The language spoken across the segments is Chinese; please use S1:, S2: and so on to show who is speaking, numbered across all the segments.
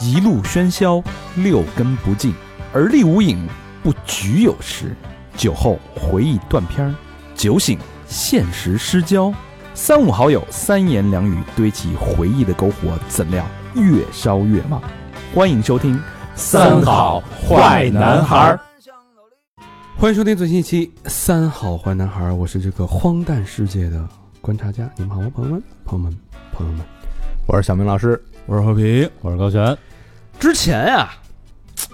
S1: 一路喧嚣，六根不净，而立无影，不局有时。酒后回忆断片儿，酒醒现实失焦。三五好友，三言两语堆起回忆的篝火，怎料越烧越旺。欢迎收听《
S2: 。欢迎收听最新一期《三好坏男孩》，我是这个荒诞世界的观察家，你们好吗，朋友们？朋友们，朋友们，
S3: 我是小明老师，
S4: 我是和平，我是高璇。
S1: 之前啊，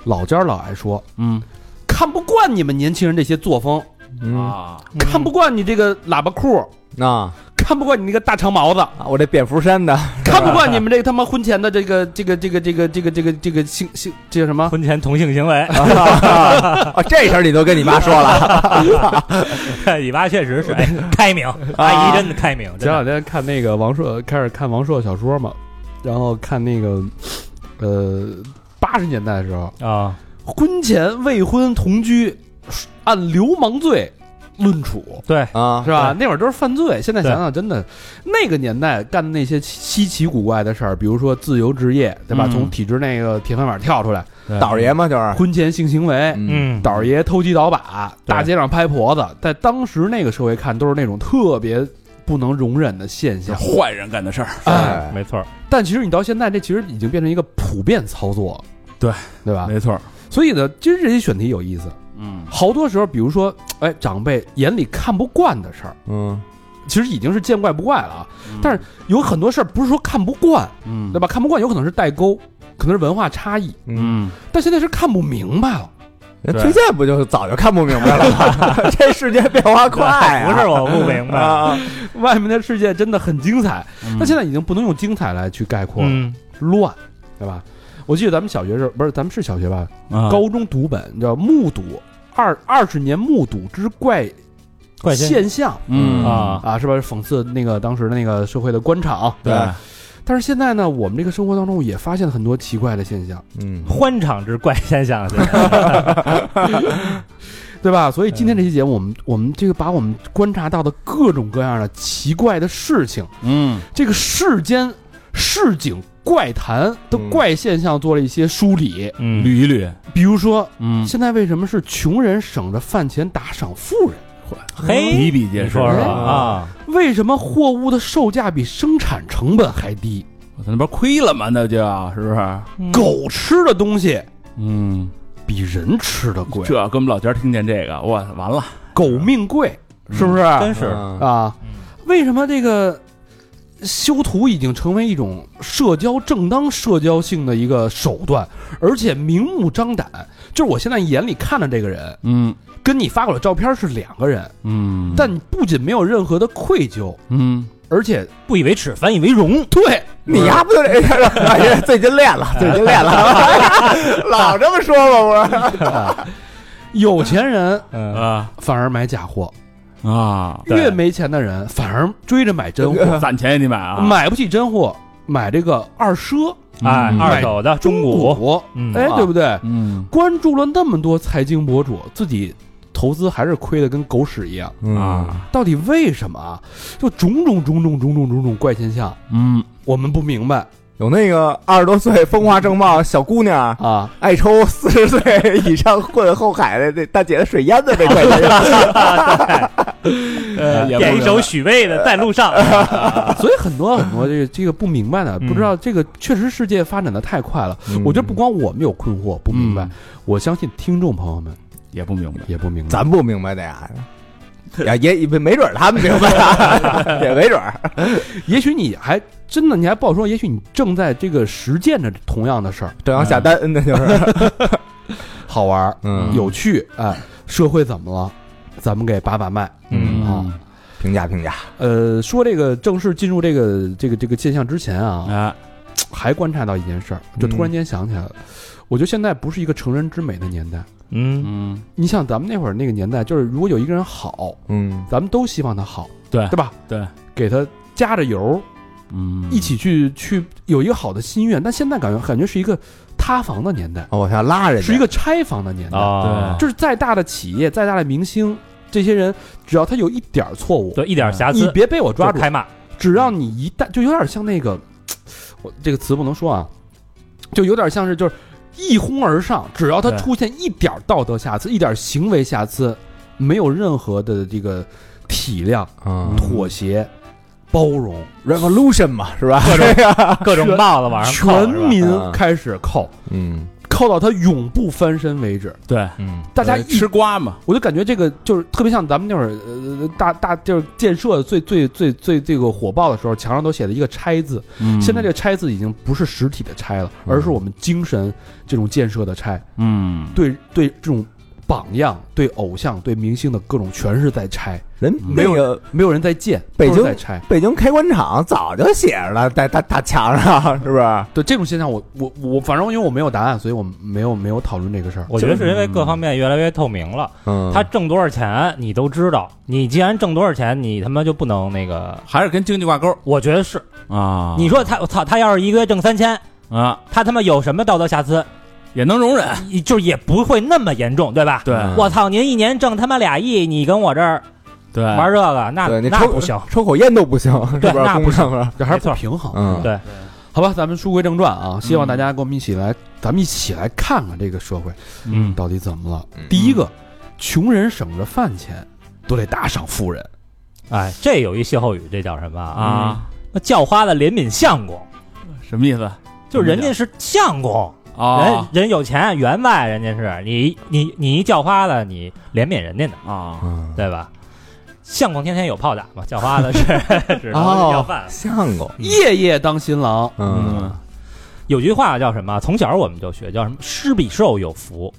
S1: 老家老爱说
S4: 嗯
S1: 看不惯你们年轻人这些作风，
S3: 嗯，
S4: 啊，
S1: 看不惯你这个喇叭裤，
S3: 那、啊、
S1: 看不惯你那个大长 毛子，
S3: 我这蝙蝠衫的，
S1: 看不惯你们这他妈婚前的这个这个这个这个这个这个这个性性这叫什么？
S4: 婚前同性行为，
S3: 啊，这事儿你都跟你妈说了，
S4: 你妈确实是哎开明，
S3: 啊
S4: 阿姨真的开明。真
S2: 前
S4: 的
S2: 两天看那个王朔，开始看王朔小说嘛，然后看那个，呃，八十年代的时候，
S4: 啊，
S1: 婚前未婚同居，按流氓罪论处。
S4: 对，
S3: 啊，
S1: 是吧？那会儿都是犯罪。现在
S4: 对
S2: 想
S1: 想想，
S2: 想真的，
S1: 那个年代干的那些稀奇古怪的事儿，比如说自由职业，对吧？
S4: 嗯
S1: 从体制那个铁饭碗跳出来，
S3: 倒儿爷嘛，就是，
S1: 婚前性行为，
S3: 嗯，
S4: 嗯，
S1: 倒儿爷偷鸡倒把，
S4: 对
S1: 大街上拍婆子，在当时那个社会看，都是那种特别不能容忍的现象。
S5: 坏人干的事儿。
S1: 哎，
S3: 哎，
S4: 没错儿，
S1: 但其实你到现在，这其实已经变成一个普遍操作，
S5: 对
S1: 对吧？
S3: 啊
S5: 没错，
S1: 所以呢，今儿这些选题有意思，
S5: 嗯，
S1: 好多时候，比如说，哎，长辈眼里看不惯的事儿，
S3: 嗯，
S1: 其实已经是见怪不怪了啊。但
S5: 但
S1: 是
S5: 是，
S1: 有很多事儿不是说看不惯，
S5: 嗯
S1: 对吧？看不惯有可能是代沟，可能是文化差异，
S3: 嗯，
S1: 但现在是看不明白了。
S3: 人崔健不就早就看不明白了 吗？这世界变化快啊，
S4: 不是我不明白。
S3: 啊，
S1: 外面的世界真的很精彩，
S5: 嗯
S1: 但现在已经不能用精彩来去概括了，
S4: 嗯，
S1: 乱，对吧？我记得咱们小学时候，不是咱们是小学吧？
S5: 啊
S1: 高中读本，你知道目睹二二十年目睹之怪
S4: 怪先
S1: 现象
S5: 嗯
S4: 啊，
S1: 啊，是吧？讽刺那个当时的那个社会的官场。
S5: 对，
S1: 但是现在呢，我们这个生活当中也发现了很多奇怪的现象，
S3: 嗯，
S4: 欢场之怪现象，现在
S1: 对吧？所以今
S5: 嗯
S1: 天这期节目，我们我们这个把我们观察到的各种各样的奇怪的事情，
S5: 嗯
S1: 这个世间市井怪谈的
S3: 嗯
S1: 怪现象做了一些梳理，
S4: 嗯，
S5: 捋一捋，
S1: 比如说
S5: 嗯，
S1: 现在为什么是穷人省着饭钱打赏富人？
S4: 嘿
S5: 比，比皆
S4: 你
S5: 是
S4: 说说
S3: 嗯
S5: 啊！
S4: 啊，
S1: 为什么货物的售价比生产成本还低？
S5: 我在那边亏了嘛，那就是不是？
S1: 狗吃的东西
S5: 嗯，
S1: 比人吃的贵
S5: 这，要跟我们老家听见这个，我完了，
S1: 狗命贵，是不是？
S4: 真是
S3: 嗯
S1: 啊
S4: 嗯，
S1: 为什么这个修图已经成为一种社交正当社交性的一个手段，而且明目张胆？就是我现在眼里看着这个人，
S5: 嗯
S1: 跟你发过来照片是两个人，
S5: 嗯
S1: 但你不仅没有任何的愧疚，
S5: 嗯，
S1: 而且
S4: 不以为耻，反以为荣。
S1: 对
S3: 你丫不就这哎最近练 了，最近练了，老这么说吧，不是，
S1: 有钱人
S4: 嗯，
S5: 啊
S1: 反而买假货，
S5: 啊，
S4: 对
S1: 越没钱的人反而追着买真货，
S5: 攒钱也得买啊，
S1: 买不起真货，买这个二奢、
S4: 哎，
S5: 嗯
S4: 二手的中古，
S1: 古，
S4: 嗯，
S1: 哎，对不对？
S5: 嗯
S1: 关注了那么多财经博主，自己投资还是亏的跟狗屎一样，
S3: 啊，
S5: 啊，
S1: 到底为什么啊？就种种种种种种种种怪现象，
S5: 嗯
S1: 我们不明白
S3: 有那个二十多岁风华正茂小姑娘，
S1: 啊。
S3: 爱抽四十岁以上混后海的那大姐的水烟 子被拐了。
S5: 呃也不
S4: 点一
S5: 是
S4: 首许巍的《在路上》
S1: 所以很多很多这个这个不明白的，
S4: 嗯
S1: 不知道这个确实世界发展的太快了。
S3: 嗯
S1: 我觉得不光我们有困惑不明白
S5: 嗯，
S1: 我相信听众朋友们
S5: 也不明白，
S1: 也不明白。
S3: 咱不明白的呀，呀也也没准儿他们明白 啊，也没准儿。
S1: 也许你还真的你还不好说，也许你正在这个实践着同样的事儿，
S3: 正要下单，那就是
S1: 好玩儿、
S3: 嗯
S1: 有趣哎，社会怎么了？咱们给把把脉。
S3: 嗯
S1: 啊
S3: 评价评价，
S1: 呃，说这个正式进入这个这个这个现象之前啊，
S5: 哎，
S1: 还观察到一件事儿，就突然间想起来了，我觉得现在不是一个成人之美的年代。
S4: 嗯，
S5: 嗯
S1: 你像咱们那会儿那个年代，就是如果有一个人好，
S3: 嗯
S1: 咱们都希望他好，
S5: 对
S1: 对吧？
S5: 对，
S1: 给他加着油，
S5: 嗯，
S1: 一起去去有一个好的心愿。但现在感觉感觉是一个塌房的年代，
S3: 哦我想拉人家，
S1: 是一个拆房的
S5: 嗯
S1: 年代。
S4: 啊，
S1: 就是再大的企业，再大的明星，这些人只要他有一点儿错误，
S4: 对，一点瑕
S1: 你
S4: 疵
S1: 别被我抓
S4: 就
S1: 住，
S4: 开骂，
S1: 只要你一旦就有点像那个，我这个词不能说啊，就有点像是就是一哄而上，只要他
S4: 对
S1: 出现一点儿道德瑕疵、一点儿行为瑕疵，没有任何的这个体谅、
S3: 啊
S4: 嗯
S1: 妥协、包容，
S3: ，revolution 嘛，是吧？
S4: 各种帽子往上扣
S1: 全
S4: 是吧
S1: 民
S3: 啊
S1: 开始扣，
S3: 嗯
S1: 扣到他永不翻身为止。
S5: 对，
S3: 嗯，
S1: 大家
S5: 呃
S1: 一
S5: 吃瓜嘛，
S1: 我就感觉这个就是特别像咱们那会儿呃大大就是建设最最最最这个火爆的时候，墙上都写的一个“拆”字。
S5: 嗯
S1: 现在这个“拆”字已经不是实体的拆了，而是我们精神这种建设的拆。
S5: 嗯
S1: 对对，这种榜样、对偶像、对明星的各种，全是在拆，
S3: 人
S1: 没有
S3: 那个
S1: 没有人在建，
S3: 北京
S1: 都是在拆。
S3: 北京开关厂早就写着了，在大大墙上，是不是？
S1: 对这种现象我，我我反正因为我没有答案，所以我没有没有讨论这个事儿。
S4: 我觉得是因为各方面越来越透明了，
S3: 嗯
S4: 他挣多少钱你都知道。你既然挣多少钱，你他妈就不能那个？
S5: 还是跟经济挂钩
S4: 我觉得是，
S5: 啊。
S4: 你说他我操，他要是一个月挣三千，
S5: 啊，
S4: 他他妈有什么道德瑕疵？
S5: 也能容忍，
S4: 你就是也不会那么严重，对吧？
S5: 对
S4: 我操，您一年挣他妈俩亿，你跟我这儿
S5: 对，
S4: 玩这个，那
S3: 对你
S4: 那
S3: 抽
S4: 不行。
S3: 抽口烟都不行，是不
S4: 对
S3: 是？
S4: 那不
S3: 工上面
S1: 这还是
S4: 没
S1: 不
S4: 错
S1: 平衡。
S3: 嗯
S4: 对
S1: 好吧，咱们书归正传啊，希望
S5: 嗯
S1: 大家跟我们一起来，咱们一起来看看这个社会
S5: 嗯
S1: 到底怎么了。
S3: 嗯
S1: 第一个，穷人省着饭钱都得打赏富人，
S4: 哎，这有一歇后语，这叫什么啊？
S5: 啊，
S4: 那叫花的怜悯相公，
S5: 什么意思
S4: 就
S5: 嗯
S4: 人家是相公，人
S5: 啊
S4: 人有钱员外，人家是你你你一叫花的，你怜悯人家呢，
S5: 啊？
S3: 嗯，
S4: 对吧？相公天天有炮打嘛，叫花 的是只能
S5: 哦
S4: 要饭。
S3: 相公，
S1: 夜夜当新郎。
S3: 嗯，
S4: 有句话叫什么？从小我们就学，叫什么？施比受有福，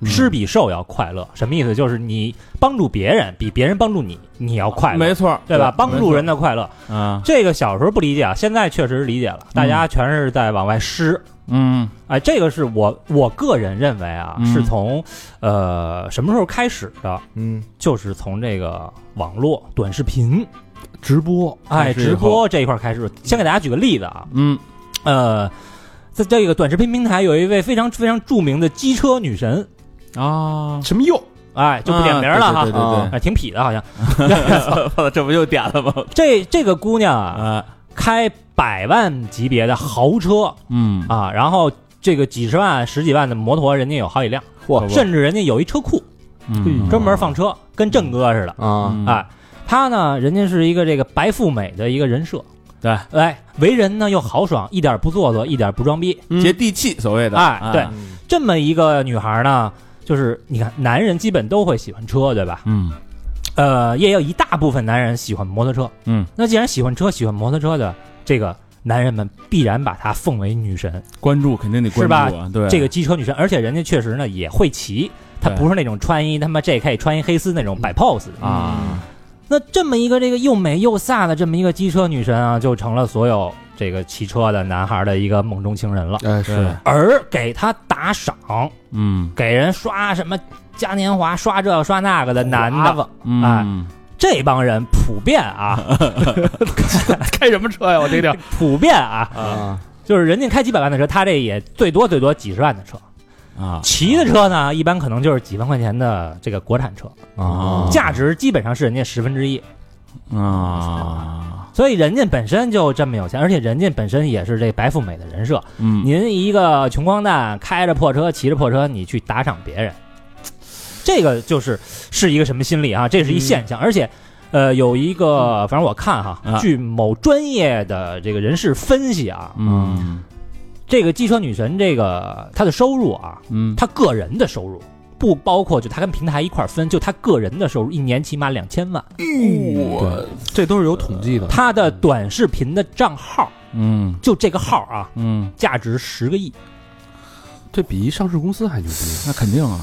S5: 嗯
S4: 施比受要快乐。什么意思？就是你帮助别人，比别人帮助你，你要快乐，
S5: 没错，
S4: 对吧？帮助人
S5: 的
S4: 的快乐，
S5: 啊，
S4: 这个小时候不理解啊，现在确实理解了，大家全是在往外施。
S5: 嗯
S4: 哎，这个是我我个人认为啊，
S5: 嗯
S4: 是从呃什么时候开始的？
S3: 嗯，
S4: 就是从这个网络短视频，
S1: 直播，
S4: 哎，
S5: 开始以
S4: 直播这一块开始。先给大家举个例子啊，
S5: 嗯
S4: 呃，在这个短视频平台有一位非常非常著名的机车女神，
S5: 啊，
S1: 什么用？
S4: 哎，就不点名了哈，
S5: 对对对对
S4: 哎，挺痞的，好像
S5: 对，这不就点了吗？
S4: 这这个姑娘啊，
S5: 啊，
S4: 开百万级别的豪车
S5: 嗯
S4: 啊，然后这个几十万、十几万的摩托，人家有好几辆，
S3: 嚯
S4: 甚至人家有一车库，
S5: 嗯
S4: 专门放车，跟郑哥似的。
S3: 啊，
S5: 嗯
S4: 哎，他呢，人家是一个这个白富美的一个人设，
S5: 对，
S4: 哎，为人呢又豪爽，一点不做作，一点不装逼，
S5: 接地气，所谓的嗯
S4: 哎，
S3: 嗯
S4: 对，，这么一个女孩呢，就是你看，男人基本都会喜欢车，对吧？
S5: 嗯
S4: 呃，也有一大部分男人喜欢摩托车。
S5: 嗯，
S4: 那既然喜欢车、喜欢摩托车的这个男人们，必然把她奉为女神，
S5: 关注肯定得关注啊，对
S4: 这个机车女神，而且人家确实呢也会骑。她
S5: 对嗯
S4: 不是那种穿一他妈 JK 穿一黑丝那种摆 pose 的
S5: 啊，
S4: 那这么一个这个又美又飒的这么一个机车女神啊，就成了所有这个骑车的男孩的一个梦中情人了。
S1: 哎，
S5: 对
S1: 是
S4: 而给她打赏，
S5: 嗯
S4: 给人刷什么嘉年华、刷这刷那个的男的，
S5: 嗯
S4: 哎这帮人普遍 啊，
S1: 开什么车呀？我这点
S4: 普遍啊，
S3: 啊，
S4: 就是人家开几百万的车，他这也最多最多几十万的车。
S5: 啊
S4: 骑的车呢，一般可能就是几万块钱的这个国产车，
S5: 啊
S4: 价值基本上是人家十分之一。
S5: 啊，
S4: 所以人家本身就这么有钱，而且人家本身也是这白富美的人设，
S5: 嗯
S4: 您一个穷光蛋，开着破车，骑着破车，你去打赏别人，这个就是是一个什么心理啊？这是一现象，而且，呃，有一个，反正我看哈，
S5: 嗯啊
S4: 据某专业的这个人士分析啊，
S5: 嗯
S4: 这个机车女神这个她的收入啊，
S5: 嗯，
S4: 她个人的收入不包括就她跟平台一块儿分，就她个人的收入一年起码两千万，
S5: 嗯
S1: 我这都是有统计的。
S4: 她的短视频的账号
S5: 嗯
S4: 就这个号啊，
S5: 嗯，
S4: 价值十个亿，
S1: 这比上市公司还牛逼。
S5: 那肯定啊，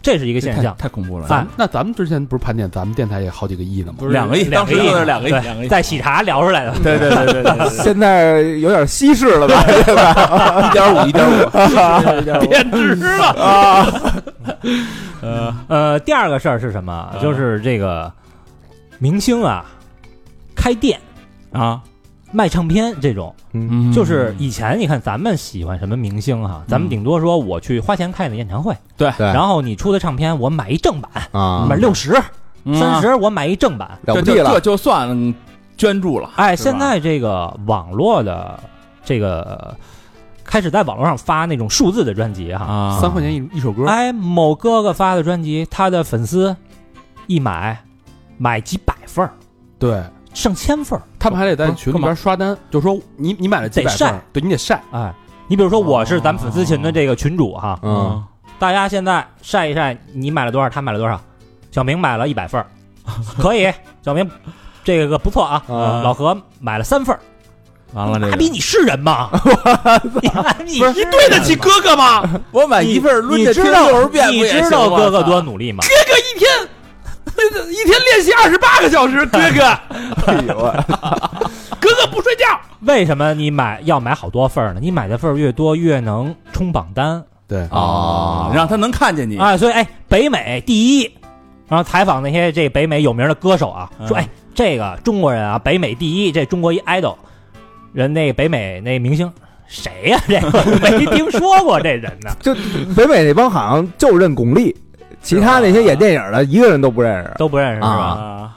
S4: 这是一个现象。
S5: 太恐怖了，
S4: 哎
S1: 那咱们之前不是盘点咱们电台也好几个亿呢吗？
S5: 两个亿，
S4: 两
S5: 当
S4: 个
S5: 时
S4: 亿
S5: 就是两个亿，
S4: 对
S5: 两个亿，
S4: 在喜茶聊出来的。
S3: 对对对对对，现在有点稀释了吧？对吧？
S5: 一点五，一点五，
S4: 贬值 了啊！
S5: 啊
S4: 呃呃，第二个事儿是什么？啊就是这个明星啊，开店
S5: 啊，
S4: 卖唱片这种，
S3: 嗯
S4: 就是以前你看咱们喜欢什么明星哈、咱们顶多说我去花钱看你的演唱会，
S5: 嗯对
S3: 对
S4: 然后你出的唱片我买一正版，
S3: 啊
S4: 买，六十、三
S5: 十，
S4: 十，我买一正版。
S3: 了不
S5: 嗯啊这这
S3: 地
S5: 这
S3: 了，
S5: 就算捐助了，
S4: 哎，
S5: 是吧
S4: 现在这个网络的这个开始在网络上发那种数字的专辑哈。
S5: 啊，
S1: 三块钱一一首歌，
S4: 哎，某哥哥发的专辑，他的粉丝一买，买几百份儿，
S1: 对
S4: 上千份儿。
S1: 他们还得在群里边刷单，就说你你买了几百
S4: 得
S1: 份
S4: 晒
S1: 儿，对你得晒，
S4: 哎，你比如说我是咱们粉丝群的这个群主哈，
S3: 啊
S1: 嗯，
S4: 大家现在晒一晒，你买了多少，他买了多少。小明买了一百份儿，可以，小明这个不错啊。
S1: 啊
S4: 老何买了三份儿，
S5: 完了这
S4: 妈
S5: 个
S4: 逼，你是人吗？你妈逼你
S5: 你对得起哥哥吗？
S3: 我
S1: 哎
S3: 买
S4: 你
S3: 一份儿抡
S4: 你
S3: 着
S4: 知
S3: 听六
S4: 道
S3: 十遍不
S4: 你
S3: 也
S4: 知
S3: 行
S4: 道
S3: 吗
S4: 哥哥多努力吗？
S5: 一天练习二十八个小时，哥哥，
S3: 哎呦喂，
S5: 哥哥不睡觉。
S4: 为什么你买要买好多份儿呢？你买的份儿越多，越能冲榜单。
S1: 对
S5: 哦，让他能看见你。
S4: 啊，所以哎，北美第一，然后采访那些这北美有名的歌手啊，说
S5: 嗯
S4: 哎，这个中国人啊，北美第一，这中国一 idol，人那北美那明星谁呀、这个 没听说过这人呢，
S3: 就北美那帮好像就认巩俐，其他那些演电影的一个人都不认识。
S4: 都不认识是吧？
S5: 啊，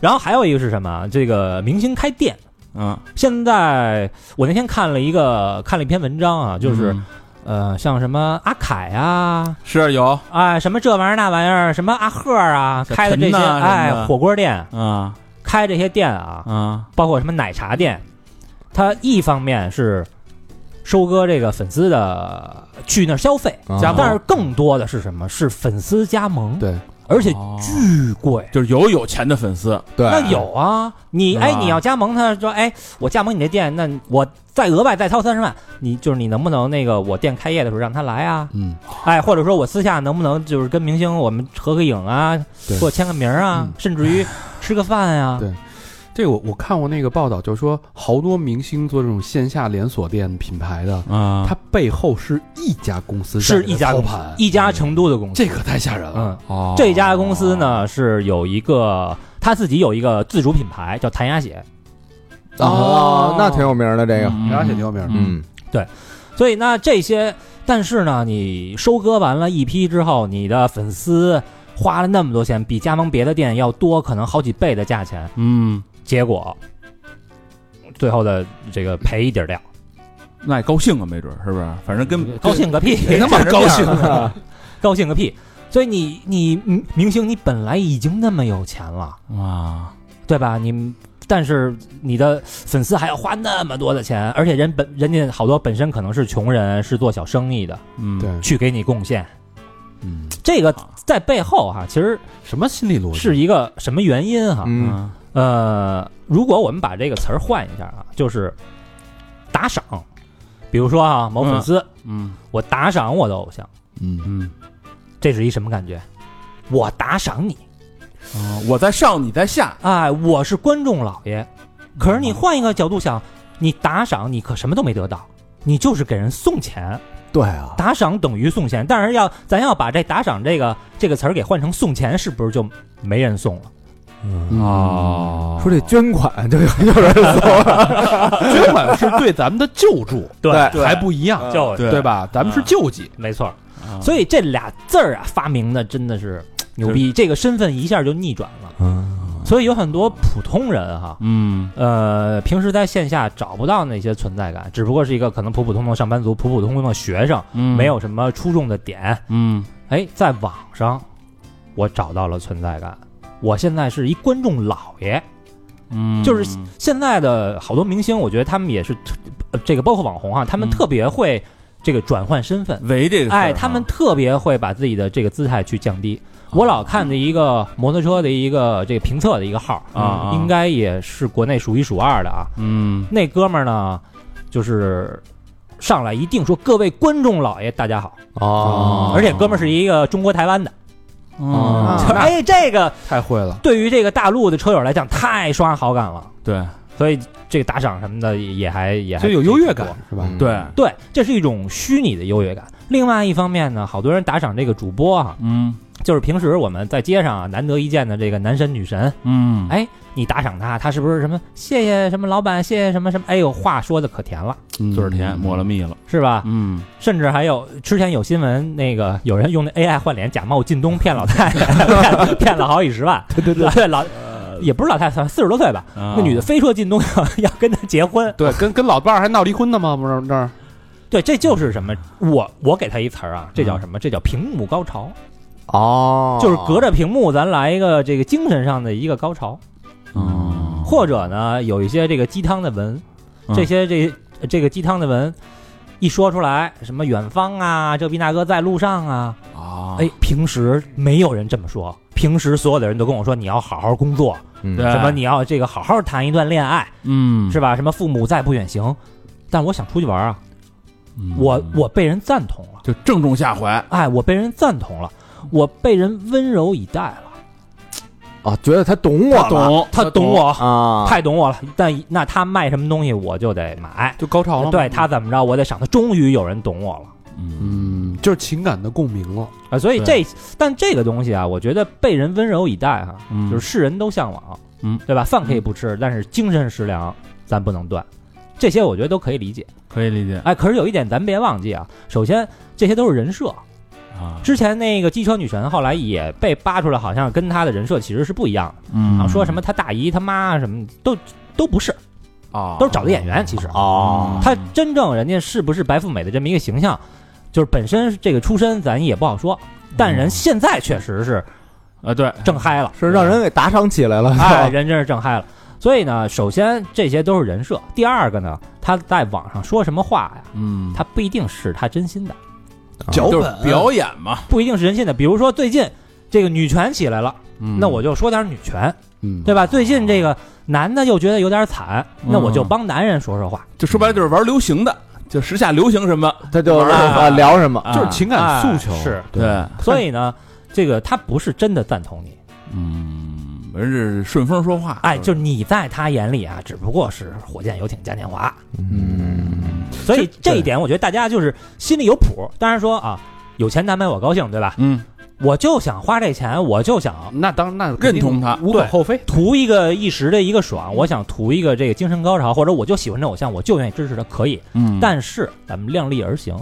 S4: 然后还有一个是什么啊？这个明星开店。
S5: 嗯，
S4: 现在我那天看了一个看了一篇文章啊，就是、
S5: 嗯
S4: 呃，像什么阿凯啊，
S5: 是有
S4: 啊，什么这玩意儿那玩意儿，什么阿赫啊，
S5: 小
S4: 开的
S5: 陈
S4: 这些
S5: 呐什么
S4: 哎
S5: 的
S4: 火锅店，
S5: 啊
S4: 开这些店啊，
S5: 啊
S4: 包括什么奶茶店，它一方面是收割这个粉丝的去那儿消费，
S1: 啊
S4: 但是更多的是什么？是粉丝加盟，
S1: 对，
S4: 而且
S5: 哦
S4: 巨贵。
S5: 就是有有钱的粉丝，
S1: 对
S4: 那有啊，你
S5: 是
S4: 哎，
S5: 吧
S4: 你要加盟他说，哎，我加盟你这店，那我再额外再掏三十万，你就是你能不能那个我店开业的时候让他来啊？
S1: 嗯，
S4: 哎，或者说我私下能不能就是跟明星我们合个影啊，
S1: 对
S4: 给我签个名啊，
S1: 嗯
S4: 甚至于吃个饭啊，
S1: 对这个我我看过那个报道，就说好多明星做这种线下连锁店品牌的，
S5: 啊
S1: 它背后是一家公司
S4: 是
S1: 在
S4: 一家
S1: 操
S4: 公司
S1: 盘，嗯
S4: 一家成都的公司，
S1: 这可太吓人了。
S4: 嗯。这家公司呢是有一个他自己有一个自主品牌叫弹牙血，
S1: 哦
S3: 啊那挺有名的这个，
S5: 嗯
S1: 而且挺有名的
S3: 嗯，
S4: 所以呢这些，但是呢你收割完了一批之后，你的粉丝花了那么多钱，比加盟别的店要多可能好几倍的价钱，
S5: 嗯，
S4: 结果最后的这个赔一底儿掉，
S5: 那也高兴啊，没准儿是不是？反正跟
S4: 高兴个屁，
S5: 也他妈高兴啊！
S4: 高兴个屁。所以你你嗯明星你本来已经那么有钱了，
S5: 哇，
S4: 对吧？你但是你的粉丝还要花那么多的钱，而且人本人家好多本身可能是穷人，是做小生意的，
S5: 嗯，
S1: 对，
S4: 去给你贡献，
S1: 嗯，
S4: 这个在背后哈、其实
S1: 什么心理逻辑？
S4: 是一个什么原因哈、
S3: 嗯，
S5: 嗯
S4: 呃，如果我们把这个词儿换一下啊，就是打赏，比如说啊，某粉丝、
S5: 嗯
S4: 我打赏我的偶像，
S1: 嗯，
S5: 嗯，
S4: 这是一什么感觉？我打赏你，
S5: 啊我在上，你在下，
S4: 哎，我是观众老爷。可是你换一个角度想，你打赏你可什么都没得到，你就是给人送钱。
S3: 对啊，
S4: 打赏等于送钱，但是要咱要把这打赏这个这个词儿给换成送钱，是不是就没人送了？
S1: 嗯
S5: 哦
S3: 说这捐款就有有人搜了，
S1: 捐款是对咱们的救助，
S4: 对
S3: 对
S1: 还不一样，
S4: 就
S5: 对
S1: 对吧？咱们是救济，
S4: 没错儿。
S5: 啊
S4: 所以这俩字儿啊，发明的真的是嗯牛逼，这个身份一下就逆转了。所以有很多普通人哈、
S5: 嗯
S4: 呃，平时在线下找不到那些存在感，只不过是一个可能普普通通的上班族、普普通通的学生，
S5: 嗯
S4: 没有什么出众的点。
S5: 嗯
S4: 哎，在网上我找到了存在感。我现在是一观众老爷，
S5: 嗯
S4: 就是现在的好多明星，我觉得他们也是特，呃这个包括网红啊，他们
S5: 嗯
S4: 特别会这个转换身份，
S5: 围这个事儿啊，
S4: 哎，他们特别会把自己的这个姿态去降低。
S5: 啊
S4: 我老看的一个摩托车的一个这个评测的一个号嗯
S5: 啊
S4: 应该也是国内数一数二的啊。
S5: 嗯
S4: 那哥们儿呢，就是上来一定说：“各位观众老爷，大家好。”
S6: 嗯
S5: 哦
S4: 而且哥们儿是一个中国台湾的，
S5: 嗯
S4: 就是哎，这个
S1: 太会了。
S4: 对于这个大陆的车友来讲，太刷好感了。
S5: 对
S4: 所以这个打赏什么的也也还也还
S1: 就有优越感
S4: 挺多。
S1: 是吧？
S3: 嗯
S5: 对，
S4: 对，这是一种虚拟的优越感。另外一方面呢，好多人打赏这个主播啊，
S5: 嗯
S4: 就是平时我们在街上啊难得一见的这个男神女神，
S5: 嗯
S4: 哎，你打赏他，他是不是什么谢谢什么老板，谢谢什么什么？哎呦，话说的可甜了，
S5: 嘴儿甜，抹了蜜了，
S4: 是吧？
S5: 嗯
S4: 甚至还有之前有新闻，那个有人用那 AI 换脸假冒靳东骗老太 太，骗骗了好几十万。对对呃对，老也不是老太太，四十多岁吧，
S5: 啊
S4: 那女的非说靳东要要跟他结婚，
S1: 对，跟跟老伴儿还闹离婚呢吗？不是那儿，
S4: 对，这就是什么？我我给他一词儿啊，这叫什么？这叫屏幕高潮，
S3: 哦，
S4: 就是隔着屏幕，咱来一个这个精神上的一个高潮，
S6: 嗯，
S4: 或者呢，有一些这个鸡汤的文，
S6: 嗯
S4: 这些这这个鸡汤的文一说出来，什么远方啊，这逼那哥在路上啊，
S6: 啊，
S4: 哎，平时没有人这么说，平时所有的人都跟我说你要好好工作，
S3: 嗯
S4: 什么你要这个好好谈一段恋爱，
S6: 嗯，
S4: 是吧？什么父母在不远行，但我想出去玩啊，
S6: 嗯
S4: 我我被人赞同了，
S6: 就正中下怀，
S4: 哎，我被人赞同了，我被人温柔以待了，
S3: 哦，觉得他懂我了，
S6: 懂
S4: 他懂我，
S3: 啊，
S4: 太懂我了。但那他卖什么东西我就得买，
S1: 就高潮了。
S4: 对，他怎么着我得赏他。终于有人懂我了
S6: 嗯
S1: 嗯，就是情感的共鸣了。
S4: 啊！所以这但这个东西啊，我觉得被人温柔以待哈，
S6: 嗯
S4: 就是世人都向往，
S6: 嗯，
S4: 对吧？饭可以不吃，但是精神食粮咱不能断。这些我觉得都可以理解，
S6: 可以理解
S4: 哎，可是有一点咱别忘记啊，首先这些都是人设，
S6: 啊，
S4: 之前那个机车女神后来也被扒出来，好像跟她的人设其实是不一样的。啊，
S6: 嗯
S4: 说什么她大姨、她妈什么都都不是，
S6: 哦
S3: 啊，
S4: 都是找的演员。其实，
S3: 哦，
S4: 她真正人家是不是白富美的这么一个形象，就是本身这个出身咱也不好说，但
S6: 嗯
S4: 人现在确实是
S6: 啊？对，
S4: 正嗨了，
S3: 是让人给打赏起来 了，
S4: 哎，人真是正嗨了。所以呢，首先这些都是人设。第二个呢，她在网上说什么话呀，
S6: 嗯，
S4: 她不一定是她真心的，
S6: 脚
S5: 就是
S6: 本表演嘛，
S4: 不一定是真心的。比如说最近这个女权起来了，
S6: 嗯
S4: 嗯
S5: 嗯
S4: 那我就说点女权。
S1: 嗯，
S4: 对吧？最近这个男的又觉得有点惨，
S6: 嗯
S4: 那我就帮男人说说话。
S6: 就说白了就是玩流行的，就时下流行什么，
S3: 他就
S6: 玩儿
S3: 啊聊什么
S6: 啊
S1: 就是情感诉求
S4: 哎是
S6: 对，
S4: 所以呢，这个他不是真的赞同你，
S6: 嗯，人是顺风说话，
S4: 哎，就是你在他眼里啊，只不过是火箭、游艇、嘉年华。
S3: 嗯，
S4: 所以这一点，我觉得大家就是心里有谱。当然说啊，有钱难买我高兴，对吧？
S6: 嗯，
S4: 我就想花这钱，我就想
S1: 那当那
S6: 认同他
S1: 肯定无可
S4: 对
S1: 厚非。
S4: 图一个一时的一个爽，我想图一个这个精神高潮，或者我就喜欢这偶像，我就愿意支持他，可以。
S6: 嗯，
S4: 但是咱们量力而行，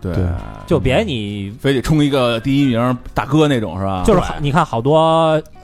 S6: 对
S1: 对
S4: 就别你
S5: 嗯
S6: 非得冲一个第一名大哥那种是吧？
S4: 就是好你看好多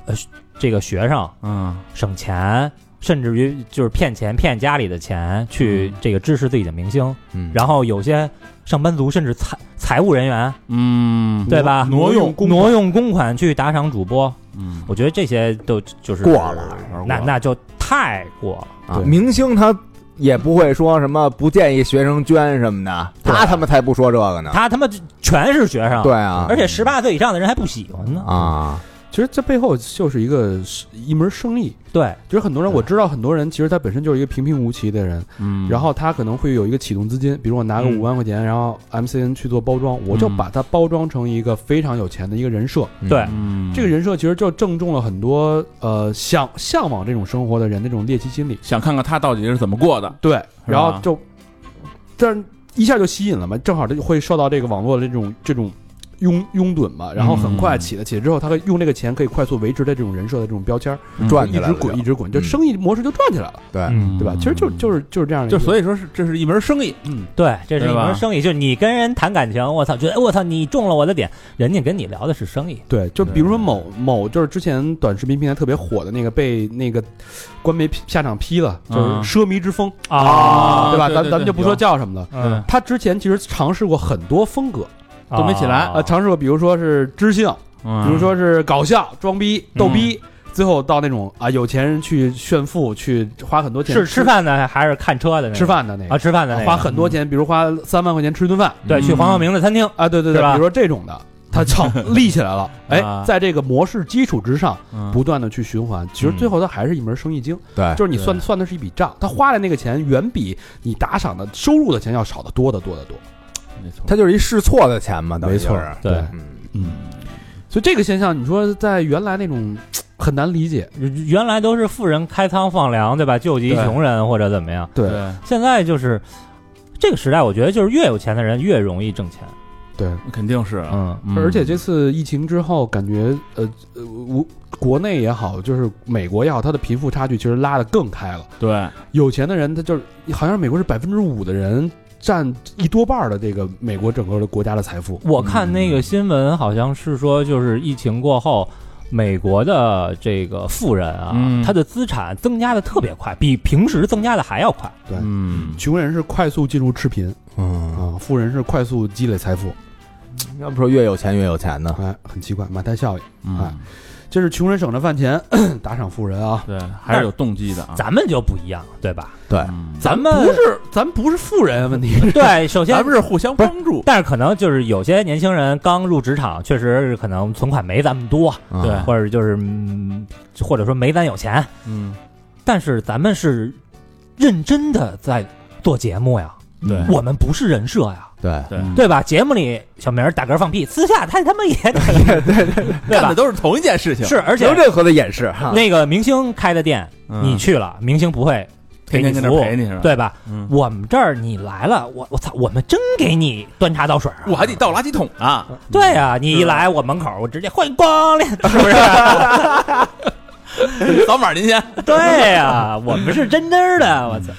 S4: 呃这个学生
S6: 嗯，
S4: 省钱，甚至于就是骗钱骗家里的钱去
S6: 嗯
S4: 这个支持自己的明星，
S3: 嗯
S4: 然后有些上班族甚至财财务人员
S6: 嗯，
S4: 对吧？
S6: 挪挪用公款
S4: 挪用公款去打赏主播，
S6: 嗯，
S4: 我觉得这些都就是
S3: 过了，
S4: 那那就太过了。
S3: 啊
S1: 对
S3: 明星他也不会说什么不建议学生捐什么的，他他妈才不说这个呢。
S4: 他他妈全是学生，
S3: 对，啊，
S4: 而且十八岁以上的人还不喜欢呢。
S3: 啊，
S1: 其实这背后就是一个一门生意。
S4: 对，
S1: 就是很多人，我知道很多人，其实他本身就是一个平平无奇的人，
S6: 嗯，
S1: 然后他可能会有一个启动资金，比如我拿个
S4: 嗯
S1: 五万块钱，然后 MCN 去做包装，我就
S6: 嗯
S1: 把它包装成一个非常有钱的一个人设。
S4: 对
S6: 嗯，
S1: 这个人设其实就正中了很多呃想向往这种生活的人那种猎奇心理。
S6: 想看看他到底是怎么过的，
S1: 对，
S6: 是吧
S1: 然后就，但是一下就吸引了嘛，正好他就会受到这个网络的这种这种拥拥趸嘛，然后很快起了起来之后，他会用这个钱可以快速维持的这种人设的这种标签儿，
S3: 赚
S1: 一
S3: 起来
S1: 直
S3: 了
S1: 滚
S3: 就
S1: 一直滚，就
S3: 嗯
S1: 生意模式就转起来了，
S3: 对
S6: 嗯
S1: 对吧？其实就就是就是
S5: 嗯
S1: 这样的一个，
S6: 就所以说是这是一门生意，
S1: 嗯，
S4: 对，这是一
S6: 对吧
S4: 门生意，就是你跟人谈感情，我操，觉得哎我操你中了我的点，人家跟你聊的是生意，
S1: 对，就比如说某某就是之前短视频平台特别火的那个被那个官媒批下场批了，就是
S6: 嗯
S1: 奢靡之风，
S6: 啊
S1: 对吧？
S6: 对
S1: 咱
S6: 对
S1: 咱们就
S6: 对
S1: 不说
S6: 有
S1: 叫什么了。
S6: 嗯，
S1: 他之前其实尝试过很多风格，
S6: 都没起来
S1: 啊，尝试过，比如说是知性，
S6: 比
S4: 嗯
S1: 比如说是搞笑、装逼、逗逼，最后到那种啊有钱人去炫富，去花很多钱
S4: 是吃饭的还是看车的那个？
S1: 吃饭的那个
S4: 啊，，吃饭的那个
S1: 花很多钱，比如花三万块钱吃顿饭
S4: 对，去
S6: 嗯
S4: 黄晓明的餐厅，
S1: 啊，对对
S4: 是
S1: 对，
S4: 吧
S1: 比如说这种的，他操立起来了，
S6: 啊
S1: 哎，在这个模式基础之上，
S4: 啊
S6: 嗯
S1: 不断的去循环，
S4: 嗯
S1: 其实最后它还是一门生意经，
S4: 哎
S3: 对
S1: 就是你算算的是一笔账，他花的那个钱远比你打赏的收入的钱要少得多得多得多，
S6: 没错
S3: 他就是一试错的钱嘛，等于
S1: 没错
S3: 就是
S4: 对
S3: 嗯
S1: 嗯，所以这个现象，你说在原来那种很难理解，
S4: 原来都是富人开仓放粮，对吧？救济
S1: 对
S4: 穷人或者怎么样，
S1: 对
S4: 现在就是这个时代，我觉得就是越有钱的人越容易挣钱，
S1: 对，
S6: 肯定是，
S4: 嗯，
S6: 嗯
S1: 而且这次疫情之后，感觉呃呃，无国内也好，就是美国也好，它的贫富差距其实拉得更开了。
S6: 对
S1: 有钱的人，他就是好像美国是百分之五的人占一多半儿的这个美国整个的国家的财富。
S4: 我看那
S5: 嗯
S4: 个新闻好像是说，就是疫情过后。美国的这个富人啊，
S6: 嗯
S4: 他的资产增加的特别快，比平时增加的还要快。
S1: 对
S6: 嗯
S1: 穷人是快速进入赤贫
S3: 嗯
S1: 啊、啊，富人是快速积累财富，
S3: 要不说越有钱越有钱呢？
S1: 哎，很奇怪，马太效应。
S5: 嗯，
S1: 这是穷人省着饭钱 打赏富人啊，
S5: 对，还是有动机的啊。
S4: 咱们就不一样，对吧？
S5: 嗯
S4: 咱们
S1: 不是，咱不是富人，啊问题是，
S4: 对，首先
S5: 咱们是互相帮助，
S4: 但是可能就是有些年轻人刚入职场，确实是可能存款没咱们多，
S3: 嗯
S5: 对
S4: 或者就是、嗯、或者说没咱有钱，
S5: 嗯，
S4: 但是咱们是认真的在做节目呀，
S5: 对
S4: 我们不是人设呀，
S3: 对，
S5: 对
S4: 嗯对吧？节目里小明打嗝放屁，私下他他妈 也对对对
S5: 干的
S4: 吧？
S5: 都是同一件事情，
S4: 是，而且
S3: 没有任何的掩饰哈。
S4: 那个明星开的店，
S5: 嗯
S4: 你去了，明星不会给
S5: 天
S4: 你
S5: 天跟
S4: 服
S5: 那
S4: 务，
S5: 陪你是吧？，
S4: 对吧？
S5: 嗯，
S4: 我们这儿你来了，我我操，我们真给你端茶倒水啊！
S5: 我还得倒垃圾桶啊 呢。
S4: 对呀、
S5: 嗯
S4: 你一来我门口，我直接欢迎光 临，是不是？
S5: 扫码您先，
S4: 对呀、我们是真真的，我
S5: 嗯
S4: 操！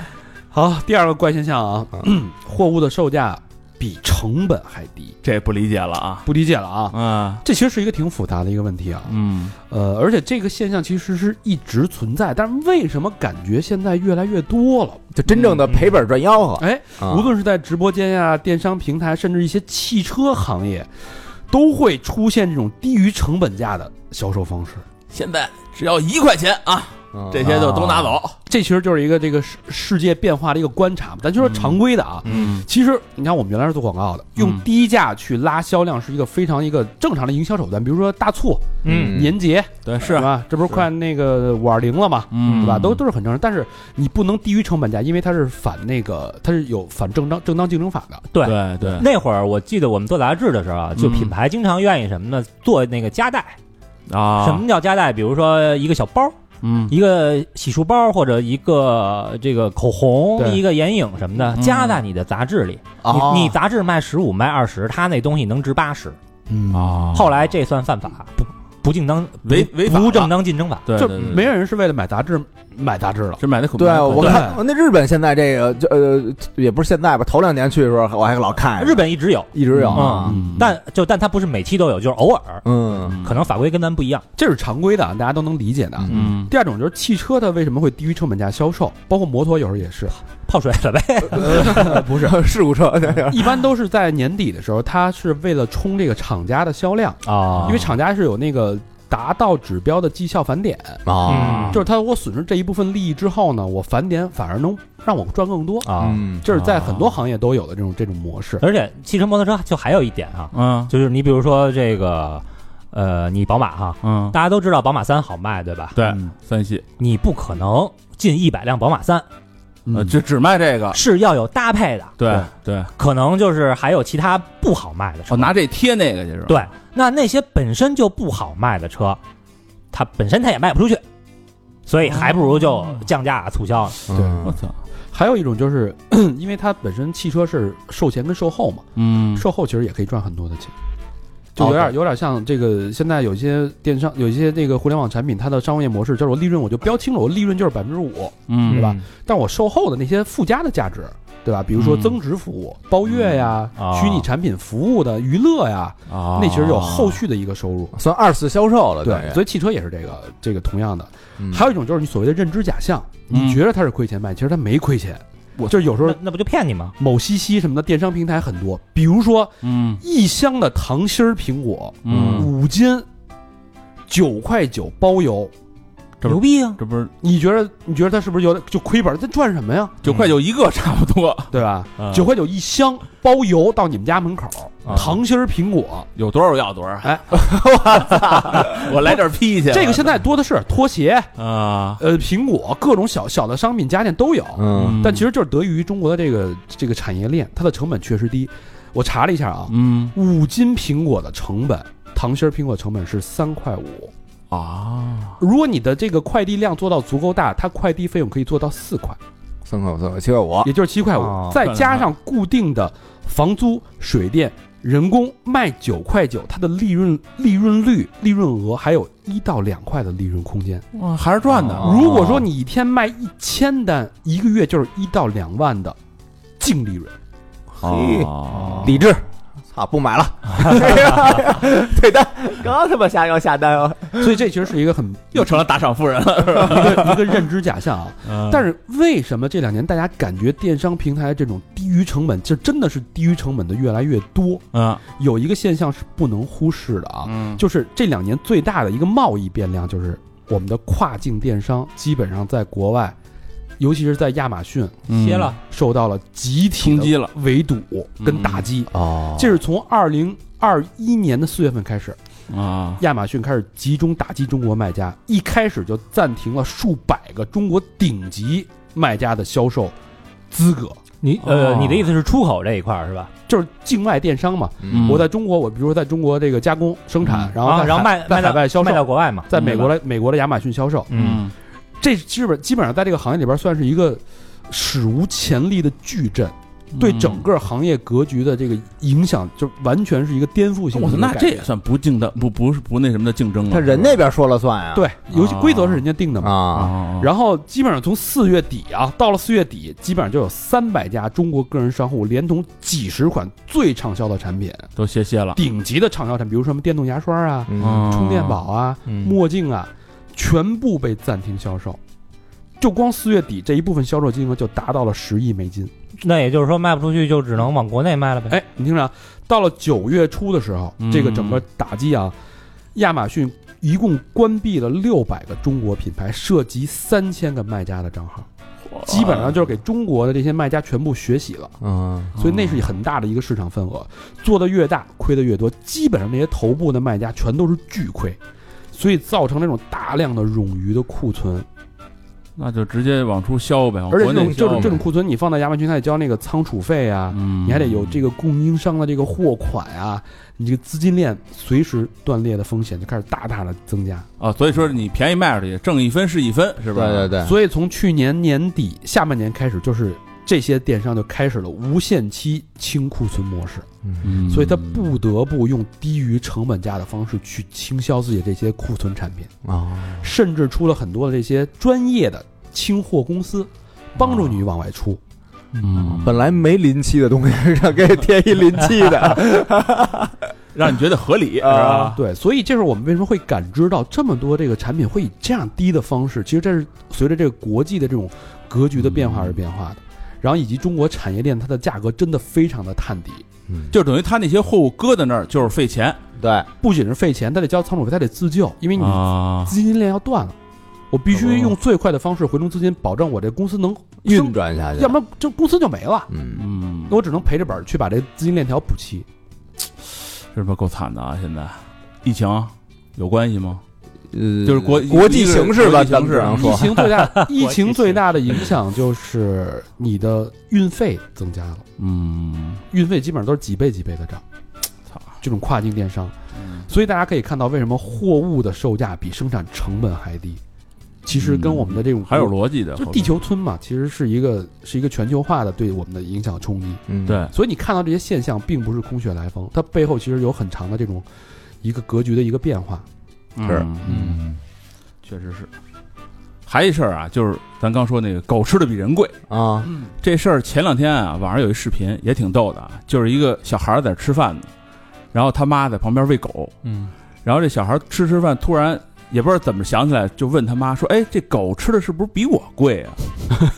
S1: 好，第二个怪现象啊， 货物的售价比成本还低，
S5: 这不理解了啊。
S1: 不理解了啊，
S5: 啊，
S1: 这其实是一个挺复杂的一个问题啊，
S5: 嗯，
S1: 呃，而且这个现象其实是一直存在，但是为什么感觉现在越来越多了？
S3: 就真正的赔本赚吆喝，
S1: 哎，
S3: 啊
S1: 无论是在直播间呀、电商平台，甚至一些汽车行业，都会出现这种低于成本价的销售方式。
S5: 现在只要一块钱啊，
S3: 嗯
S5: 这些就都拿走。
S1: 这其实就是一个这个世世界变化的一个观察嘛。咱就说常规的啊，
S5: 嗯
S1: 其实你看我们原来是做广告的，用低价去拉销量是一个非常一个正常的营销手段，比如说大促、
S3: 嗯
S1: 年节，
S5: 对，是啊
S1: 对，吧？这不是快那个五二零了嘛，
S5: 嗯
S1: 对吧？都都是很正常，但是你不能低于成本价，因为它是反那个，它是有反正当正当竞争法的。
S4: 对
S5: 对对，
S4: 那会儿我记得我们做杂志的时候啊，就
S5: 嗯
S4: 品牌经常愿意什么呢？做那个夹带。
S5: 啊
S4: 什么叫夹带？比如说一个小包，
S5: 嗯
S4: 一个洗漱包，或者一个呃这个口红，
S1: 对
S4: 一个眼影什么的，
S5: 嗯
S4: 夹在你的杂志里。
S3: 哦
S4: 你你杂志卖十五卖二十，他那东西能值八十。
S1: 嗯
S5: 啊
S4: 后来这算犯法，不不正当
S5: 违
S4: 不
S5: 违法
S4: 不正
S5: 了
S4: 当竞争法。
S5: 对，
S1: 就
S5: 对
S1: 没有人是为了买杂志买杂志了。
S5: 只买的可
S3: 对我
S5: 对
S3: 看那日本现在这个就呃也不是现在吧，头两年去的时候我还老看
S4: 日本一直有，
S3: 一直有
S4: 啊
S3: 啊，
S1: 嗯
S4: 但就但它不是每期都有，就是偶尔，
S3: 嗯
S4: 可能法规跟咱不一样。
S1: 这是常规的，啊大家都能理解的。
S5: 嗯
S1: 第二种就是汽车，它为什么会低于成本价销售？包括摩托有时候 也是，
S4: 泡水了呗，
S3: 嗯 不是事故车，
S1: 一般都是在年底的时候，它是为了冲这个厂家的销量，
S4: 啊
S1: 因为厂家是有那个达到指标的绩效返点，
S4: 嗯
S3: 啊，
S1: 就是它我损失这一部分利益之后呢，我返点反而能让我赚更多，
S4: 啊，
S3: 嗯
S1: 这是在很多行业都有的这种这种模式。
S4: 而且汽车、摩托车就还有一点啊，
S5: 嗯
S4: 就是你比如说这个，呃，你宝马哈，
S5: 嗯，
S4: 大家都知道宝马三好卖，对吧？
S5: 对，三系
S4: 你不可能进一百辆宝马三，
S1: 嗯
S5: 呃，就只卖这个，
S4: 是要有搭配的，
S5: 对对，
S4: 可能就是还有其他不好卖的车。
S5: 哦，拿这贴那个去是吧？
S4: 对，那那些本身就不好卖的车，它本身它也卖不出去，所以还不如就降价促销呢。
S5: 我
S3: 嗯
S5: 操，
S1: 还有一种就是，咳因为它本身汽车是售前跟售后嘛，
S5: 嗯
S1: 售后其实也可以赚很多的钱，就有点有点像这个现在有一些电商有一些那个互联网产品，它的商业模式就是我利润我就标清了，我利润就是百分之五，
S5: 嗯
S1: 对吧？但我售后的那些附加的价值，对吧？比如说
S5: 嗯
S1: 增值服务、包月呀、
S4: 嗯啊
S1: 虚拟产品服务的娱乐呀，
S5: 啊，
S1: 那其实有后续的一个收入。
S3: 算二次销售了，嗯
S1: 对，所以汽车也是这个这个同样的。还有一种就是你所谓的认知假象，
S5: 嗯
S1: 你觉得它是亏钱卖，其实它没亏钱。
S5: 我
S1: 就是有时候
S4: 那那不就骗你吗？
S1: 某西西什么的电商平台很多，比如说
S5: 嗯
S1: 一箱的糖心儿苹果，
S5: 嗯，
S1: 五斤，九块九包邮，
S5: 这不
S4: 牛逼啊！
S5: 这不是
S1: 你觉得你觉得它是不是有点就亏本？它赚什么呀？
S5: 九块九一个差不多，
S1: 对吧？
S5: 嗯
S1: 九块九一箱包邮到你们家门口，
S5: 啊
S1: 糖心儿苹果，
S5: 有多少要多少。
S1: 哎，
S5: 我来点批去。
S1: 这个现在多的是拖鞋、
S5: 啊，
S1: 呃苹果各种小小的商品家电都有，
S3: 嗯
S1: 但其实就是得益于中国的这个这个产业链，它的成本确实低。我查了一下啊，
S5: 嗯
S1: 五斤苹果的成本，糖心儿苹果成本是三块五。
S5: 啊，
S1: 如果你的这个快递量做到足够大，它快递费用可以做到四块，
S3: 三块五三块七块五，
S1: 也就是七块
S4: 哦
S1: 五，再加上固定的房租、水电、人工，卖九块九，它的利润利润率、利润额还有一到两块的利润空间。
S5: 哇，还是赚的。
S3: 哦
S1: 如果说你一天卖一千单，一个月就是一到两万的净利润。
S5: 哦
S3: 理智，操，不 买了，退单，刚他妈下要下单啊，
S1: 所以这其实是一个很
S5: 又成了打赏富人了。
S1: 一个一个认知假象啊。
S5: 嗯
S1: 但
S4: 是
S1: 是为什么这两年大家感觉电商平台这种低于成本，就真的是低于成本的越来越多？
S5: 嗯
S1: 有一个现象是不能忽视的啊，
S5: 嗯
S1: 就是这两年最大的一个贸易变量就是我们的跨境电商基本上在国外，尤其是在亚马逊
S5: 嗯
S4: 歇了，
S1: 受到了集体
S5: 冲击
S1: 的
S5: 了，嗯
S1: 围堵跟打击。
S3: 哦
S1: 这是从二零二一年的四月份开始，
S5: 啊，
S1: 亚马逊开始集中打击中国卖家，一开始就暂停了数百个中国顶级卖家的销售资格，
S4: 你呃
S5: 哦，
S4: 你的意思是出口这一块儿是吧？
S1: 就是境外电商嘛。
S5: 嗯
S1: 我在中国，我比如说在中国这个加工生产
S5: 嗯，
S1: 然后
S4: 啊
S1: 在
S4: 然后
S1: 海
S4: 卖
S1: 在
S4: 卖到
S1: 海外销
S4: 卖到
S1: 售，
S4: 国外嘛？
S1: 在美国的美国的亚马逊销售，
S5: 嗯
S1: 这基本基本上在这个行业里边算是一个史无前例的巨震，
S4: 嗯
S1: 对整个行业格局的这个影响，就完全是一个颠覆性的
S5: 我操，
S4: 哦
S1: 一个
S5: 那
S1: 改
S5: 这
S1: 变。
S5: 也算不竞的，不不是不那什么的竞争了。
S3: 他人那边说了算呀，
S1: 对，游戏
S5: 啊
S1: 规则是人家定的嘛。
S3: 啊，
S5: 啊，
S1: 然后基本上从四月底啊，到了四月底，基本上就有三百家中国个人商户，连同几十款最畅销的产品，
S5: 都歇歇了，
S1: 顶级的畅销产品，比如说什么电动牙刷啊、
S3: 嗯
S1: 充电宝啊、
S3: 嗯
S1: 墨镜啊，全部被暂停销售。就光四月底这一部分销售金额就达到了十亿美金。
S4: 那也就是说卖不出去，就只能往国内卖了呗。
S1: 哎，你听着啊，到了九月初的时候，
S5: 嗯
S1: 这个整个打击啊，亚马逊一共关闭了六百个中国品牌，涉及三千个卖家的账号。基本上就是给中国的这些卖家全部学习了，
S3: 嗯
S1: 所以那是很大的一个市场份额，做的越大亏的越多，基本上那些头部的卖家全都是巨亏，所以造成那种大量的冗余的库存，
S5: 那就直接往出销呗，往
S1: 而且
S5: 国
S1: 这
S5: 内
S1: 种这
S5: 销
S1: 种
S5: 呗
S1: 这种，库存你放在亚马逊，它得交那个仓储费啊，
S5: 嗯，
S1: 你还得有这个供应商的这个货款啊，你这个资金链随时断裂的风险就开始大大的增加，
S5: 啊，所以说你便宜卖出去，挣一分是一分，是
S3: 对
S5: 吧？
S3: 对对，
S1: 所以从去年年底下半年开始，就是这些电商就开始了无限期清库存模式。
S5: 嗯
S1: 所以他不得不用低于成本价的方式去倾销自己这些库存产品，
S3: 啊，
S1: 甚至出了很多的这些专业的清货公司，帮助你往外出。
S5: 嗯，
S3: 本来没临期的东西， 让给贴一临期的，
S5: 让你觉得合理是
S3: 啊
S5: 吧？
S1: 对，所以这是我们为什么会感知到这么多这个产品会以这样低的方式，其实这是随着这个国际的这种格局的变化而变化的。然后以及中国产业链它的价格真的非常的探底，
S5: 就等于他那些货物搁在那儿就是费钱
S3: 嗯对，
S1: 不仅是费钱，它得交仓储费，它得自救，因为你
S5: 啊，
S1: 资金链要断了，我必须
S5: 哦
S1: 用最快的方式回笼资金，保证我这公司能
S3: 运转下去，
S1: 要不然这公司就没了。
S3: 嗯，
S5: 嗯
S1: 那，我只能赔着本儿去把这资金链条补齐。
S5: 是不是够惨的啊？现在疫情有关系吗？
S3: 呃
S5: 就是国
S3: 国际形势吧，
S5: 一个是国
S3: 咱
S5: 际形势
S3: 们只能
S1: 疫
S3: 说，
S1: 情最大，疫情
S4: 情
S1: 最大的影响就是你的运费增加了，
S5: 嗯，
S1: 运费基本上都是几倍几倍的涨。
S5: 操，嗯
S1: 这种跨境电商，所以大家可以看到为什么货物的售价比生产成本还低，其实跟我们的这种
S5: 嗯还有逻辑的，
S1: 就是地球村嘛，其实是一个是一个全球化的对我们的影响冲击。
S3: 嗯，
S5: 对，
S1: 所以你看到这些现象，并不是空穴来风，它背后其实有很长的这种一个格局的一个变化。
S5: 是，嗯，确实是。还一事儿啊，就是咱刚说那个狗吃的比人贵
S3: 啊，
S5: 这事儿，前两天啊，网上有一视频也挺逗的啊，就是一个小孩儿在那吃饭呢，然后他妈在旁边喂狗，
S3: 嗯，
S5: 然后这小孩儿吃吃饭，突然也不知道怎么想起来，就问他妈说：“哎，这狗吃的是不是比我贵啊？”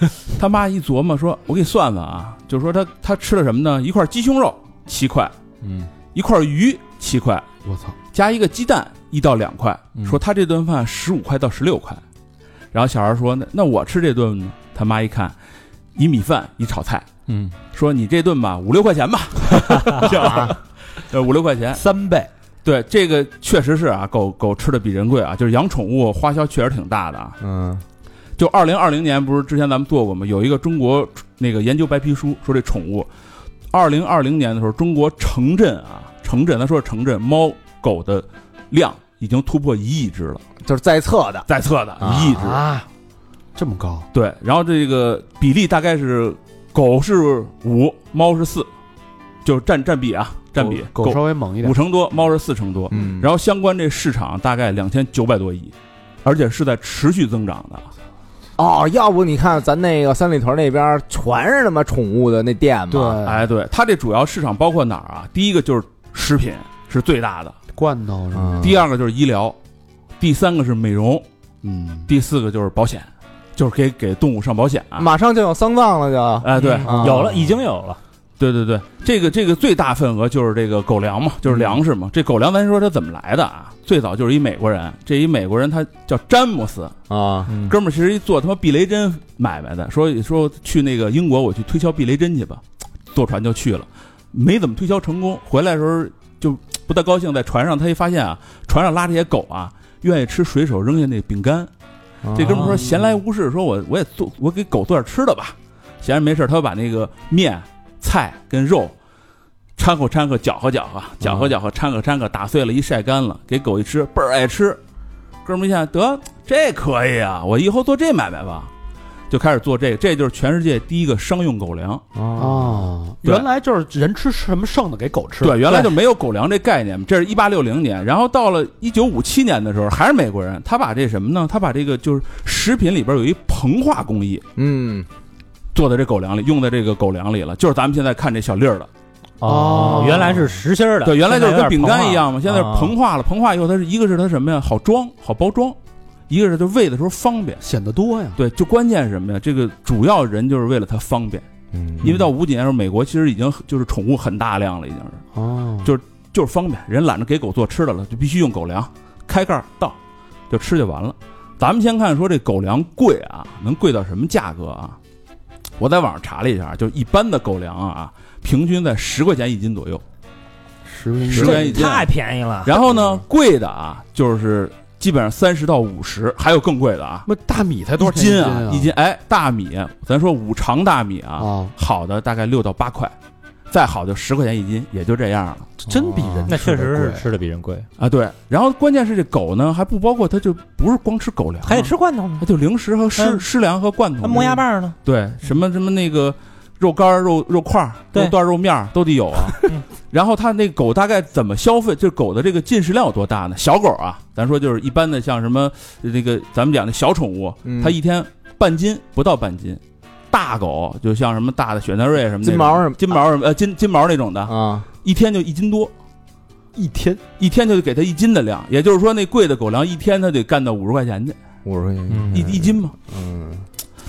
S5: 他妈一琢磨说：“我给你算算啊，就说他他吃了什么呢？一块鸡胸肉七块，
S3: 嗯，
S5: 一块鱼七块，
S1: 我操！
S5: 加一个鸡蛋一到两块，
S3: 嗯
S5: 说他这顿饭十五块到十六块。然后小孩说：“那那我吃这顿呢？”他妈一看，一米饭一炒菜，
S3: 嗯，
S5: 说你这顿吧五六块钱 吧，行吧，呃五六块钱。
S1: 啊三倍，
S5: 对，这个确实是啊，狗狗吃的比人贵啊，就是养宠物花销确实挺大的啊。
S3: 嗯，
S5: 就二零二零年不是之前咱们做过吗？有一个中国那个研究白皮书说这宠物，二零二零年的时候，中国城镇啊城镇，他说是城镇猫狗的量已经突破一亿只了，
S3: 就是在册的，
S5: 在册的一亿只。
S1: 啊，这么高，
S5: 对，然后这个比例大概是狗是五，猫是四，就是占占比啊，占比
S1: 狗狗稍微猛一
S5: 五
S1: 点，
S5: 成多，猫是四成多。
S3: 嗯，
S5: 然后相关这市场大概两千九百多亿，而且是在持续增长的。
S3: 哦，要不你看咱那个三里屯那边全是他妈宠物的那店嘛，
S1: 对，
S5: 哎，对，它这主要市场包括哪儿啊？第一个就是食品是最大的，
S1: 罐头什么，
S3: 嗯
S5: 第二个就是医疗，第三个是美容，
S1: 嗯，
S5: 第四个就是保险，就是给给动物上保险啊。
S3: 马上就要丧葬了就，
S5: 哎，对，
S4: 嗯
S3: 啊
S4: 有了，已经有了。
S5: 对对对，这个这个最大份额就是这个狗粮嘛，就是粮食嘛。这狗粮咱说它怎么来的啊？最早就是一美国人，这一美国人他叫詹姆斯，
S3: 啊，
S5: 哥们儿其实一做他妈避雷针买卖的，说说去那个英国我去推销避雷针去吧，坐船就去了，没怎么推销成功，回来的时候就不太高兴，在船上他一发现啊，船上拉这些狗啊，愿意吃水手扔下那饼干，这
S3: 啊
S5: 哥们儿说闲来无事，说我我也做，我给狗做点吃的吧。闲着没事儿，他把那个面、菜跟肉掺和掺和，搅和搅和，搅和搅和，掺和掺和，打碎了，一晒干了，给狗一吃，倍儿爱吃。哥们儿一想，得这可以啊，我以后做这买卖吧，就开始做这个，这就是全世界第一个商用狗粮。
S1: 哦，
S5: 对
S1: 原来就是人吃什么剩的给狗吃，
S5: 对，原来就没有狗粮这概念，这是一八六零年，然后到了一九五七年的时候，还是美国人，他把这什么呢？他把这个就是食品里边有一膨化工艺，
S3: 嗯，
S5: 做在这狗粮里，用在这个狗粮里了，就是咱们现在看这小粒儿的。
S1: 哦
S4: 原来是实心儿的，
S5: 对，原来就是
S4: 现
S5: 跟
S4: 在有点
S5: 饼干
S4: 膨
S5: 一样嘛，现在是
S4: 化啊
S5: 膨化了，膨化以后它是一个是它什么呀，好装好包装，一个是它喂的时候方便。
S1: 显得多呀，
S5: 对，就关键是什么呀？这个主要人就是为了它方便，
S4: 嗯
S5: 因为到五几年的时候，美国其实已经就是宠物很大量了，已经是
S1: 哦，
S5: 就就是方便，人懒得给狗做吃的了，就必须用狗粮，开盖儿倒就吃就完了。咱们先看说这狗粮贵啊，能贵到什么价格啊？我在网上查了一下，就一般的狗粮啊，平均在十块钱一斤左右。
S1: 十块钱
S5: 十
S4: 这
S5: 块钱一斤
S4: 太便宜了。
S5: 然后 呢，贵的啊，就是基本上三十到五十，还有更贵的啊，
S1: 那大米才多
S5: 一
S1: 少钱
S5: 斤
S1: 啊
S5: 啊，？一斤。哎，大米，咱说五常大米啊，
S1: 啊，
S5: 好的大概六到八块，再好就十块钱一斤，也就这样了哦
S1: 真比人
S4: 那
S1: 吃
S4: 确
S1: 的
S4: 实是
S1: 贵
S4: 吃的比人贵，
S5: 啊。对，然后关键是这狗呢，还不包括它就不是光吃狗粮，啊
S4: 还得，吃罐头呢
S5: 它，就零食和湿
S4: 嗯
S5: 湿粮和罐头，
S4: 还磨牙棒呢。
S5: 对，什么什么那个肉干儿、肉肉块儿、
S4: 对
S5: 肉段儿、肉面儿都得有啊
S4: 嗯。
S5: 然后它那狗大概怎么消费？这狗的这个进食量有多大呢？小狗啊，咱说就是一般的，像什么呃这个咱们讲的小宠物，
S3: 嗯
S5: 它一天半斤不到半斤。大狗就像什么大的雪纳瑞什么那种
S3: 金毛什么
S5: 金毛什么呃金金毛那种的，
S3: 啊，
S5: 一天就一斤多，
S1: 一天
S5: 一天就给它一斤的量，也就是说那贵的狗粮一天它得干到五十块钱去，
S3: 五十块钱，
S1: 嗯
S5: 一一斤嘛。
S3: 嗯，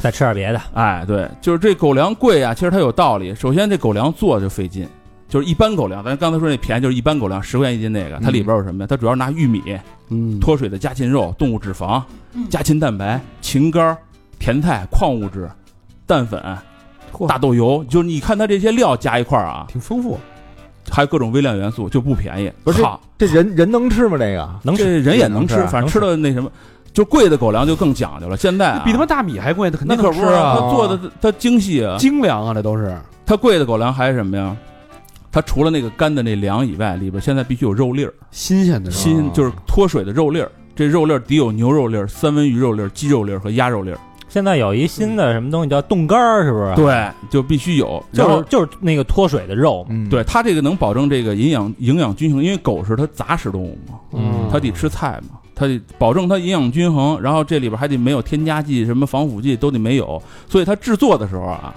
S4: 再吃点别的，
S5: 哎，对，就是这狗粮贵啊，其实它有道理。首先，这狗粮做就费劲，就是一般狗粮，咱刚才说那便宜，就是一般狗粮十块钱一斤那个，它里边有什么呀？它主要是拿玉米、
S1: 嗯
S5: 脱水的家禽肉、动物脂肪、家禽蛋白、禽肝、甜菜、矿物质、蛋粉、
S1: 嚯
S5: 大豆油，就是你看它这些料加一块儿啊，
S1: 挺丰富，
S5: 还有各种微量元素，就不便宜。
S3: 不是
S5: 好
S3: 这人人能吃吗？这个
S4: 能吃
S5: 这人也能
S3: 能
S5: 吃
S3: 吃啊，
S5: 反正吃的那什么，就贵的狗粮就更讲究了。现在、啊、
S1: 比他妈大米还贵，那肯
S5: 那
S1: 定
S5: 可
S1: 能
S5: 不
S1: 吃
S5: 是
S1: 啊，
S5: 它做
S4: 哦
S5: 的它精细啊，
S1: 精粮啊，这都是
S5: 它贵的狗粮还是什么呀？它除了那个干的那粮以外，里边现在必须有肉粒儿，
S4: 哦
S1: 新鲜的，
S5: 新就是脱水的肉粒儿。这肉粒儿得有牛肉粒儿、三文鱼肉粒儿、鸡肉粒儿和鸭肉粒儿，
S4: 现在有一新的什么东西叫冻干儿，是不是？，
S5: 对，就必须有。然
S4: 啊就
S5: 后
S4: 是，就是那个脱水的肉嘛。
S3: 嗯
S5: 对它这个能保证这个营养营养均衡，因为狗是它杂食动物嘛，
S1: 嗯
S5: 它得吃菜嘛，它得保证它营养均衡，然后这里边还得没有添加剂、什么防腐剂都得没有，所以它制作的时候啊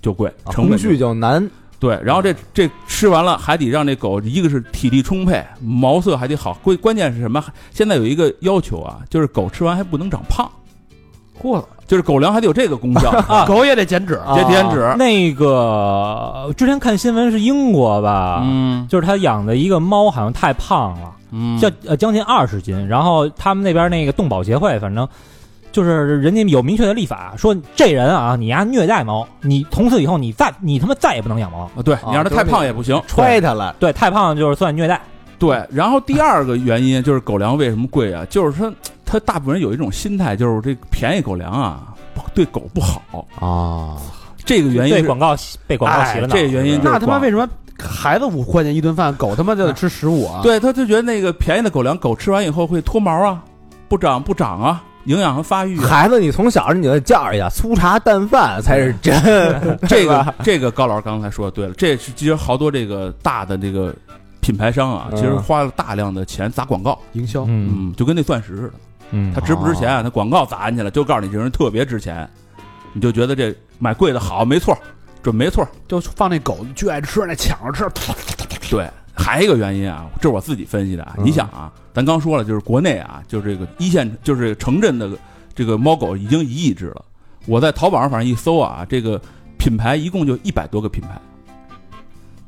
S5: 就贵，成本啊就
S3: 程啊
S5: 嗯
S3: 序较难，
S5: 对，然后这这吃完了还得让这狗，一个是体力充沛，毛色还得好，关关键是什么？现在有一个要求啊，就是狗吃完还不能长胖，
S1: 嚯，
S5: 就是狗粮还得有这个功效 啊，嗯
S1: 狗也得减脂，
S5: 节体脂，
S4: 那个之前看新闻是英国吧，
S5: 嗯
S4: 就是他养的一个猫好像太胖了，
S5: 嗯，
S4: 叫呃将近二十斤，然后他们那边那个动保协会，反正。就是人家有明确的立法，说这人啊，你呀虐待猫，你从此以后你再你他妈再也不能养猫，
S5: 啊，对你让它太胖也不行。
S3: 揣它了，
S4: 对，太胖就是算虐待。
S5: 对，然后第二个原因就是狗粮为什么贵啊？就是它它大部分人有一种心态，就是这便宜狗粮啊不对狗不好，
S3: 啊，
S5: 这个原因
S4: 对
S5: 是
S4: 广告被广告洗了脑，
S5: 哎这原因就是
S1: 那他妈为什么孩子五块钱一顿饭，狗他妈就得吃十五啊？，
S5: 对，他就觉得那个便宜的狗粮，狗吃完以后会脱毛啊，不长不长啊，营养和发育 啊。
S3: 孩子，你从小你就教育他，粗茶淡饭才
S5: 嗯
S3: 是真，
S5: 这个这个高老师刚才说的对了，这是其实好多这个大的这个品牌商啊，
S3: 嗯
S5: 其实花了大量的钱砸广告，
S1: 营销
S4: 嗯，
S5: 嗯，就跟那钻石似的，
S6: 嗯
S5: 它值不值钱啊？它广告砸进去了，就告诉你这人特别值钱，你就觉得这买贵的好，没错儿，准没错儿。
S1: 就放那狗巨爱吃，那抢着吃，
S5: 对，还有一个原因啊，这是我自己分析的啊。
S6: 嗯
S5: 你想啊，咱刚说了，就是国内啊，就是这个一线，就是城镇的这个猫狗已经一亿只了。我在淘宝上反正一搜啊，这个品牌一共就一百多个品牌。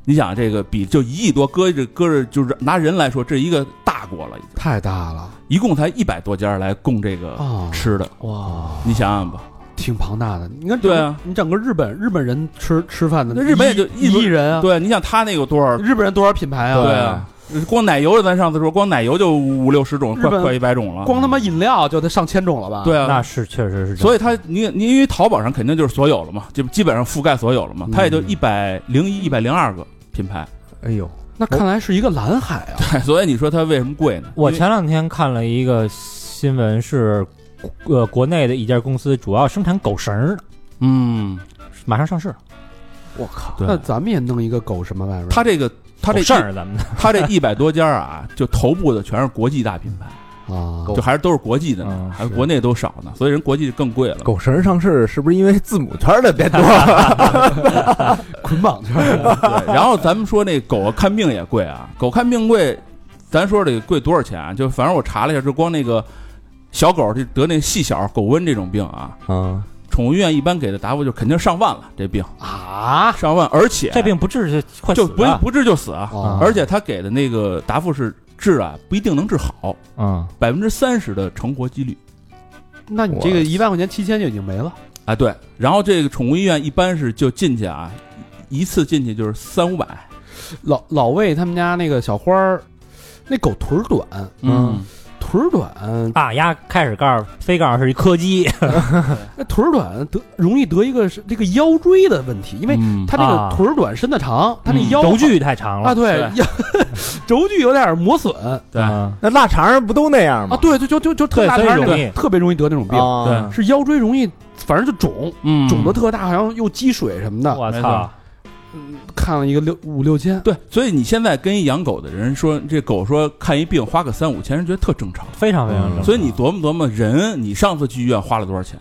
S5: 你想这个比就一亿多，搁着搁着就是拿人来说，这一个大国了，已经
S1: 太大了
S5: 一共才一百多家来供这个
S1: 啊！
S5: 吃的，
S1: 哇，
S5: 你想想吧。
S1: 挺庞大的。你看，
S5: 对啊，
S1: 你整个日本日本人吃吃饭的，
S5: 那日本也就
S1: 一
S5: 一
S1: 一亿人啊，
S5: 对，你想他那有多少？
S1: 日本人多少品牌啊？
S5: 对啊，光奶油，咱上次说光奶油就五六十种，
S1: 日
S5: 快
S1: 本
S5: 快一百种了。
S1: 光他妈饮料就得上千种了吧？
S5: 对啊，
S4: 那是确实是这样，
S5: 所以它你你因为淘宝上肯定就是所有了嘛，就基本上覆盖所有
S4: 嗯
S5: 了嘛，它也就一百零一、一百零二个品牌，
S6: 哎呦，
S1: 那看来是一个蓝海啊！
S5: 所以你说它为什么贵呢？
S4: 我
S5: 因为
S4: 前两天看了一个新闻是，呃，国内的一家公司主要生产狗绳儿的，
S5: 嗯，
S4: 马上上市了，
S3: 我靠，
S5: 对
S1: 那，咱们也弄一个狗什么玩意儿？
S5: 它这个它这
S4: 狗剩
S5: 一
S4: 儿咱们的，
S5: 它这一百多家啊，就头部的全是国际大品牌，
S1: 啊，
S5: 就还是都是国际的呢
S4: 嗯，
S5: 还
S4: 哦是
S5: 国内都少呢，所以人国际更贵了。
S3: 狗绳上市是不是因为字母圈的变 多
S5: 啊
S3: 了？
S1: 捆绑去了。
S5: 对，然后咱们说那狗看病也贵啊，狗看病贵，咱说得贵多少钱啊？就反正我查了一下，就光那个小狗就得那细小狗瘟这种病啊，
S6: 嗯，
S5: 宠物医院一般给的答复就肯定上万了，这病
S1: 啊
S5: 上万，而且
S4: 这病不治就快
S5: 就
S4: 死
S5: 不
S4: 了，
S5: 不治就死啊，
S1: 啊
S5: 而且他给的那个答复是治啊不一定能治好，
S4: 嗯，
S5: 百分之三十的成活几率
S1: 那你这个一万块钱七千就已经没了，
S5: 啊对，然后这个宠物医院一般是就进去啊。一次进去就是三五百，
S1: 老老魏他们家那个小花儿，那狗腿儿短，
S6: 嗯，
S1: 腿儿短，
S4: 啊，丫开始告诉非告诉是一柯基，
S1: 那腿儿短得容易得一个是这个腰椎的问题，因
S5: 因
S1: 为它这
S4: 啊
S1: 个腿儿短，身子长，它那
S5: 嗯
S1: 腰
S4: 轴距太长
S1: 啊，
S4: 了，
S1: 对，腰轴距有点磨损啊，
S5: 对
S4: 嗯
S3: 那腊肠儿不都那样
S5: 啊
S3: 吗？
S1: 对，就就就就特
S4: 对
S1: 大
S4: 所以
S1: 肠那
S4: 容
S1: 个
S4: 易
S1: 特别容易得那种病，
S3: 啊，
S1: 是腰椎容易，反正就肿，
S5: 嗯
S1: 肿的特大，好像又积水什么的，
S4: 我
S5: 没
S4: 操
S5: 错，
S1: 看了一个六五六千，
S5: 对，所以你现在跟一养狗的人说，这狗说看一病花个三五千，人觉得特正常。
S4: 非常非常正
S5: 嗯
S4: 常，
S5: 所以你琢磨琢磨，人你上次去医院花了多少钱？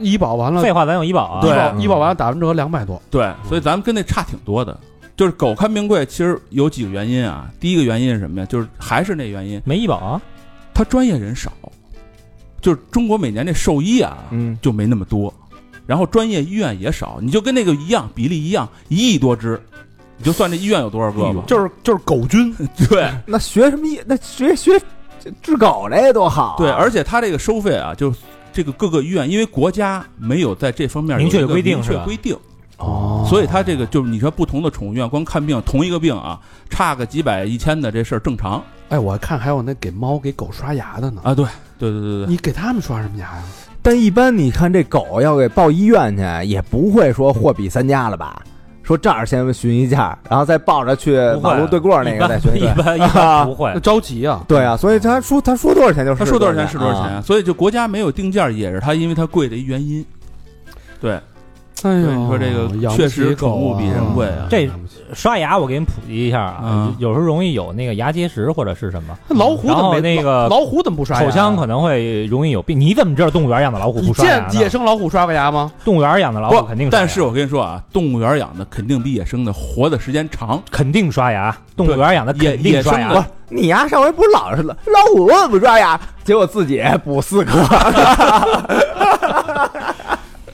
S1: 医保完了，
S4: 废话咱有医保啊，
S1: 医保
S6: 对
S1: 医保完了打完折两百多，
S5: 对，所以咱们跟那差挺多的。就是狗看病贵，其实有几个原因啊。第一个原因是什么呀？就是还是那原因，
S4: 没医保啊，
S5: 它专业人少，就是中国每年这兽医啊
S6: 嗯，
S5: 就没那么多，然后专业医院也少，你就跟那个一样，比例一样，一亿多只，你就算这医院有多少个吧。
S1: 就是就是狗军，
S5: 对，
S3: 那学什么医？那学学治狗这个多好啊。
S5: 对，而且它这个收费啊，就是这个各个医院，因为国家没有在这方面有
S4: 明
S5: 一
S4: 确
S5: 个
S4: 规定
S5: 明
S4: 是
S5: 确
S4: 吧
S5: 规定，
S1: 哦
S5: 所以它这个就是你说不同的宠物医院光看病，同一个病啊，差个几百一千的这事儿正常
S1: 哎，我看还有那给猫给狗刷牙的呢，
S5: 啊。对，对对对对，
S1: 你给他们刷什么牙呀？
S3: 但一般你看这狗要给抱医院去，也不会说货比三家了吧？说这儿先询一价，然后再抱着去
S4: 不会
S3: 呃马路对过那
S4: 一
S3: 个再
S4: 般
S3: 询
S4: 一
S3: 价。
S4: 般一般不会
S1: 那，着急啊，
S3: 对啊，所以他说他说多少钱啊就是
S5: 他说多少钱是
S3: 是
S5: 多少钱，啊所以就国家没有定价也是它因为它贵的一原因。对，
S1: 哎
S5: 所
S1: 呦，
S5: 以你说这个
S1: 养
S5: 确
S1: 不起
S5: 实
S1: 狗
S5: 宠物比人贵啊。
S4: 这
S1: 养不起
S4: 刷牙我给你普及一下啊
S5: 嗯，
S4: 有有时候容易有那个牙结石或者是什么。
S1: 那老虎怎
S4: 然
S1: 么
S4: 后
S1: 没
S4: 那个
S1: 老老虎怎么不刷牙？啊
S4: 口腔可能会容易有病，你怎么知道动物园养的老虎
S1: 你
S4: 不刷牙
S1: 见
S4: 呢？
S1: 野生老虎刷过牙吗？
S4: 动物园养的老
S5: 不
S4: 虎肯定刷牙，
S5: 但是我跟你说啊，动物园养的肯定比野生的活的时间长。
S4: 肯定刷牙，动物园养的
S5: 野
S4: 肯定
S5: 野生
S4: 刷
S5: 的
S4: 牙。
S3: 你呀，上回不是老是老虎我不刷牙，结果自己补四颗。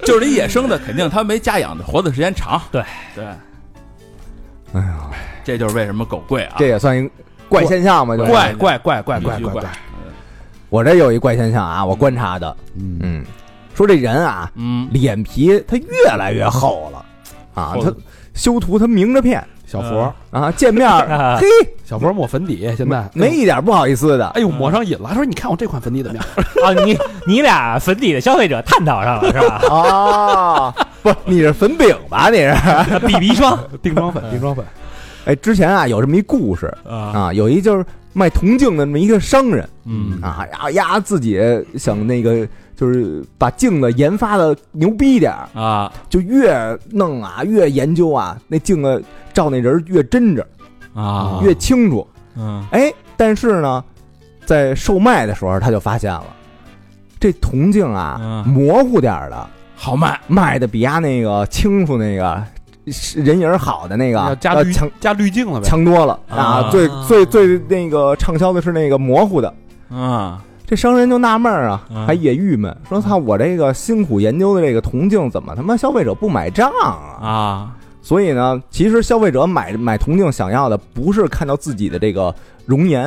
S5: 就是你野生的，肯定它没家养的活的时间长。
S4: 对
S5: 对，
S3: 哎呀，
S5: 这就是为什么狗贵啊。
S3: 这也算一怪现象吧？就是
S5: 怪
S1: 怪怪怪
S5: 必须怪
S1: 怪！
S3: 我这有一怪现象啊，我观察的，
S1: 嗯，
S3: 嗯，说这人啊，
S5: 嗯，
S3: 脸皮他越来越厚了啊，
S5: 厚
S3: 他修图他明着骗
S1: 小佛
S3: 啊，见面 儿嘿
S5: 啊
S1: 小佛抹粉底，现在
S3: 没。一点不好意思的，
S1: 哎呦，抹上瘾了！他说：“你看我这款粉底怎么样
S4: 啊，你你俩粉底的消费者探讨上了 是吧？
S3: 哦， 不，你是粉饼吧？你是？
S4: 比鼻霜？”
S1: 定妆粉，定妆粉。
S3: 哎，之前啊有这么一故事
S5: 啊，
S3: 啊，有一就是卖铜镜的那么一个商人
S5: 嗯
S3: 啊，然后呀自己想那个就是把镜子研发的牛逼点儿，
S5: 啊
S3: 就越弄啊越研究啊，那镜子照那人儿越真着，
S5: 啊
S3: 越清楚。
S5: 嗯
S3: 哎，但是呢，在售卖的时候他就发现了，这铜镜啊，
S5: 嗯
S3: 模糊点儿的
S5: 好卖，
S3: 卖的比丫那个清楚那个是人影儿好的那
S1: 要
S3: 个
S1: 加啊
S3: 要
S1: 滤
S3: 强
S1: 加滤镜 了呗。
S3: 强多了
S5: 啊
S3: 啊！最最最那个畅销的是那个模糊的。
S5: 啊，
S3: 这商人就纳闷儿啊
S5: 嗯，
S3: 还也郁闷，说：“操，我这个辛苦研究的这个铜镜，怎么他妈消费者不买账啊？”
S5: 啊，
S3: 所以呢，其实消费者买买铜镜想要的不是看到自己的这个容颜，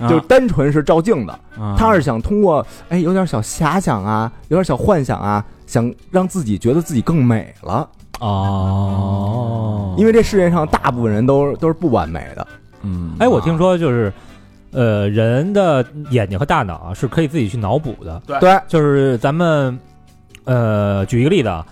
S5: 啊
S3: 就单纯是照镜子，
S5: 嗯
S3: 他是想通过哎有点小遐想啊，有点小幻想啊，想让自己觉得自己更美了。
S4: 哦
S1: 嗯
S3: 因为这世界上大部分人都都是不完美的，
S5: 嗯，
S4: 哎，我听说就是，呃，人的眼睛和大脑啊是可以自己去脑补的，
S3: 对，
S4: 就是咱们，呃，举一个例子啊，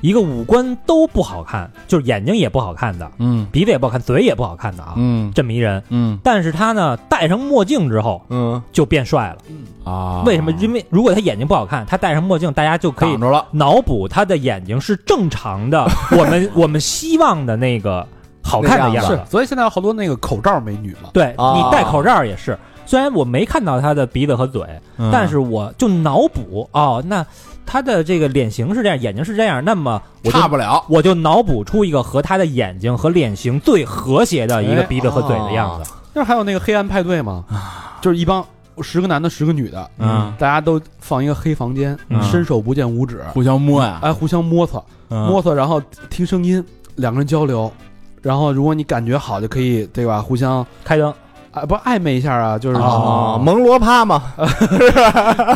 S4: 一个五官都不好看，就是眼睛也不好看的，
S5: 嗯
S4: 鼻子也不好看，嘴也不好看的啊，
S5: 嗯
S4: 这么一人，
S5: 嗯
S4: 但是他呢戴上墨镜之后
S3: 嗯，
S4: 就变帅了，
S5: 啊，
S4: 为什么？因为如果他眼睛不好看，他戴上墨镜，大家就可以
S5: 挡着了？
S4: 脑补他的眼睛是正常的，我们我们希望的那个好看的
S3: 那
S4: 样
S3: 样
S4: 子
S1: 是，。所以现在有好多那个口罩美女嘛，
S4: 对
S3: 啊
S4: 你戴口罩也是，虽然我没看到他的鼻子和嘴，
S5: 嗯
S4: 但是我就脑补哦，那他的这个脸型是这样，眼睛是这样，那么我
S5: 差
S4: 就
S5: 不了，
S4: 我就脑补出一个和他的眼睛和脸型最和谐的一个
S1: 哎
S4: 鼻子和嘴的样子。
S1: 那还有那个黑暗派对嘛，就是一帮十个男的，十个女的，
S5: 嗯
S1: 大家都放一个黑房间，
S4: 嗯
S1: 伸手不见五指，
S5: 互相摸呀，
S1: 哎，互相摸索
S4: 嗯
S1: 摸索，然后听声音，两个人交流，然后如果你感觉好就可以，对吧？互相
S4: 开灯，
S1: 啊，不是暧昧一下啊，就是
S4: 哦
S3: 啊，蒙罗趴嘛，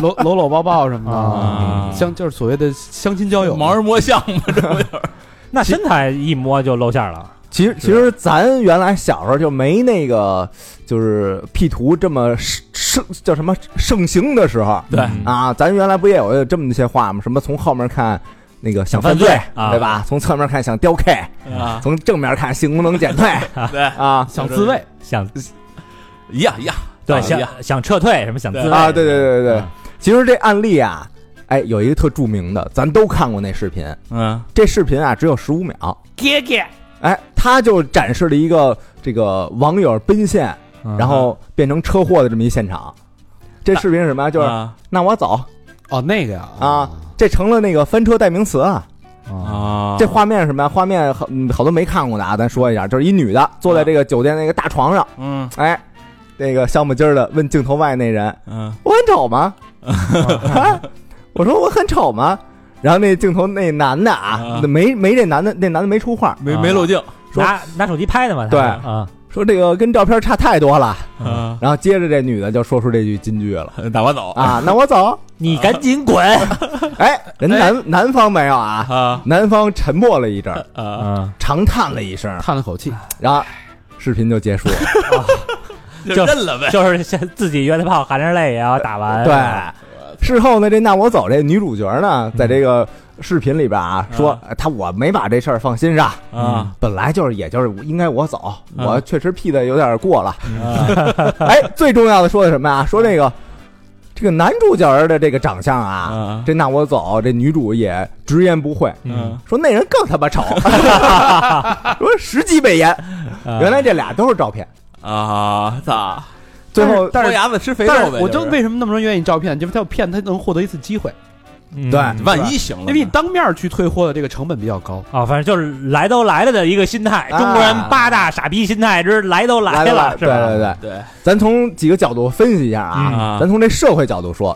S1: 搂搂搂抱抱什么
S5: 啊
S4: 嗯
S1: 的，相就是所谓的相亲交友嘛。
S5: 盲人摸象嘛，
S4: 那身材一摸就露馅了。
S3: 其实，其实咱原来小时候就没那个，就是 P 图这么盛叫什么盛行的时候
S5: 对
S3: 啊。咱原来不也有这么一些话吗？什么从后面看那个想犯罪，
S4: 啊
S3: 对吧？从侧面看想雕 K，
S5: 啊，
S3: 从正面看性功能减退
S5: 对
S3: 啊
S1: 想自慰，
S4: 想
S5: 一样一样，
S4: 对
S5: 啊一样
S4: 想想撤退什么想自
S5: 对
S4: 慰
S3: 啊！对对对对对
S5: 嗯，
S3: 其实这案例啊，哎，有一个特著名的，咱都看过那视频。
S5: 嗯
S3: 这视频啊只有十五秒，
S4: 给给，
S3: 哎，他就展示了一个这个网友奔现，
S4: 嗯
S5: 啊
S3: 然后变成车祸的这么一现场。这视频是什么呀？就是
S5: 啊
S3: 那我走，
S1: 哦，那个呀
S3: 啊这成了那个翻车代名词啊。
S5: 啊，
S1: 啊，
S3: 这画面是什么呀？画面好嗯好多没看过的啊，咱说一下，就是一女的坐在这个酒店那个大床上，
S5: 嗯
S3: 哎，那个小母鸡儿的问镜头外那人
S5: 嗯：“
S3: 我很丑吗？”啊我说：“我很丑吗？”然后那镜头那男的啊
S5: 啊，
S3: 那没没这男的，那男的没出话，
S5: 没没漏镜
S3: 说
S4: 拿拿手机拍的嘛，他
S3: 对
S4: 啊，
S3: 说这个跟照片差太多了。
S5: 啊，
S3: 然后接着这女的就说出这句金句了
S5: 打完走
S3: 啊：“那我走。
S4: 你赶紧滚！”
S3: 哎，人南南方没有啊，
S5: 啊
S3: 南方沉默了一阵儿，
S5: 啊，
S4: 啊，
S3: 长叹了一声，
S1: 叹了口气，
S3: 然后视频就结束了。
S5: 就认了呗，
S4: 就是像自己约的炮，含着泪也要打完。啊
S3: 对，事后呢，这那我走这女主角呢，在这个视频里边啊，
S5: 嗯
S3: 说呃她我没把这事儿放心上
S5: 啊，
S3: 嗯本来就是也就是应该我走，
S5: 嗯
S3: 我确实 P 的有点过了。
S4: 嗯
S3: 哎，最重要的说的什么呀？说这个这个男主角的这个长相啊，
S4: 嗯
S5: 啊
S3: 这那我走这女主也直言不讳。
S5: 嗯
S3: 说那人更他妈丑， 说十级美颜，
S5: 嗯
S3: 原来这俩都是照片。
S5: 啊，操，
S3: 最后，
S1: 但
S5: 豁
S1: 是
S5: 牙子吃肥
S1: 但
S5: 肉
S1: 是
S5: 呗，
S1: 我就为什么那么多人愿意照骗，就是他要骗他能获得一次机会，
S4: 嗯
S3: 对
S5: 万一行了
S1: 因为你当面去退货的这个成本比较高。
S4: 啊，反正就是来都来了的一个心态，
S3: 啊
S4: 中国人八大傻逼心态之来都
S3: 来
S4: 了，
S3: 了，
S4: 是
S3: 对
S4: 吧？
S3: 对对，
S5: 对
S3: 咱从几个角度分析一下啊，
S5: 嗯
S3: 咱从这社会角度说，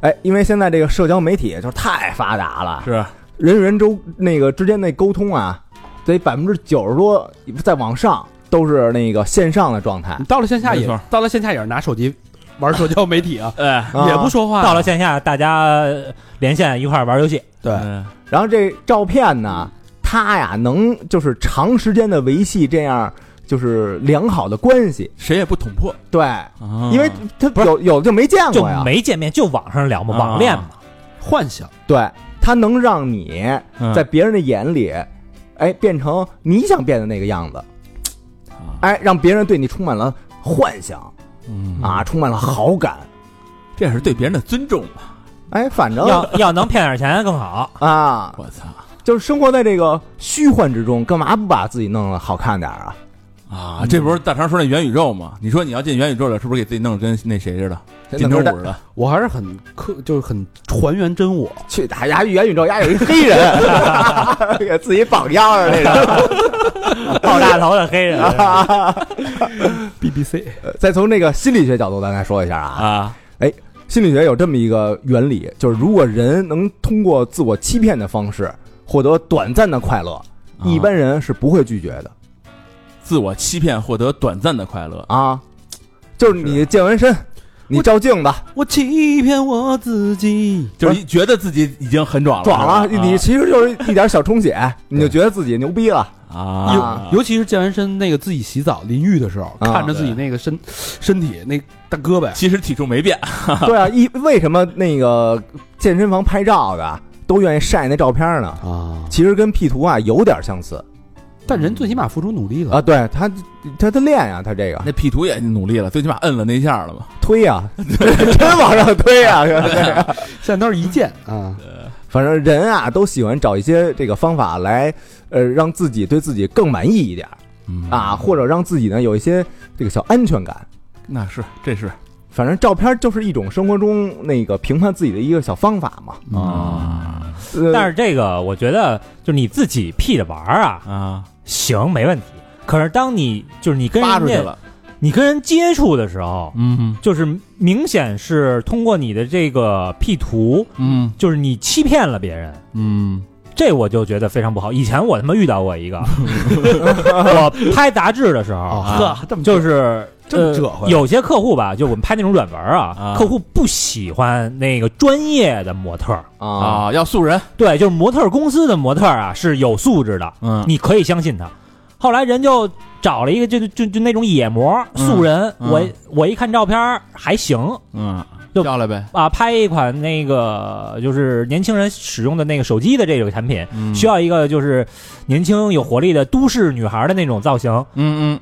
S3: 哎，因为现在这个社交媒体就是太发达了，
S5: 是
S3: 人与人周那个之间的沟通啊，得百分之九十多再往上都是那个线上的状态
S1: 你，到了线下
S5: 没
S1: 也
S5: 错，
S1: 到了线下也是拿手机玩社交媒体啊
S5: 哎
S3: 啊
S1: 也不说话，
S4: 呃到了线下，大家呃连线一块儿玩游戏，嗯
S1: 对
S3: 然后这照片呢，它呀能就是长时间的维系这样就是良好的关系，
S5: 谁也不捅破，
S3: 对，
S5: 啊
S3: 因为他
S4: 不是
S3: 有有的就没见
S4: 就
S3: 过呀，
S4: 没见面，就网上聊嘛，
S5: 啊
S4: 网恋嘛。
S1: 幻想。
S3: 对，它能让你在别人的眼里，哎，变成你想变的那个样子，哎，让别人对你充满了幻想
S5: 嗯
S3: 啊，充满了好感，
S5: 这是对别人的尊重吧？
S3: 哎，反正
S4: 要要能骗点钱更 好。
S3: 啊，
S5: 我操，
S3: 就是生活在这个虚幻之中，干嘛不把自己弄得好看点儿啊？
S5: 啊，这不是大肠说那元宇宙吗？你说你要进元宇宙了，是不是给自己弄得跟那谁似的，金城武似的？
S1: 我还是很客，就是很还原真我。
S3: 去打牙元宇宙，哎牙有一黑人， 给自己绑架了那个。
S4: 爆炸头的黑人，
S3: 啊
S1: BBC
S3: 再从这个心理学角度，咱再说一下啊，
S5: 啊，
S3: 心理学有这么一个原理，就是如果人能通过自我欺骗的方式获得短暂的快乐，一般人是不会拒绝的
S5: 啊自我欺骗获得短暂的快乐，
S3: 啊。就是你健完身，你照镜子
S1: 我欺骗我自己。
S5: 就是一觉得自己已经很壮了，
S3: 爽了，
S5: 是吧
S3: 你其实就是一点小充 血，你就觉得自己牛逼了。
S5: 啊，
S1: 尤其是健完身那个自己洗澡淋浴的时候，
S3: 啊
S1: 看着自己那个身身体那大胳膊，
S5: 其实体重没变，
S3: 对啊，一为什么那个健身房拍照的都愿意晒那照片呢？
S1: 啊，
S3: 其实跟 P 图啊有点相似
S1: 但人最起码付出努力了
S3: 啊。，对他，他他练呀、他这个
S5: 那 P 图也努力了，最起码摁了那一下了嘛。
S3: 推 呀、真往上推呀、 对
S1: 现在都是一键啊，
S3: 反正人啊都喜欢找一些这个方法来，呃，让自己对自己更满意一点儿
S5: 嗯
S3: 啊，，或者让自己呢有一些这个小安全感。
S5: 那是这是
S3: 反正照片就是一种生活中那个评判自己的一个小方法嘛。
S5: 啊
S3: 呃、
S4: 但是这个我觉得就是你自己 P 着玩儿啊，
S5: 啊，
S4: 行没问题。可是当你就是你跟
S5: 发出
S4: 人
S5: 去
S4: 家
S5: 了，
S4: 你跟人接触的时候，
S5: 嗯
S4: 就是明显是通过你的这个 P 图，
S5: 嗯
S4: 就是你欺骗了别人。
S5: 嗯
S4: 这我就觉得非常不好。以前我他妈遇到过一个，我拍杂志的时候，
S1: 哦
S4: 啊
S1: 呵，这么
S4: 就是
S1: 这么
S4: 呃
S1: 折回来
S4: 有些客户吧，就我们拍那种软文
S5: 啊
S4: 啊，客户不喜欢那个专业的模特儿，
S3: 啊，
S5: 啊，要素人，
S4: 对，就是模特儿公司的模特儿啊是有素质的，
S5: 嗯
S4: 你可以相信他。后来人就找了一个就就就就那种野模
S5: 嗯
S4: 素人，
S5: 嗯
S4: 我我一看照片儿还行
S5: 嗯，
S4: 就
S5: 叫来呗，
S4: 啊，拍一款那个就是年轻人使用的那个手机的这个产品，
S5: 嗯
S4: 需要一个就是年轻有活力的都市女孩的那种造型。
S5: 嗯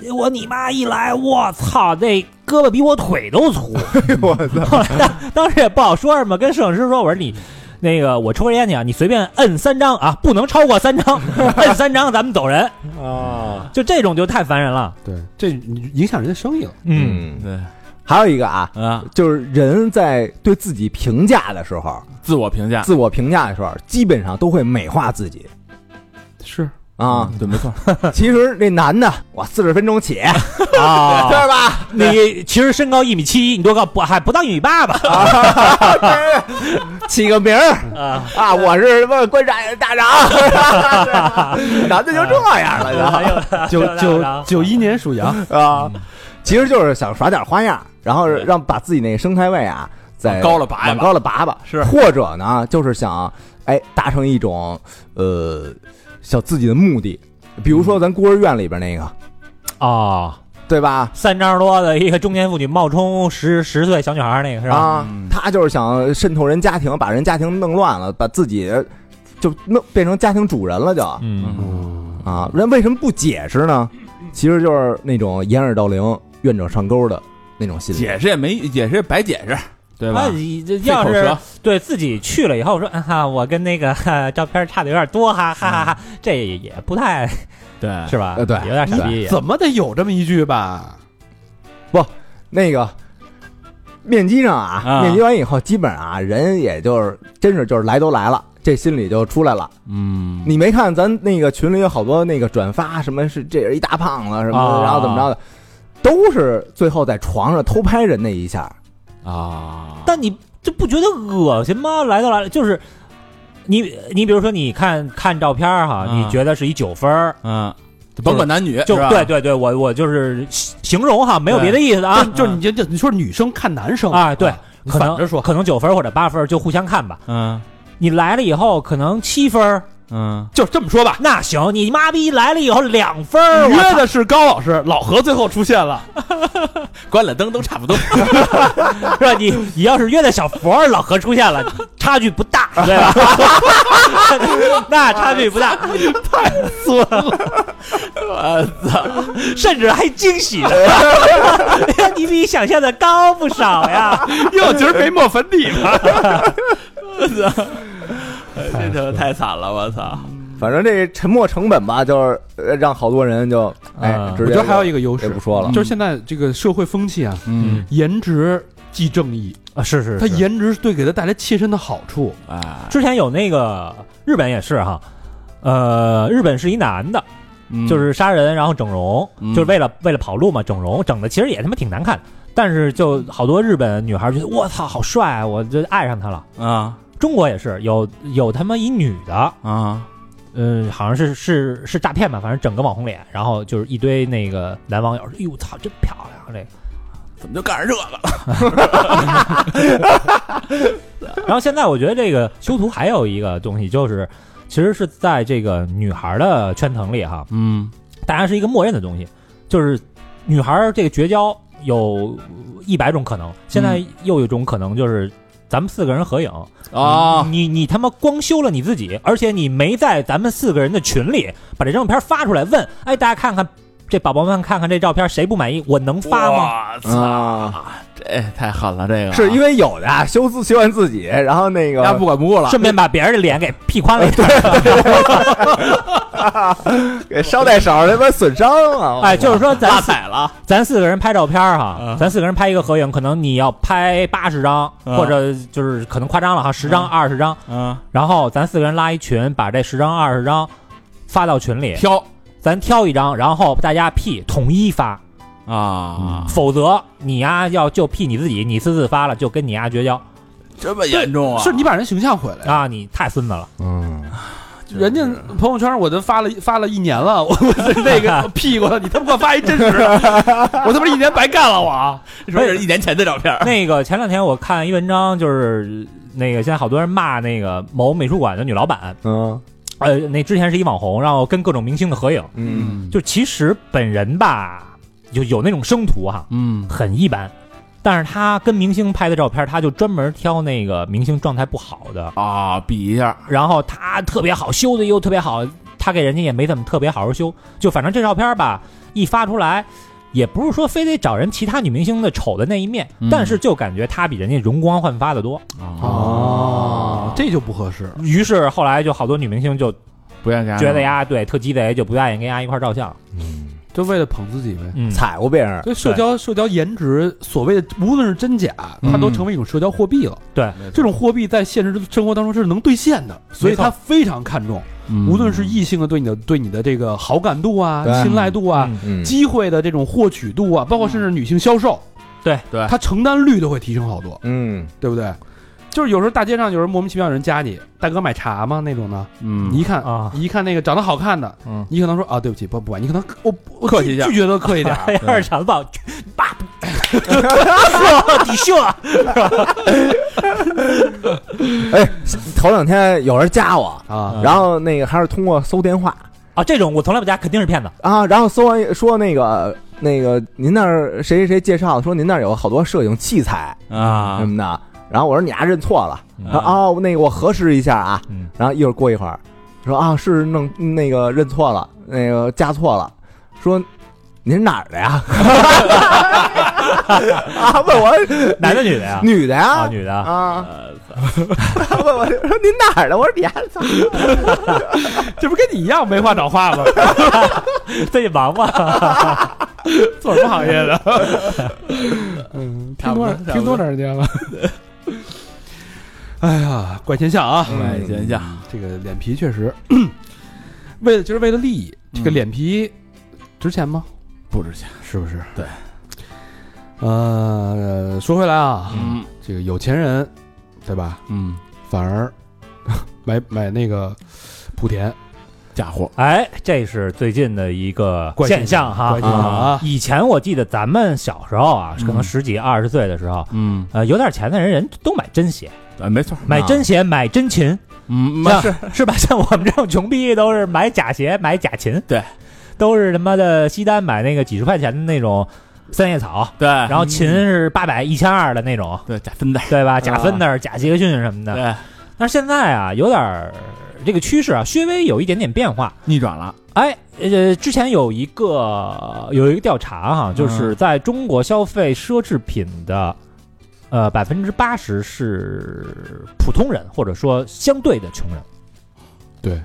S4: 结果你妈一来，我操，这胳膊比我腿都粗。
S3: 哎我操，
S4: 后来当 当时也不好说什么，跟摄影师说，我说你。那个，我抽根烟去啊！你随便摁三张啊，不能超过三 张，摁三张咱们走人。
S3: 啊，
S4: 就这种就太烦人了。
S1: 对，这影响人的生意了。
S4: 嗯，
S5: 嗯，
S3: 嗯，
S5: 对
S3: 还有一个啊，
S5: 啊，
S3: 就是人在对自己评价的时候，
S5: 自我评价
S3: 自我评价的时候，基本上都会美化自己
S1: 是，
S3: 啊。
S5: 嗯对，没错，
S3: 其实这男的，我四十分 钟起啊，是 吧？
S4: 你其实身高一米七一，你多高不还不到一米八吧？
S3: 起个名儿
S4: 啊，
S3: 啊，我是什么观察员大长，男的就这样了
S4: 哎呦
S1: 九
S4: 这
S1: 九
S4: 这
S1: 九一年属羊，
S3: 就啊，其实就是想耍点花样，然后让把自己那个生态位啊再
S5: 往高了拔一拔
S3: 往高了拔拔，
S5: 是
S3: 或者呢，就是想哎达成一种呃小自己的目的，比如说咱孤儿院里边那个，
S1: 啊
S4: 哦，
S3: 对吧？
S4: 三张多的一个中年妇女冒充十十岁小女孩那个是吧？
S3: 啊
S5: 嗯，
S3: 他就是想渗透人家庭，把人家庭弄乱了，把自己就弄变成家庭主人了就，
S4: 嗯
S1: 嗯，
S3: 啊，人为什么不解释呢？其实就是那种掩耳盗铃、愿者上钩的那种心理。
S5: 解释也没解释，白解释，对吧
S4: 那？你这
S5: 费
S4: 要
S5: 口
S4: 是
S5: 舌，
S4: 对自己去了以后说，啊哈，我跟那个哈照片差的有点多，哈哈哈哈，这也不太
S5: 对，
S4: 是吧？
S3: 呃对
S4: 有点傻逼啊也。
S1: 怎么得有这么一句吧？
S3: 那个面基上啊，
S5: 啊
S3: 面基完以后，基本上啊，人也就是真是就是来都来了，这心理就出来了。
S5: 嗯，
S3: 你没看咱那个群里有好多那个转发，什么是这人一大胖子什么的，
S4: 啊
S3: 然后怎么着的，都是最后在床上偷拍人那一下。
S5: 啊，
S4: 但你这不觉得恶心吗？来都来了，就是你你比如说你看看照片儿哈，
S5: 啊
S4: 你觉得是一九分儿
S5: 嗯，甭管男女，
S4: 就是
S5: 吧
S4: 对对对，我我就是形形容哈，没有
S5: 对
S4: 别的意思啊
S1: 就就是你这这你说女生看男生
S4: 啊，对，可
S1: 反
S4: 能
S1: 着说
S4: 可能九分儿或者八分儿就互相看吧。
S5: 嗯
S4: 你来了以后可能七分儿，
S5: 嗯，
S1: 就这么说吧。
S4: 那行，你妈逼来了以后两分儿，我
S1: 约
S4: 操
S1: 的是高老师，老何最后出现 了，
S5: 关了灯都差不 多，
S4: 是吧？你你要是约的小佛儿，老何出现了，差距不大，对吧？ 那差距不大，太损了，我操，甚至还惊喜呢， 哎你比想象的高不少呀。
S1: 哟，今儿没抹粉底吧？
S5: 这他妈太惨了，我操！
S3: 反正这沉没成本吧，就是呃让好多人就哎，
S1: 我
S3: 直
S1: 觉
S3: 接
S1: 得还有一个优势
S3: 也不说了，
S1: 就是现在这个社会风气啊，
S5: 嗯，
S1: 颜值即正义，
S4: 啊，是是，
S1: 它
S4: 是
S1: 颜值对给他带来切身的好处。
S5: 哎，
S4: 之前有那个日本也是哈，呃，日本是一男的，
S5: 嗯
S4: 就是杀人然后整容，
S5: 嗯
S4: 就是为了为了跑路嘛，整容整的其实也他妈挺难看，但是就好多日本女孩觉得我操好帅，我就爱上他了。
S5: 啊
S4: 中国也是有有他妈一女的，
S5: 啊，
S4: 嗯，好像是是是诈骗吧，反正整个网红脸，然后就是一堆那个男网友说，哎呦，操，真漂亮这个。
S5: 怎么就赶上这个了？
S4: 然后现在我觉得这个修图还有一个东西，就是其实是在这个女孩的圈层里哈，
S5: 嗯
S4: 大家是一个默认的东西，就是女孩儿这个绝交有一百种可能，现在
S5: 嗯
S4: 又有一种可能就是咱们四个人合影
S5: 啊，
S4: 你你他妈光修了你自己，而且你没在咱们四个人的群里把这张照片发出来，问，哎，大家看看这宝宝们看看这照片谁不满意，我能发吗？
S5: 吗？嗯
S3: 啊，
S5: 这哎太狠了，这个
S3: 是因为有的啊， 修自修完自己，然后那
S5: 家
S3: 个
S5: 不管不顾了，
S4: 顺便把别人的脸给 P 宽了一
S5: 哎
S4: 点，
S3: 给捎带手儿他妈损伤啊 了，
S4: 哎，就是说咱四
S5: 彩了，
S4: 咱四个人拍照片儿哈
S5: 啊，
S4: 咱四个人拍一个合影，可能你要拍八十张，
S5: 啊
S4: 或者就是可能夸张了哈，十张
S5: 啊
S4: 二十张，
S5: 嗯，
S4: 然后咱四个人拉一群，把这十张二十张发到群里，
S5: 挑
S4: 咱挑一张，然后大家 P 统一发，
S5: 啊，
S4: 否则你呀、要就 P 你自己，你私自发了就跟你呀、绝交
S5: 这么严重啊？
S1: 是你把人形象毁了呀，
S4: 啊！你太孙子了，
S3: 嗯，
S5: 就是
S1: 人家朋友圈我都发了发了一年了，我我这那个屁股，你他妈给我发一真实的，我他妈一年白干了我啊！
S5: 说也是一年前的照片，
S4: 那个前两天我看一文章，就是那个现在好多人骂那个某美术馆的女老板，
S3: 嗯
S4: 呃，那之前是一网红，然后跟各种明星的合影，
S3: 嗯，
S4: 就其实本人吧，有有那种生图哈、
S5: 嗯
S4: 很一般。但是他跟明星拍的照片，他就专门挑那个明星状态不好的，
S5: 啊，比一下，
S4: 然后他特别好，修的又特别好，他给人家也没怎么特别好好修，就反正这照片吧，一发出来，也不是说非得找人其他女明星的丑的那一面，
S5: 嗯
S4: 但是就感觉他比人家容光焕发的多。
S1: 啊哦，这就不合适。
S4: 于是后来就好多女明星就
S5: 不愿意给他
S4: 觉得
S1: 啊
S4: 呀，对，特鸡贼，就不愿意跟丫一块儿照相。
S1: 就为了捧自己呗。
S4: 嗯，
S3: 踩过别人，
S1: 所以社交社交颜值，所谓的无论是真假，
S5: 嗯
S1: 它都成为一种社交货币了。
S4: 对，
S1: 这种货币在现实生活当中是能兑现的，所以它非常看重，
S5: 嗯，
S1: 无论是异性的对你的对你的这个好感度啊、
S3: 对
S1: 信赖度啊、
S4: 嗯
S3: 嗯
S1: 机会的这种获取度啊，包括甚至女性销售，
S4: 对
S5: 对
S1: 它承担率都会提升好多，
S3: 嗯，
S1: 对不对？就是有时候大街上有人莫名其妙有人加你，大哥买茶吗？那种的，
S5: 嗯
S1: 你一看
S4: 啊
S1: 你一看那个长得好看的，
S5: 嗯哦
S1: 你可能说啊，对不起，不不管，你可能我我
S5: 客气一下
S1: 拒拒绝都客 气点儿，
S4: 哎二长吧，爸，底秀，
S3: 哎，头两天有人加我，
S1: 啊，
S3: 然后那个还是通过搜电话
S4: 啊，这种我从来不加，肯定是骗子。
S3: 啊，然后搜完说那个那个您那儿谁谁谁介绍的，说您那儿有好多摄影器材
S5: 啊
S3: 什么的，然后我说你还认错了，
S4: 嗯
S3: 然后哦那个我核实一下啊，
S4: 嗯
S3: 然后一会儿过一会儿说啊是弄那个认错了，那个加错了，说。您哪儿的呀？ 啊，问我
S4: 男的女的呀？
S3: 女的
S4: 啊，呃
S3: 呀？
S4: 女的
S3: 啊， 问我说您哪儿的？我说你还操，
S1: 这不跟你一样没话找话吗？
S4: 自己忙吧。
S1: 做什么行业的？嗯，
S5: 差不
S1: 听多
S5: 多
S1: 少
S5: 差不多
S1: 听多长时间 了？哎呀，怪现象啊！
S5: 哎，见一下，
S1: 这个脸皮确实， 为了就是为了利益，这个
S5: 嗯
S1: 脸皮值钱吗？
S5: 不值钱，
S1: 是不是？
S5: 对。
S1: 呃，说回来啊，
S5: 嗯
S1: 这个有钱人，对吧？
S5: 嗯，
S1: 反而买买那个莆田
S5: 假货，
S4: 哎，这是最近的一个
S1: 怪
S4: 现象哈
S1: 怪。现象啊，
S4: 以前我记得咱们小时候啊，
S5: 嗯
S4: 可能十几二十岁的时候，
S5: 嗯，
S4: 呃，有点钱的人人都买真鞋，
S5: 哎，没错，
S4: 买真鞋，买真琴，
S5: 嗯，
S4: 像
S5: 是，
S4: 是吧？像我们这种穷逼都是买假鞋，买假琴，
S5: 对，
S4: 都是他妈的西单买那个几十块钱的那种三叶草，
S5: 对，嗯
S4: 然后琴是八百一千二的那种，
S5: 对假分带，
S4: 对吧？假芬达、假杰克逊什么的。
S5: 啊对，
S4: 但是现在啊，有点儿这个趋势啊，稍微有一点点变化。
S5: 逆转了，
S4: 哎，呃，之前有一个有一个调查哈，就是在中国消费奢侈品的，呃，百分之八十是普通人，或者说相对的穷人。
S1: 对，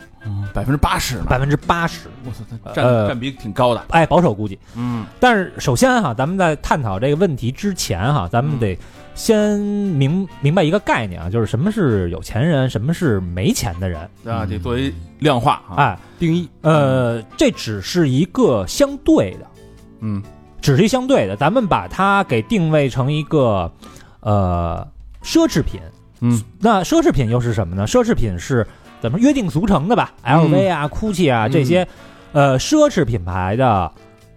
S5: 百分之八十呢，
S4: 百分之八十，
S5: 我操，它
S4: 呃
S5: 占占比挺高的。
S4: 哎，保守估计。
S5: 嗯
S4: 但是首先哈，咱们在探讨这个问题之前哈，咱们
S5: 嗯
S4: 得先明明白一个概念啊，就是什么是有钱人，什么是没钱的人。
S5: 啊，得作为量化啊，
S4: 哎，定义，呃，这只是一个相对的，
S5: 嗯
S4: 只是一相对的，咱们把它给定位成一个呃奢侈品。
S5: 嗯，
S4: 那奢侈品又是什么呢？奢侈品是怎么约定俗成的吧？LV 啊、GUCCI 啊这些，呃，奢侈品牌的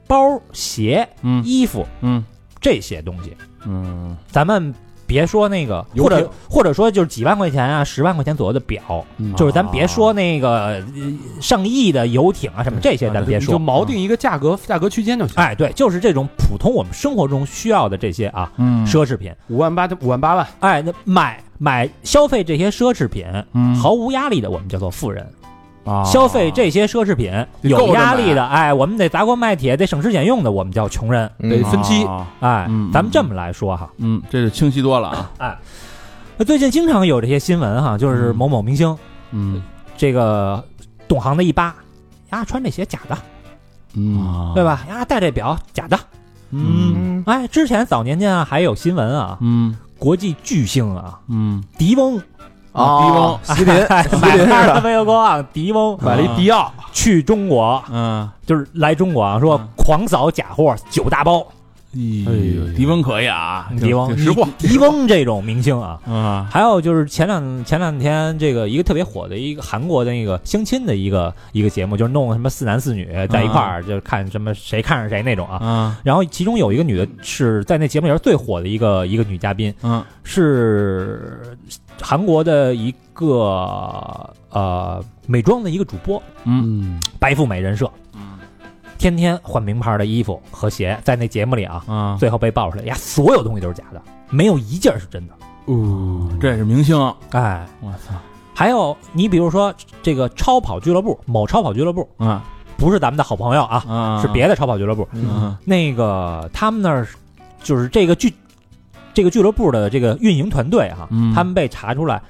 S4: 包、鞋、
S5: 嗯
S4: 衣服
S5: 嗯
S4: 这些东西，
S5: 嗯
S4: 咱们。别说那个，
S1: 游
S4: 或
S1: 艇
S4: 者或者说就是几万块钱啊，十万块钱左右的表，
S5: 啊
S1: 嗯
S4: 就是咱别说那个呃上亿的游艇啊什么这些，咱别
S1: 你就
S4: 说。啊嗯
S1: 锚定一个价格价格区间就行，
S4: 哎，对，就是这种普通我们生活中需要的这些啊
S5: 嗯
S4: 奢侈品。
S1: 五万八五万八万，
S4: 哎，那买买消费这些奢侈品，
S5: 嗯
S4: 毫无压力的，我们叫做富人；
S5: 啊
S4: 消费这些奢侈品
S5: 你够着
S4: 有压力
S5: 买
S4: 的，哎，我们得砸锅卖铁，得省吃俭用的，我们叫穷人。
S3: 嗯
S1: 得分期
S5: 啊
S4: 哎
S5: 嗯，
S4: 咱们这么来说哈，
S5: 嗯，这是清晰多了啊，
S4: 那最近经常有这些新闻哈，就是
S5: 嗯
S4: 某某明星
S5: 嗯
S4: 这个懂行的一扒，呀，穿这鞋假的，
S5: 哦嗯
S4: 对？吧？呀，戴这表假的。
S5: 嗯
S3: 嗯，
S4: 哎，之前早年间啊，还有新闻啊，
S5: 嗯
S4: 国际巨星啊，
S5: 嗯，
S4: 迪翁啊
S3: 哦，席琳，
S4: 哎 买了阿尔菲欧高昂，迪翁
S1: 买了一迪奥，
S4: 去中国，
S5: 嗯，
S4: 就是来中国啊，说
S5: 嗯
S4: 狂扫假货，九大包。
S5: 哎呦，迪翁可以啊，
S4: 迪翁
S5: 挺识 货
S4: 迪翁这种明星啊。
S5: 啊，
S4: 还有就是前两前两天这个一个特别火的一个韩国的那个相亲的一个一个节目，就是弄什么四男四女在一块儿，就是看什么谁看上谁那种啊。
S5: 嗯
S4: 然后其中有一个女的是在那节目里边最火的一个一个女嘉宾，
S5: 嗯
S4: 是韩国的一个呃美妆的一个主播，
S1: 嗯，
S4: 白富美人设，
S5: 嗯
S4: 天天换名牌的衣服和鞋，在那节目里啊，
S5: 啊，
S4: 最后被爆出来呀，所有东西都是假的，没有一件是真的。
S1: 哦，
S5: 这是明星，
S4: 哎，
S5: 我操
S4: 还有你比如说这个超跑俱乐部，某超跑俱乐部
S5: 啊
S4: 不是咱们的好朋友啊，
S5: 啊，
S4: 是别的超跑俱乐部。
S5: 嗯
S4: 那个他们那儿就是这个俱这个俱乐部的这个运营团队哈、
S5: 嗯
S4: 他们被查出来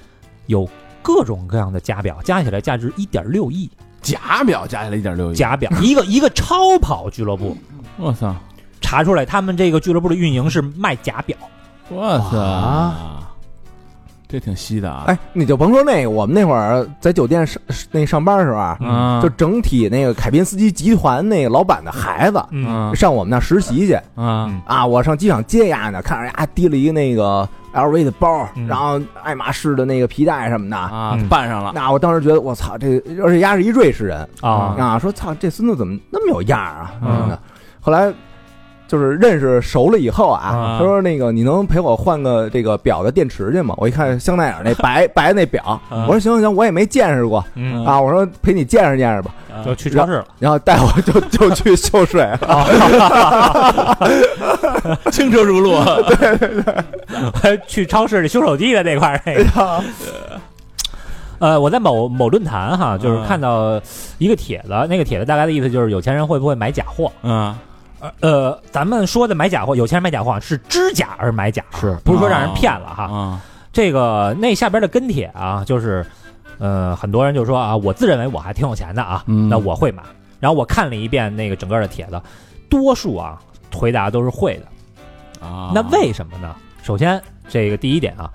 S4: 有各种各样的假表，加起来价值一点六亿
S5: 假表加起来一点六亿，
S4: 假表，一个一个超跑俱乐部
S5: 我操，
S4: 查出来他们这个俱乐部的运营是卖假表。
S5: 我操
S1: 哇，
S5: 这挺稀的啊，
S3: 哎，你就甭说那个，我们那会儿在酒店上那上班的时候啊，
S5: 嗯，
S3: 就整体那个凯宾斯基集团那个老板的孩子
S5: 嗯
S3: 上我们那实习去
S5: 啊
S3: 啊，我上机场接丫呢，看着丫提了一个那个 LV 的包，
S4: 嗯
S3: 然后爱马仕的那个皮带什么的，
S5: 啊
S4: 嗯，
S5: 办上了，
S3: 那我当时觉得我操，这而且丫是一瑞士人
S5: 哦
S4: 啊
S3: 啊，说操这孙子怎么那么有样儿啊什么的
S5: 嗯，
S3: 后来。就是认识熟了以后啊
S5: 啊，
S3: 他说那个你能陪我换个这个表的电池去吗？我一看香奈儿那白白那表，
S4: 啊
S3: 我说行行行，我也没见识过
S4: 嗯，
S3: 啊，我说陪你见识见识吧，
S4: 啊就去超市了。
S3: 然后带我就就去秀水了，
S5: 轻车啊熟路，
S4: 去超市里修手机的那块儿那个。
S5: 啊
S4: 呃，我在某某论坛哈，就是
S5: 嗯
S4: 看到一个帖子，那个帖子大概的意思就是有钱人会不会买假货？
S5: 嗯，
S4: 呃，咱们说的买假货，有钱人买假货啊是知假而买假，啊
S1: 是
S4: 不是说让人骗了哈？
S5: 啊，
S4: 这个那下边的跟帖啊，就是呃，很多人就说啊，我自认为我还挺有钱的啊，
S5: 嗯
S4: 那我会买。然后我看了一遍那个整个的帖子，多数啊回答都是会的。
S5: 啊
S4: 那为什么呢？首先，这个第一点啊，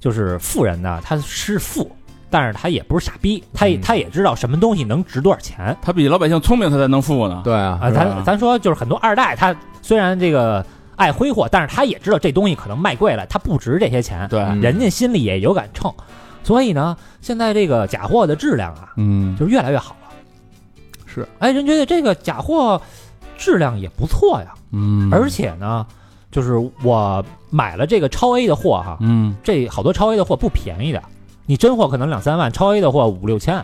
S4: 就是富人呢，他是富，但是他也不是傻逼，他也、
S5: 嗯
S4: 他也知道什么东西能值多少钱啊、
S5: 他比老百姓聪明，他才能富呢，
S3: 对啊，
S5: 是吧
S4: 咱咱说就是很多二代，他虽然这个爱挥霍，但是他也知道这东西可能卖贵了，他不值这些钱，
S5: 对，
S3: 嗯
S4: 人家心里也有杆秤。所以呢，现在这个假货的质量啊，
S5: 嗯，
S4: 就是越来越好了。
S5: 是，
S4: 哎，人觉得这个假货质量也不错呀，
S5: 嗯，
S4: 而且呢，就是我买了这个超 A 的货哈，
S5: 嗯，
S4: 这好多超 A 的货不便宜的，你真货可能两三万，超 A 的货五六千，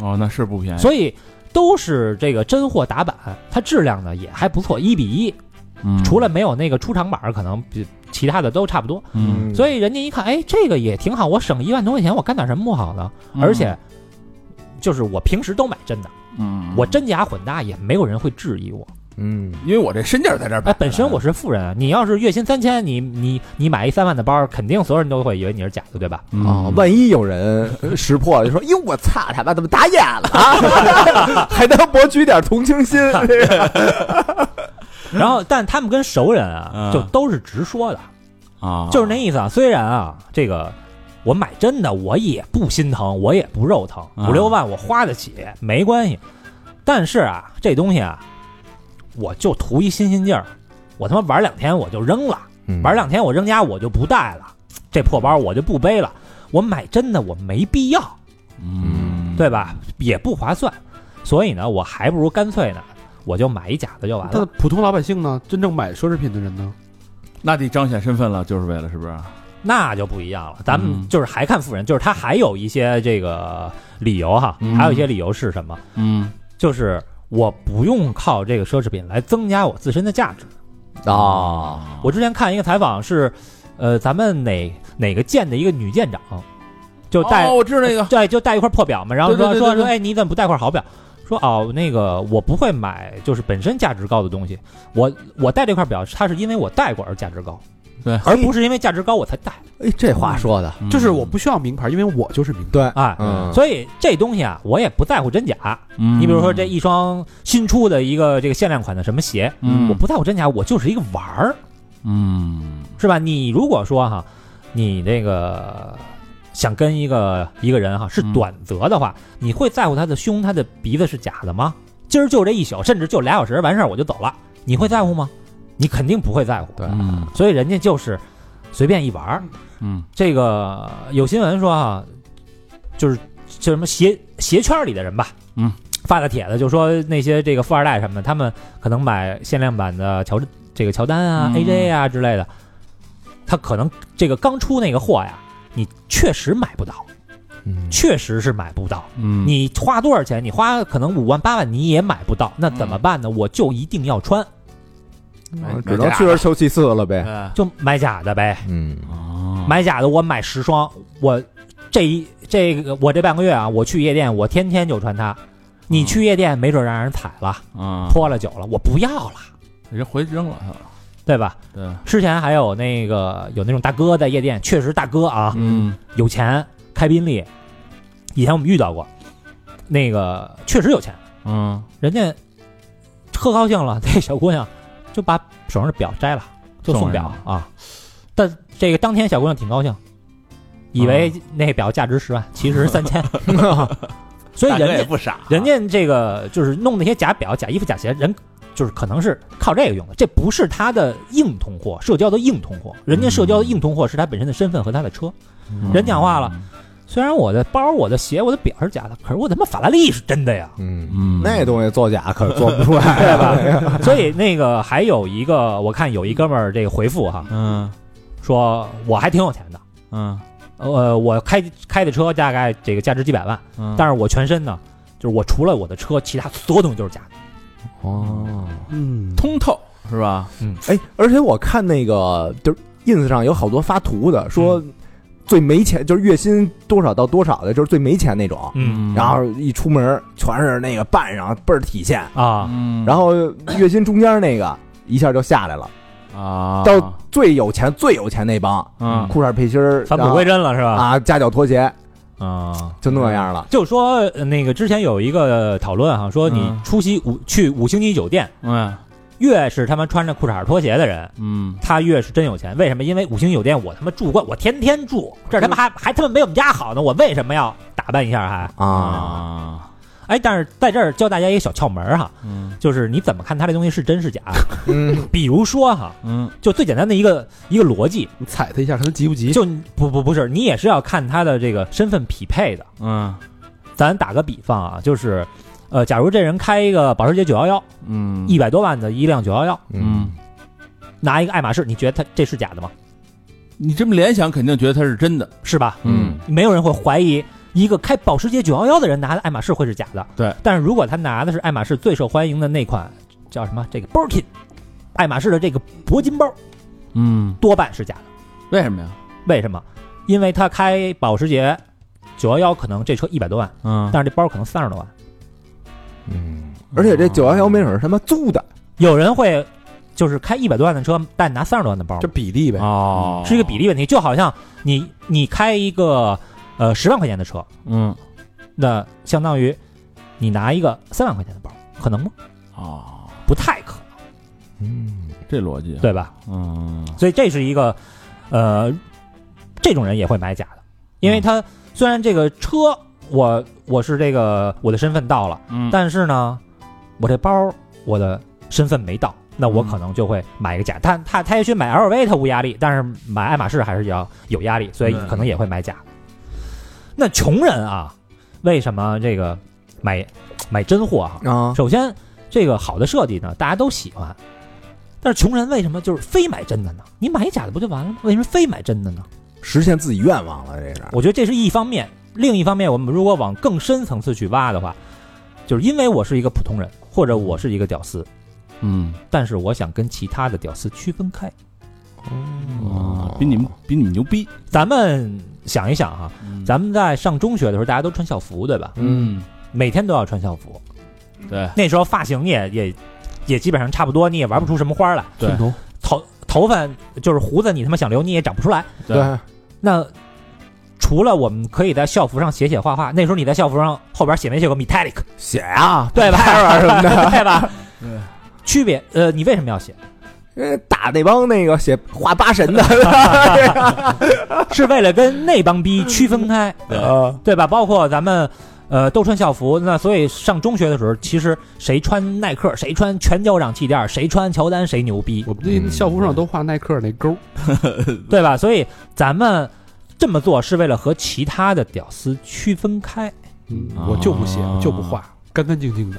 S5: 哦，那是不便宜，
S4: 所以都是这个真货打版，它质量呢也还不错，一比一，
S5: 嗯
S4: 除了没有那个出厂版儿，可能比其他的都差不多。
S5: 嗯，
S4: 所以人家一看，哎，这个也挺好，我省一万多块钱，我干点什么不好呢？而且。就是我平时都买真的，
S5: 嗯，
S4: 我真假混搭也没有人会质疑我，
S3: 嗯，
S5: 因为我这身价在这儿摆着
S4: 哎，
S5: 呢。
S4: 本身我是富人啊，你要是月薪三千，你你你买一三万的包，肯定所有人都会以为你是假的，对吧？
S5: 嗯
S3: 啊，万一有人呃识破，就说：“哟，我操他妈，怎么打眼了啊？ 还能博取点同情心？
S4: 然后，但他们跟熟人啊
S5: 嗯，
S4: 就都是直说的，
S5: 啊，
S4: 就是那意思啊。虽然啊，这个我买真的我也不心疼，我也不肉疼，
S5: 啊
S4: 五六万我花得起，没关系。但是啊，这东西啊，我就图一新鲜劲儿，我他妈玩两天我就扔了，
S3: 嗯
S4: 玩两天我扔家我就不带了，这破包我就不背了。我买真的我没必要，
S5: 嗯，
S4: 对吧？也不划算，所以呢，我还不如干脆呢，我就买一假的就完
S1: 但
S4: 了。
S1: 普通老百姓呢，真正买奢侈品的人呢，
S5: 那得彰显身份了，就是为了是不是？
S4: 那就不一样了。咱们
S5: 嗯
S4: 就是还看富人，就是他还有一些这个理由哈，还有一些理由是什么？
S5: 嗯
S4: 就是我不用靠这个奢侈品来增加我自身的价值。
S3: 啊，
S4: 我之前看一个采访是，呃，咱们哪哪个舰的一个女舰长，就带、
S5: 哦，我知道那个，
S4: 对，就带一块破表嘛，然后
S5: 对对
S4: 说
S5: 对
S4: 说
S5: 对对
S4: 说，哎，你怎么不带块好表？说哦，那个我不会买，就是本身价值高的东西。我我戴这块表，它是因为我戴过而价值高，
S5: 对
S4: 而不是因为价值高我才戴。
S3: 哎，这话说的，
S5: 嗯
S1: 就是我不需要名牌，因为我就是名牌。
S3: 对，
S4: 哎，
S3: 嗯
S4: 所以这东西啊，我也不在乎真假。
S5: 嗯，
S4: 你比如说这一双新出的一个这个限量款的什么鞋，
S5: 嗯
S4: 我不在乎真假，我就是一个玩儿，
S5: 嗯，
S4: 是吧？你如果说哈，你这个想跟一个一个人哈是
S5: 嗯
S4: 短则的话，你会在乎他的胸、他的鼻子是假的吗？今儿就这一宿，甚至就俩小时完事儿我就走了，你会在乎吗？你肯定不会在乎。
S3: 对
S5: 嗯
S4: 所以人家就是随便一玩儿。
S5: 嗯
S4: 这个有新闻说啊，就是就什么鞋鞋圈里的人吧，
S5: 嗯，
S4: 发的帖子就说那些这个富二代什么的，他们可能买限量版的乔这个乔丹啊、
S5: 嗯
S4: AJ 啊之类的，他可能这个刚出那个货呀，你确实买不到，
S3: 嗯
S4: 确实是买不到。
S5: 嗯，
S4: 你花多少钱？你花可能五万八万，你也买不到，那怎么办呢？我就一定要穿，
S5: 哎
S3: 只能去而求其次了呗。
S5: 哎
S4: 就买假的呗。
S3: 嗯，
S5: 哦
S4: 买假的我买十双，我这一这个我这半个月啊，我去夜店我天天就穿它。你去夜店没准让人踩了，
S5: 啊，
S4: 泼了酒了，我不要了，
S5: 人回去扔了他了，
S4: 对吧？
S5: 对，
S4: 之前还有那个有那种大哥在夜店，确实大哥啊，
S5: 嗯
S4: 有钱开宾利，以前我们遇到过，那个确实有钱，
S5: 嗯
S4: 人家喝高兴了， 这小姑娘就把手上的表摘了，就送表
S5: 送
S4: 啊。但这个当天小姑娘挺高兴，以为
S5: 嗯
S4: 那表价值十万，其实三 千。所以
S5: 大哥也
S4: 人家
S5: 不傻，
S4: 人家这个就是弄那些假表、假衣服、假鞋，人就是可能是靠这个用的，这不是他的硬通货，社交的硬通货。人家社
S5: 嗯
S4: 交的硬通货是他本身的身份和他的车。人讲话了，虽然我的包、我的鞋、我的表是假的，可是我他妈法拉利是真的呀。
S3: 嗯，
S5: 嗯，
S3: 那东西作假可做不出 来
S4: 啊
S3: 了。
S4: 所以那个还有一个，我看有一哥们儿这个回复哈，
S5: 嗯
S4: 说我还挺有钱的，
S5: 嗯
S4: 呃，我开开的车大概这个价值几百万，
S5: 嗯，
S4: 但是我全身呢，就是我除了我的车，其他所有东西都是假的。
S3: 哦，
S1: 嗯，
S5: 通透是吧？
S3: 哎，而且我看那个就是 ins 上有好多发图的，说
S5: 嗯
S3: 最没钱就是月薪多少到多少的，就是最没钱那种。
S4: 嗯
S3: 然后一出门全是那个扮上倍儿体现，
S4: 啊，
S5: 嗯，
S3: 然后月薪中间那个一下就下来了，
S5: 后啊，
S3: 到最有钱最有钱那帮，
S5: 嗯
S3: 裤衩背心儿，
S4: 返璞归真了是
S3: 然
S4: 吧？
S3: 后啊，夹脚拖鞋
S4: 啊，
S3: 就那样了。
S4: 就说呃那个之前有一个讨论哈，说你
S5: 嗯
S4: 出席五去五星级酒店，
S5: 嗯
S4: 越是他妈穿着裤衩拖鞋的人，
S5: 嗯
S4: 他越是真有钱。为什么？因为五星酒店我他妈住惯，我天天住，这他妈还还他妈没我们家好呢，我为什么要打扮一下还？
S5: 嗯
S3: 啊，
S5: 啊，
S4: 哎，但是在这儿教大家一个小窍门儿哈，
S5: 嗯
S4: 就是你怎么看它这东西是真是假。
S3: 嗯，
S4: 比如说哈，
S5: 嗯
S4: 就最简单的一个一个逻辑，
S1: 你踩他一下，看他急不急？
S4: 就你不不不是，你也是要看它的这个身份匹配的。
S5: 嗯
S4: 咱打个比方啊，就是，呃，假如这人开一个保时捷911，
S5: 嗯，
S4: 一百多万的一辆911，
S5: 嗯，
S4: 拿一个爱马仕，你觉得他这是假的吗？
S5: 你这么联想，肯定觉得他是真的，
S4: 是吧？
S5: 嗯
S4: 没有人会怀疑一个开保时捷911的人拿的爱马仕会是假的。
S5: 对，
S4: 但是如果他拿的是爱马仕最受欢迎的那款叫什么这个 Birkin，爱马仕的这个铂金包，
S5: 嗯，
S4: 多半是假的。
S5: 为什么呀？
S4: 为什么？因为他开保时捷911可能这车一百多万，
S5: 嗯，
S4: 但是这包可能三十多万。
S3: 嗯而且这九幺幺没准是他妈租的，
S4: 有人会就是开一百多万的车，但拿三十多万的包
S1: 这，比例
S4: 啊
S1: 呗，
S7: 哦，
S4: 是一个比例问题。就好像你你开一个呃十万块钱的车，
S7: 嗯，
S4: 那相当于你拿一个三万块钱的包，可能吗？
S7: 哦，
S4: 不太可能，
S3: 嗯，
S5: 这逻辑，啊
S4: 对吧？
S5: 嗯，
S4: 所以这是一个呃，这种人也会买假的，因为他虽然这个车我我是这个我的身份到了，
S5: 嗯
S4: 但是呢，我这包我的身份没到，那我可能就会买一个假。他他他也许买 LV 他无压力，但是买爱马仕还是要有压力，所以可能也会买假。那穷人啊，为什么这个买买真货啊？
S3: 啊，
S4: 首先，这个好的设计呢，大家都喜欢。但是穷人为什么就是非买真的呢？你买一假的不就完了吗？为什么非买真的呢？
S3: 实现自己愿望了，这是
S4: 我觉得这是一方面，另一方面，我们如果往更深层次去挖的话，就是因为我是一个普通人，或者我是一个屌丝，
S5: 嗯，
S4: 但是我想跟其他的屌丝区分开。
S5: 啊比你们比你们牛逼，
S4: 咱们想一想哈、咱们在上中学的时候，大家都穿校服，对吧？
S5: 嗯，
S4: 每天都要穿校服，
S5: 对
S4: 那时候发型也也也基本上差不多，你也玩不出什么花来。
S5: 对
S1: 寸头
S4: 头头发就是胡子，你他妈想留你也长不出来。
S3: 对，
S4: 那除了我们可以在校服上写写画画，那时候你在校服上后边写没写过 metallic，
S3: 写 啊，
S4: 对吧？
S3: 什么 的，
S4: 对吧？
S5: 对，
S4: 区别呃，你为什么 要写？
S3: 呃打那帮那个写画八神 的，
S4: 是为了跟那帮逼区分开，
S3: 啊
S4: 对吧？包括咱们呃都穿校服，那所以上中学的时候，其实谁穿耐克，谁穿全脚掌气垫，谁穿乔丹，谁牛逼，
S1: 我们这校服上都画耐克那勾，
S4: 对吧？所以咱们这么做是为了和其他的屌丝区分开。
S1: 嗯
S5: 啊，
S1: 我就不写，我就不画，干干净净的，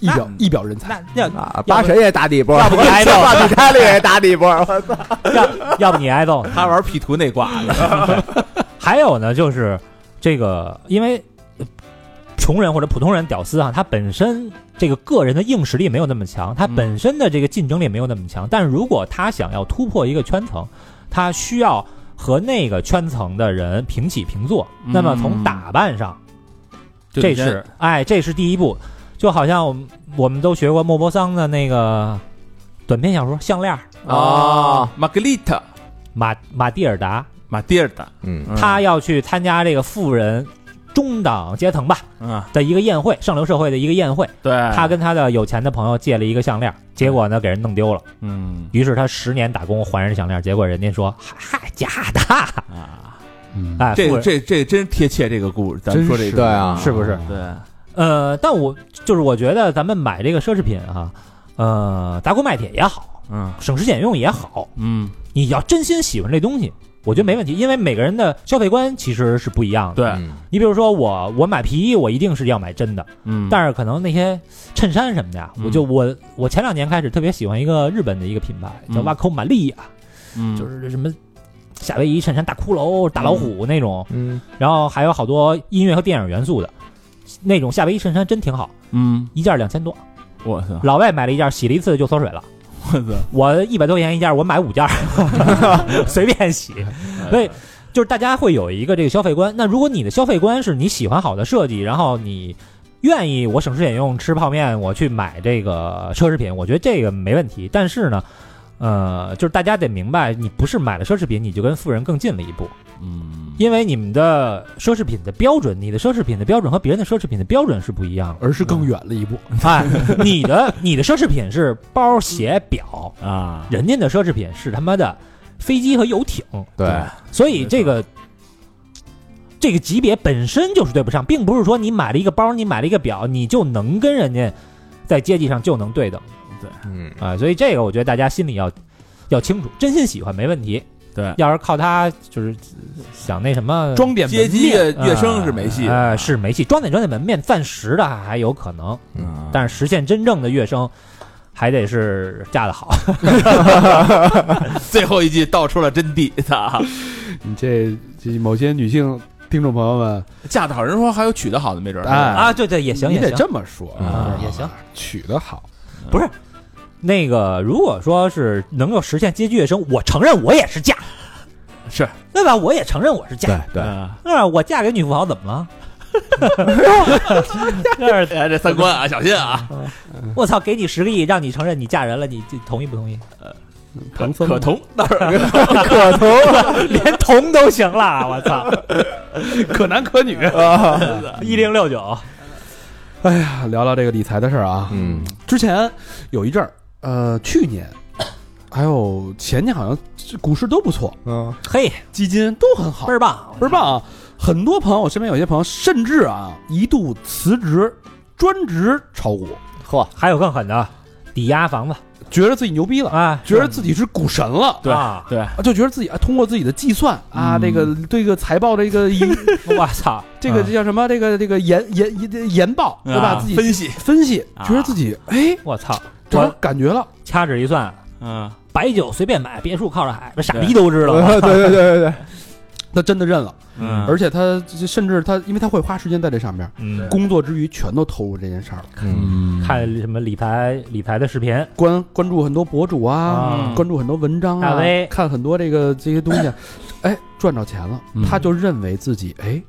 S1: 一表一表人才。
S4: 那要
S3: 啊，八神也打底波，
S4: 要不你挨揍
S3: 巴比塔里也打底波，我操，
S4: 要要不你挨揍呢？
S7: 他玩 P 图那挂的，
S4: 还有呢，就是这个，因为呃穷人或者普通人屌丝啊，他本身这个个人的硬实力没有那么强，他本身的这个竞争力没有那么强。但如果他想要突破一个圈层，他需要和那个圈层的人平起平坐。
S5: 嗯
S4: 那么从打扮上，
S5: 就
S4: 这
S5: 你先
S4: 是哎，这是第一步。就好像我们我们都学过莫泊桑的那个短篇小说《项链》，
S5: 哦
S3: 啊，
S5: 玛格丽特
S4: 马马蒂尔达，
S5: 马蒂尔达，
S3: 嗯
S4: 他要去参加这个富人中档阶层吧。
S5: 啊，
S4: 的一个宴会，上流社会的一个宴会，
S5: 对，
S4: 他跟他的有钱的朋友借了一个项链，结果呢给人弄丢了，
S5: 嗯
S4: 于是他十年打工还人项链，结果人家说嗨假的，
S5: 啊，
S1: 嗯，
S4: 哎，
S5: 这
S4: 富
S5: 个
S4: 人
S5: 这这真贴切这个故事，咱们说这
S1: 真是
S5: 个
S3: 对啊，
S4: 是不是？
S5: 对，
S4: 呃，但我就是我觉得咱们买这个奢侈品啊，呃，砸锅卖铁也好，
S5: 嗯
S4: 省吃俭用也好，
S5: 嗯，
S4: 你要真心喜欢这东西，我觉得没问题，因为每个人的消费观其实是不一样的。
S5: 对，
S3: 嗯
S4: 你比如说我，我买皮衣，我一定是要买真的，
S5: 嗯，
S4: 但是可能那些衬衫什么的呀，
S5: 嗯
S4: 我就我我前两年开始特别喜欢一个日本的一个品牌叫
S5: 嗯
S4: 瓦口玛利亚，
S5: 嗯
S4: 就是什么夏威夷衬衫、大骷髅、大老虎那种，
S3: 嗯，
S4: 然后还有好多音乐和电影元素的。那种夏威夷衬衫真挺好，
S5: 嗯，
S4: 一件两千多。
S5: 我操，
S4: 老外买了一件，洗了一次就缩水了。
S5: 我操，
S4: 我一百多块钱一件，我买五件， 随便洗。所以就是大家会有一个这个消费观。那如果你的消费观是你喜欢好的设计，然后你愿意我省吃俭用吃泡面，我去买这个奢侈品，我觉得这个没问题。但是呢，呃，就是大家得明白，你不是买了奢侈品你就跟富人更近了一步，
S5: 嗯，
S4: 因为你们的奢侈品的标准，你的奢侈品的标准和别人的奢侈品的标准是不一样的。
S1: 而是更远了一步，
S4: 哎，你的你的奢侈品是包、鞋、表，
S5: 啊，
S4: 人家的奢侈品是他妈的飞机和游艇，
S3: 对，
S4: 所以这个这个级别本身就是对不上，并不是说你买了一个包，你买了一个表，你就能跟人家在阶级上就能对等
S3: 嗯，
S4: 啊、所以这个我觉得大家心里要要清楚，真心喜欢没问题，
S5: 对，
S4: 要是靠它就是想那什么
S1: 装点
S5: 阶
S1: 门
S5: 级
S1: 面。
S5: 跃跃升是没戏
S4: 啊、呃是没戏，装点装点门面，暂时的还有可能，
S5: 嗯
S4: 但是实现真正的跃升。还得是嫁得好，
S5: 最后一句道出了真谛，啊操！
S1: 你这这某些女性听众朋友们，
S5: 嫁得好，人说还有娶得好的，没准儿
S1: 哎
S4: 啊，对对，也行，
S1: 你
S4: 也
S1: 得
S4: 行，
S1: 这么说
S4: 啊也行，
S1: 取得好，
S4: 那个，如果说是能够实现阶级跃升，我承认我也是嫁，
S5: 是
S4: 对吧？我也承认我是嫁，
S3: 对，
S5: 啊
S4: 那我嫁给女富豪怎么了？就是
S5: 哎，这三观啊，小心啊！
S4: 我操，给你十个亿，让你承认你嫁人了，你这同意不同意？
S1: 唐僧
S5: 可同
S4: 可同，连同都行了，我操！
S8: 可男可女。
S4: 一零六九，
S1: 啊 哎呀，聊聊这个理财的事儿啊。
S3: 嗯，
S1: 之前有一阵儿，呃，去年还有前年，好像股市都不错，
S3: 嗯，
S4: 嘿，
S1: 基金都很好
S4: 倍，儿棒！
S1: 倍儿棒啊！很多朋友，我身边有些朋友，甚至啊一度辞职，专职炒股，
S3: 嚯，
S4: 还有更狠的，抵押房子
S1: 觉得自己牛逼了，
S4: 啊，
S1: 觉得自己是股神了。
S5: 对
S4: 啊
S5: 对，
S1: 啊就觉得自己啊，通过自己的计算啊，
S5: 嗯
S1: 这个对这个财报这个
S4: 我操，
S1: 这个
S5: 啊
S1: 这叫什么？这个这个研研研研报，对吧？
S5: 啊
S1: 自己
S5: 分析，
S1: 分析，
S4: 啊
S1: 觉得自己哎，
S4: 我操！
S1: 找到
S4: 我
S1: 感觉了，
S4: 掐指一算，
S5: 嗯，
S4: 白酒随便买，别墅靠着海，那傻
S5: 对
S4: 逼都知道。
S3: 对对对对 对，
S1: 他真的认了，
S5: 嗯
S1: 而且他甚至他，因为他会花时间在这上面，
S4: 嗯，
S1: 工作之余全都投入这件事儿了，
S5: 嗯
S4: 看什么理财理财的视频
S1: 关关注很多博主啊，
S5: 嗯
S1: 关注很多文章
S4: 大
S1: 啊
S4: V，
S1: 看很多这个这些东西，哎，赚着钱了，他就认为自己哎，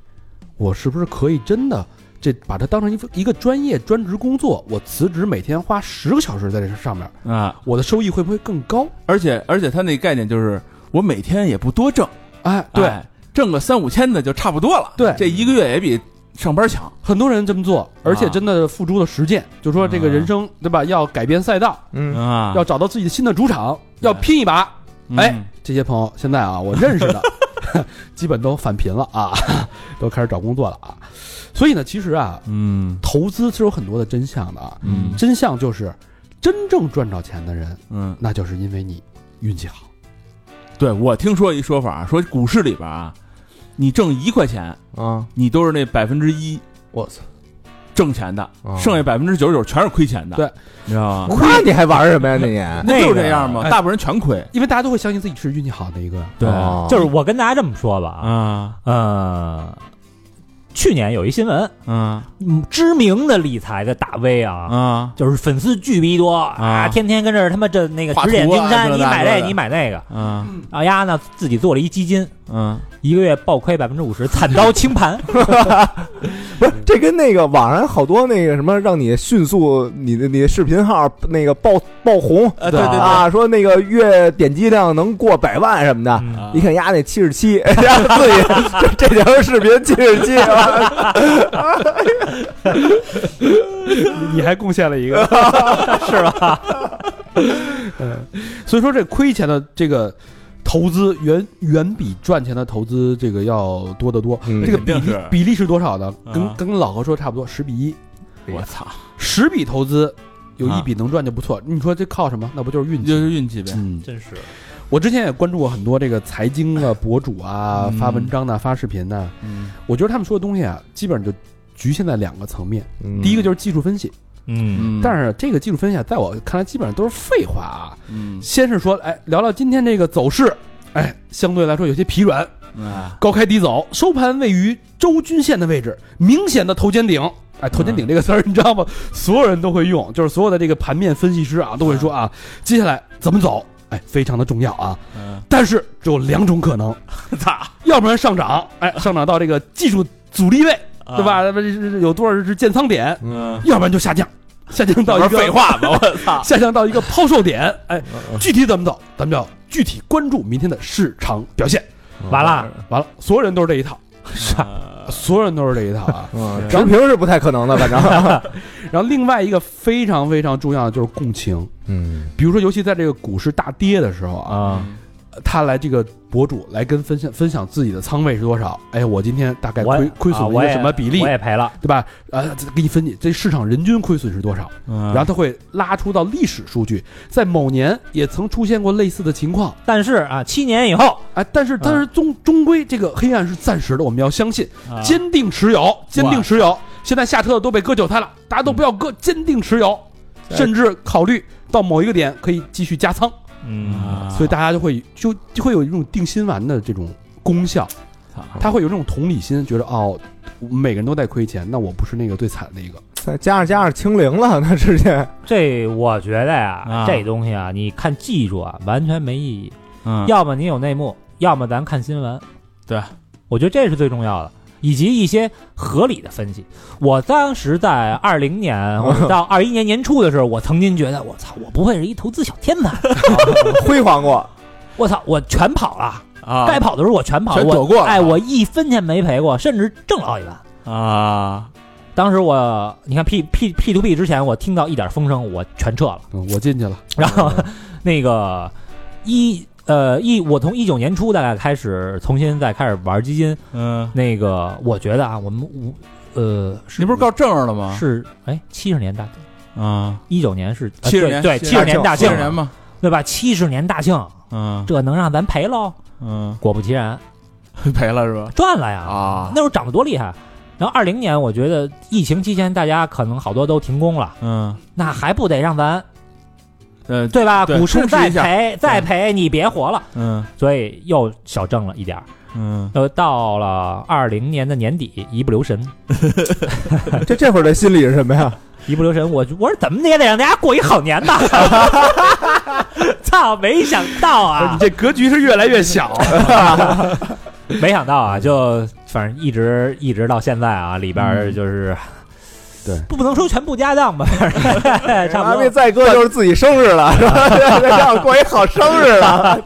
S1: 我是不是可以真的这把它当成一份一个专业专职工作？我辞职每天花十个小时在这上面，
S5: 啊，
S1: 我的收益会不会更高？
S5: 而且而且他那概念就是，我每天也不多挣，
S1: 哎，对，
S5: 哎，挣个三五千的就差不多了，
S1: 对
S5: 这一个月也比上班强，
S1: 很多人这么做，而且真的付诸了实践，就说这个人生对吧？要改变赛道，
S3: 嗯，
S5: 啊
S1: 要找到自己的新的主场，要拼一把。哎，这些朋友现在啊，我认识的 基本都返贫了啊， 都开始找工作了啊。所以呢，其实啊，
S5: 嗯
S1: 投资是有很多的真相的啊。
S5: 嗯
S1: 真相就是，真正赚着钱的人，
S5: 嗯，
S1: 那就是因为你运气好。
S5: 对我听说一说法，说股市里边啊，你挣一块钱，
S3: 啊，
S5: 你都是那百分之一
S3: 我操，
S5: 挣钱的，
S3: 啊
S5: 剩下百分之九十九全是亏钱的，
S1: 对，
S5: 你知道吗？
S3: 那你还玩什么呀？那你
S5: 那
S4: 那
S5: 就
S4: 个
S5: 这样嘛，
S1: 哎
S5: 大部分人全亏，
S1: 因为大家都会相信自己是运气好的一个，
S5: 对
S3: 哦
S4: 就是我跟大家这么说吧啊，
S5: 啊
S4: 呃，去年有一新闻，
S5: 嗯
S4: 嗯知名的理财的大 V 啊，
S5: 啊
S4: 就是粉丝巨逼多啊，天天跟这儿他妈这那个
S5: 画
S4: 指点
S5: 图啊
S4: 江山，
S5: 这
S4: 你买
S5: 那
S4: 这
S5: 的
S4: 你买那个，
S5: 嗯
S4: 啊丫呢自己做了一基金，
S5: 嗯，
S4: 一个月暴亏百分之五十，惨遭清盘。
S3: 不是这跟那个网上好多那个什么让你迅速你的你的视频号那个爆爆红
S5: 呃对对对，
S3: 啊，说那个月点击量能过百万什么的。
S4: 嗯
S3: 一看丫那七十七， 丫自己这这条视频七十七，
S1: 你还贡献了一个，是吧？ 嗯，所以说这亏钱的这个投资远远比赚钱的投资这个要多得多。
S3: 嗯
S1: 这个比
S5: 肯定
S1: 例
S5: 是
S1: 比例是多少呢？
S5: 啊
S1: 跟跟老何说差不多，十比一，
S5: 我操，
S1: 十笔投资有一
S5: 啊
S1: 笔能赚就不错。你说这靠什么？那不就是运
S5: 就
S1: 气？
S5: 是运气呗，
S1: 嗯，
S4: 真是，
S1: 我之前也关注过很多这个财经的博主啊，
S5: 嗯
S1: 发文章呢，发视频呢。
S5: 嗯
S1: 我觉得他们说的东西啊，基本上就局限在两个层面。
S3: 嗯。
S1: 第一个就是技术分析，
S4: 嗯，
S5: 嗯，
S1: 但是这个技术分析啊，在我看来基本上都是废话啊。
S5: 嗯
S1: 先是说，哎，聊聊今天这个走势，哎，相对来说有些疲软，
S5: 啊
S1: 高开低走，收盘位于周均线的位置，明显的头肩顶。哎，头肩顶这个词儿你知道吗？所有人都会用，就是所有的这个盘面分析师啊都会说啊，接下来怎么走，哎，非常的重要啊。
S5: 嗯
S1: 但是只有两种可能，
S5: 操，
S1: 要不然上涨，哎，上涨到这个技术阻力位，对吧？有多少是建仓点？
S5: 嗯，
S1: 要不然就下降，下降到一个
S5: 废话吧，我操，
S1: 啊下降到一个抛售点。哎，
S4: 嗯
S1: 具体怎么走，咱们就要具体关注明天的市场表现。
S4: 完了，
S1: 完了，所有人都是这一套，
S4: 啊
S1: 所有人都是这一套 啊
S3: 嗯，直屏是不太可能的，反正，
S1: 然后另外一个非常非常重要的就是共情，
S3: 嗯
S1: 比如说，尤其在这个股市大跌的时候啊，
S4: 啊，
S1: 他来这个博主来跟分享分享自己的仓位是多少，哎，我今天大概
S4: 我
S1: 亏亏损
S4: 啊
S1: 了一
S4: 我
S1: 个
S4: 也
S1: 什么比例
S4: 我，也赔了，
S1: 对吧？呃，给你分析这市场人均亏损是多少，然
S5: 然
S4: 啊
S1: 后他会拉出到历史数据，在某年也曾出现过类似的情况，
S4: 但是啊，七年以后，
S1: 哎，但是但是终终归这个黑暗是暂时的，我们要相信，
S4: 啊
S1: 坚定持有，坚定持有。现在下车的都被割韭菜了，大家都不要割，坚定持有，
S3: 对
S1: 甚至考虑到某一个点可以继续加仓，
S4: 嗯，
S1: 所以大家就会就就会有一种定心丸的这种功效，
S5: 嗯
S1: 他会有这种同理心，觉得哦，每个人都在亏钱，那我不是那个最惨的一个。
S3: 再加上加上清零了，那直接
S4: 这我觉得呀
S5: 啊，
S4: 这东西啊，你看技术啊，完全没意义。
S5: 嗯
S4: 要么你有内幕，要么咱看新闻。
S5: 对，
S4: 我觉得这是最重要的。以及一些合理的分析。我当时在二零 年或者到二一年年初的时候，我曾经觉得我操，我不会是一投资小天才，
S3: 辉煌过，
S4: 我操，我全跑了，
S9: 啊
S4: 该跑的时候我全跑，
S5: 全走
S4: 我
S5: 过了
S4: 哎，我一分钱没赔过，甚至挣了好几万。
S9: 啊，
S4: 当时我，你看 P P P to P 之前，我听到一点风声，我全撤了。
S1: 嗯，我进去了，
S4: 然后那个一呃一，我从一九年初大概开始重新再开始玩基金。
S5: 嗯，
S4: 那个我觉得啊，我们五呃，是
S5: 你不是告正儿了吗？
S4: 是哎七十年大
S5: 啊，
S4: 一九年是呃
S5: 70
S4: 对
S5: 年70
S4: 对七十年大
S5: 七
S4: 庆
S5: 十年嘛，
S4: 对吧？七十年大庆，
S5: 嗯
S4: 这能让咱赔喽？
S5: 嗯，
S4: 果不其然
S5: 赔了是吧？
S4: 赚了呀！
S5: 啊
S4: 那时候涨得多厉害。然后二零年，我觉得疫情期间大家可能好多都停工了，
S5: 嗯，
S4: 那还不得让咱
S5: 呃，
S4: 对吧？
S5: 对
S4: 股市
S5: 充实
S4: 再
S5: 一下
S4: 赔再赔，你别活了。
S5: 嗯
S4: 所以又小挣了一点儿。
S5: 嗯，
S4: 呃，到了二零年的年底，一不留神，
S3: 这这会儿的心理是什么呀？
S4: 一不留神，我我说怎么的也得让大家过一好年吧。 操，没想到啊，
S10: 这格局是越来越小。
S4: 没想到啊，就反正一直一直到现在啊，里边
S5: 嗯
S4: 儿就是。
S1: 对
S4: 不不能说全部家当吧，反 正哎差不
S3: 阿
S4: 多
S3: 妹。再哥就是自己生日了，是 吧？让我过一好生日了，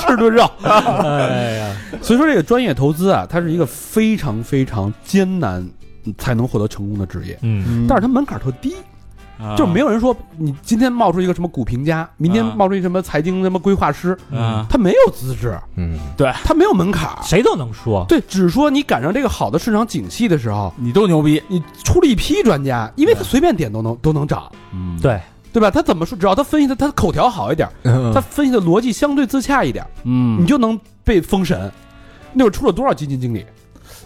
S1: 吃顿肉。
S4: 哎呀，
S1: 所以说，这个专业投资啊，它是一个非常非常艰难才能获得成功的职业，
S4: 嗯，
S1: 但是它门槛特低，就没有人说你今天冒出一个什么股评家，明天
S5: 啊
S1: 冒出一个什么财经什么规划师，
S5: 啊
S1: 他没有资质，
S3: 嗯，
S1: 他没有门槛。
S4: 谁都能说。
S1: 对，只是说你赶上这个好的市场景气的时候，
S5: 你都牛逼，
S1: 你出了一批专家，因为他随便点都能都能涨，
S5: 嗯，
S4: 对，
S1: 对吧？他怎么说，只要他分析的他口条好一点，他分析的逻辑相对自洽一点，
S5: 嗯
S1: 你，就能被封神。那会儿出了多少基金经理？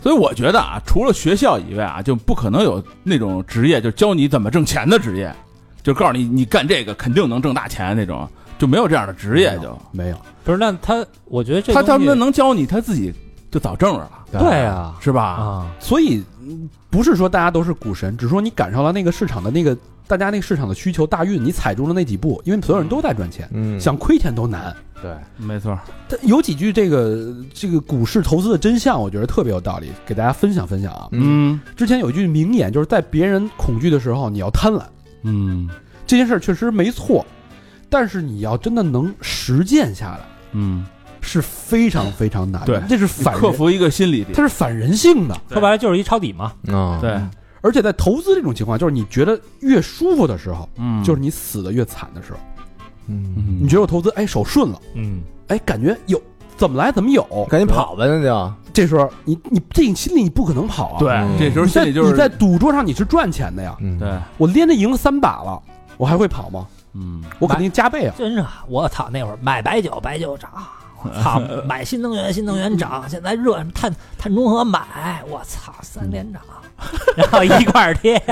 S5: 所以我觉得啊，除了学校以外啊，就不可能有那种职业，就教你怎么挣钱的职业，就告诉你你干这个肯定能挣大钱那种，就没有这样的职业
S1: 没有
S5: 就。
S1: 没有，
S4: 不是，那他，我觉得这
S5: 他他
S4: 东西
S5: 们能教你，他自己就早挣着了，
S4: 对啊
S5: 是吧？
S4: 啊，
S1: 所以嗯不是说大家都是股神，只是说你赶上了那个市场的那个大家那个市场的需求大运，你踩中了那几步，因为所有人都在赚钱，
S3: 嗯
S1: 想亏钱都难。
S3: 对，
S5: 没错，
S1: 它有几句这个这个股市投资的真相，我觉得特别有道理，给大家分享分享啊。
S5: 嗯
S1: 之前有一句名言，就是在别人恐惧的时候，你要贪婪。
S5: 嗯
S1: 这件事儿确实没错，但是你要真的能实践下来，
S5: 嗯，
S1: 是非常非常难的。
S5: 对
S1: 这是反
S5: 克
S1: 人，
S5: 服一个心理的，
S1: 它是反人性的。
S4: 说白了就是一抄底嘛。
S3: 嗯，
S5: 对，
S1: 而且在投资这种情况，就是你觉得越舒服的时候，
S5: 嗯，
S1: 就是你死的越惨的时候。
S3: 嗯，
S5: 嗯
S1: 你觉得我投资，哎，手顺了，
S4: 嗯，
S1: 哎，感觉有怎么来怎么有，
S3: 赶紧跑吧，那就
S1: 这时候你你这你心里你不可能跑啊。
S5: 对
S3: 嗯，
S5: 这时候
S1: 你在
S5: 心里就是
S1: 你在赌桌上你是赚钱的呀，
S3: 嗯
S5: 对，
S1: 我连着赢了三把了，我还会跑吗？
S5: 嗯
S1: 我肯定加倍啊！
S4: 真是啊我操！那会儿买白酒，白 酒涨；我操，买新能源，新能源涨。现在热碳碳中和买，我操，三连涨， 然后一块儿贴。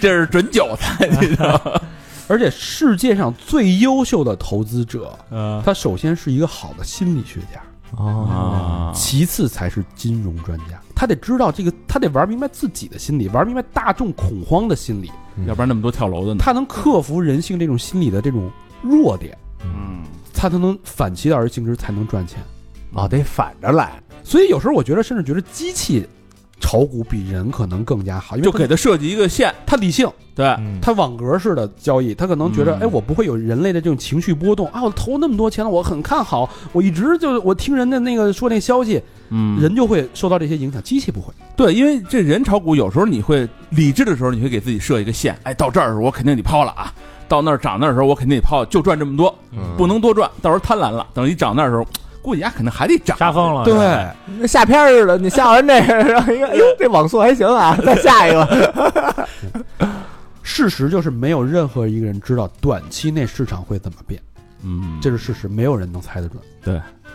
S5: 这是准韭菜，你知道吗？
S1: 而且世界上最优秀的投资者，
S5: 嗯
S1: 他首先是一个好的心理学家，
S5: 啊，
S3: 哦
S1: 其次才是金融专家。他得知道这个，他得玩明白自己的心理，玩明白大众恐慌的心理，
S5: 要不然那么多跳楼的呢？
S1: 他能克服人性这种心理的这种弱点，
S5: 嗯，
S1: 他才能反其道而行之，才能赚钱。
S3: 哦，得反着来，
S1: 所以有时候我觉得，甚至觉得机器炒股比人可能更加好，因为
S5: 就
S1: 它
S5: 给他设计一个线，
S1: 它理性，
S5: 对，
S1: 它网格式的交易，它可能觉得，
S5: 嗯
S1: 哎，我不会有人类的这种情绪波动啊！我投那么多钱了，我很看好，我一直就我听人的那个说那消息，
S5: 嗯
S1: 人就会受到这些影响，机器不会。
S5: 对，因为这人炒股有时候你会理智的时候，你会给自己设一个线，哎，到这儿的时候我肯定得抛了啊，到那儿涨那儿的时候我肯定得抛，就赚这么多，
S3: 嗯
S5: 不能多赚，到时候贪婪了，等一涨那儿的时候，估计家肯定还得涨，嗯
S4: 杀疯了，
S3: 那下片儿似的，你下完这个，然后一个，哎呦，这网速还行啊，再下一个，
S1: 事实就是没有任何一个人知道短期内市场会怎么变，
S5: 嗯，
S1: 这是事实，没有人能猜得准。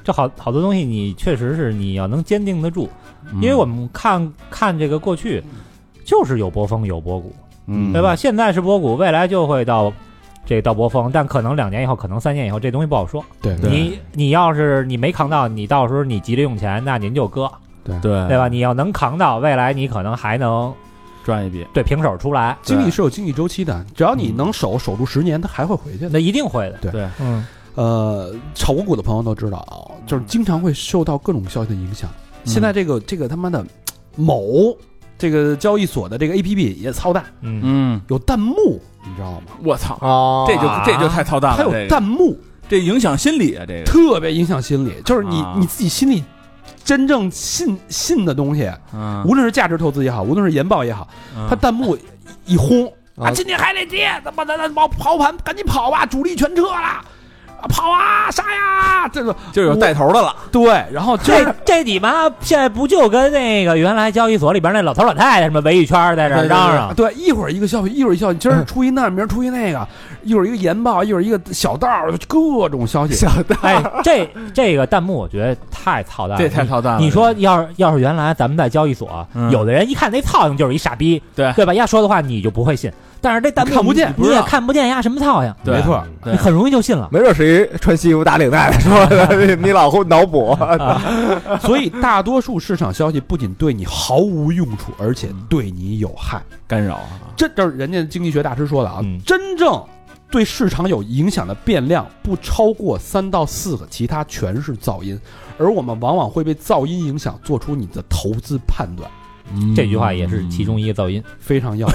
S4: 这好好多东西，你确实是你要能坚定得住，
S5: 嗯
S4: 因为我们看看这个过去，就是有波峰有波谷，
S5: 嗯，
S4: 对吧？？现在是波谷，未来就会到这到波峰，但可能两年以后，可能三年以后，这东西不好说。
S1: 对
S5: 对
S4: 你你要是你没扛到，你到时候你急着用钱，那您就割，
S5: 对
S4: 对吧？？你要能扛到，未来你可能还能
S5: 赚一笔，
S4: 对平手出来，
S1: 经济是有经济周期的，只要
S5: 嗯
S1: 你能守守住十年，它还会回去的。
S4: 那一定会的。
S1: 对
S5: 对，
S4: 嗯，
S5: 嗯
S1: 呃，炒股的朋友都知道啊，就是经常会受到各种消息的影响，现在这个这个他妈的某这个交易所的这个 APP 也操蛋，
S4: 嗯，
S5: 嗯，
S1: 有弹幕，你知道吗？
S5: 我操，
S3: 啊
S5: 这就这就太操蛋了，
S1: 它
S5: 这
S1: 有
S5: 个
S1: 弹幕，
S5: 这影响心理啊，这个
S1: 特别影响心理，就是你
S5: 啊
S1: 你自己心里真正信信的东西，
S5: 嗯
S1: 无论是价值投资也好，无论是研报也好，
S5: 啊
S1: 它弹幕一轰啊，
S3: 啊
S1: 今天还得跌，他妈的那猫抛盘，赶紧跑吧，主力全撤了。啊跑啊，杀呀！这个
S5: 就有带头的了，
S1: 对，然后就是
S4: 这这你妈现在不就跟那个原来交易所里边那老头老太太什么围一圈儿在这儿嚷
S1: 啊
S4: 嚷，
S1: 对，一会儿一个消息，一会儿一消息，今儿出一那，明儿出一那个，一会儿一个研报，一会儿一个小道儿，各种消息。
S3: 想的
S4: 哎，这这个弹幕我觉得太操蛋了，
S5: 这太操蛋了。
S4: 你说要是要是原来咱们在交易所，
S5: 嗯
S4: 有的人一看那操性就是一傻逼，
S5: 对
S4: 对吧？丫说的话你就不会信，但是这弹幕
S1: 你看不见
S4: 你
S5: 不
S4: 你
S5: 知道
S4: 也看不见丫什么操性，
S5: 对
S1: 没错，
S5: 对
S4: 你很容易就信了。
S3: 没准是一穿西服打领带的说的，你老胡脑补。啊
S1: 所以大多数市场消息不仅对你毫无用处，而且对你有害。
S5: 干扰啊，
S1: 这就是人家经济学大师说的啊，
S4: 嗯
S1: 真正对市场有影响的变量不超过三到四个，其他全是噪音。而我们往往会被噪音影响，做出你的投资判断，
S5: 嗯
S4: 这句话也是其中一个噪音。
S1: 非常要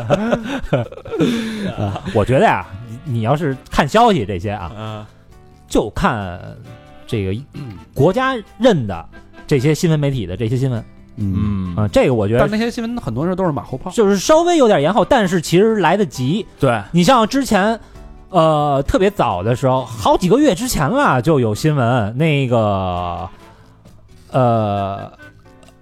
S1: 命。
S4: 我觉得呀、你你要是看消息这些啊，
S5: 嗯
S4: 就看这个国家认的这些新闻媒体的这些新闻
S1: 嗯，
S4: 啊、
S5: 嗯，
S4: 这个我觉
S1: 但
S4: 得
S1: 那些新闻很多时候都是马后炮。
S4: 就是稍微有点延后，但是其实来得及。
S5: 对，
S4: 你像之前，呃，特别早的时候，好几个月之前了，就有新闻，那个，呃，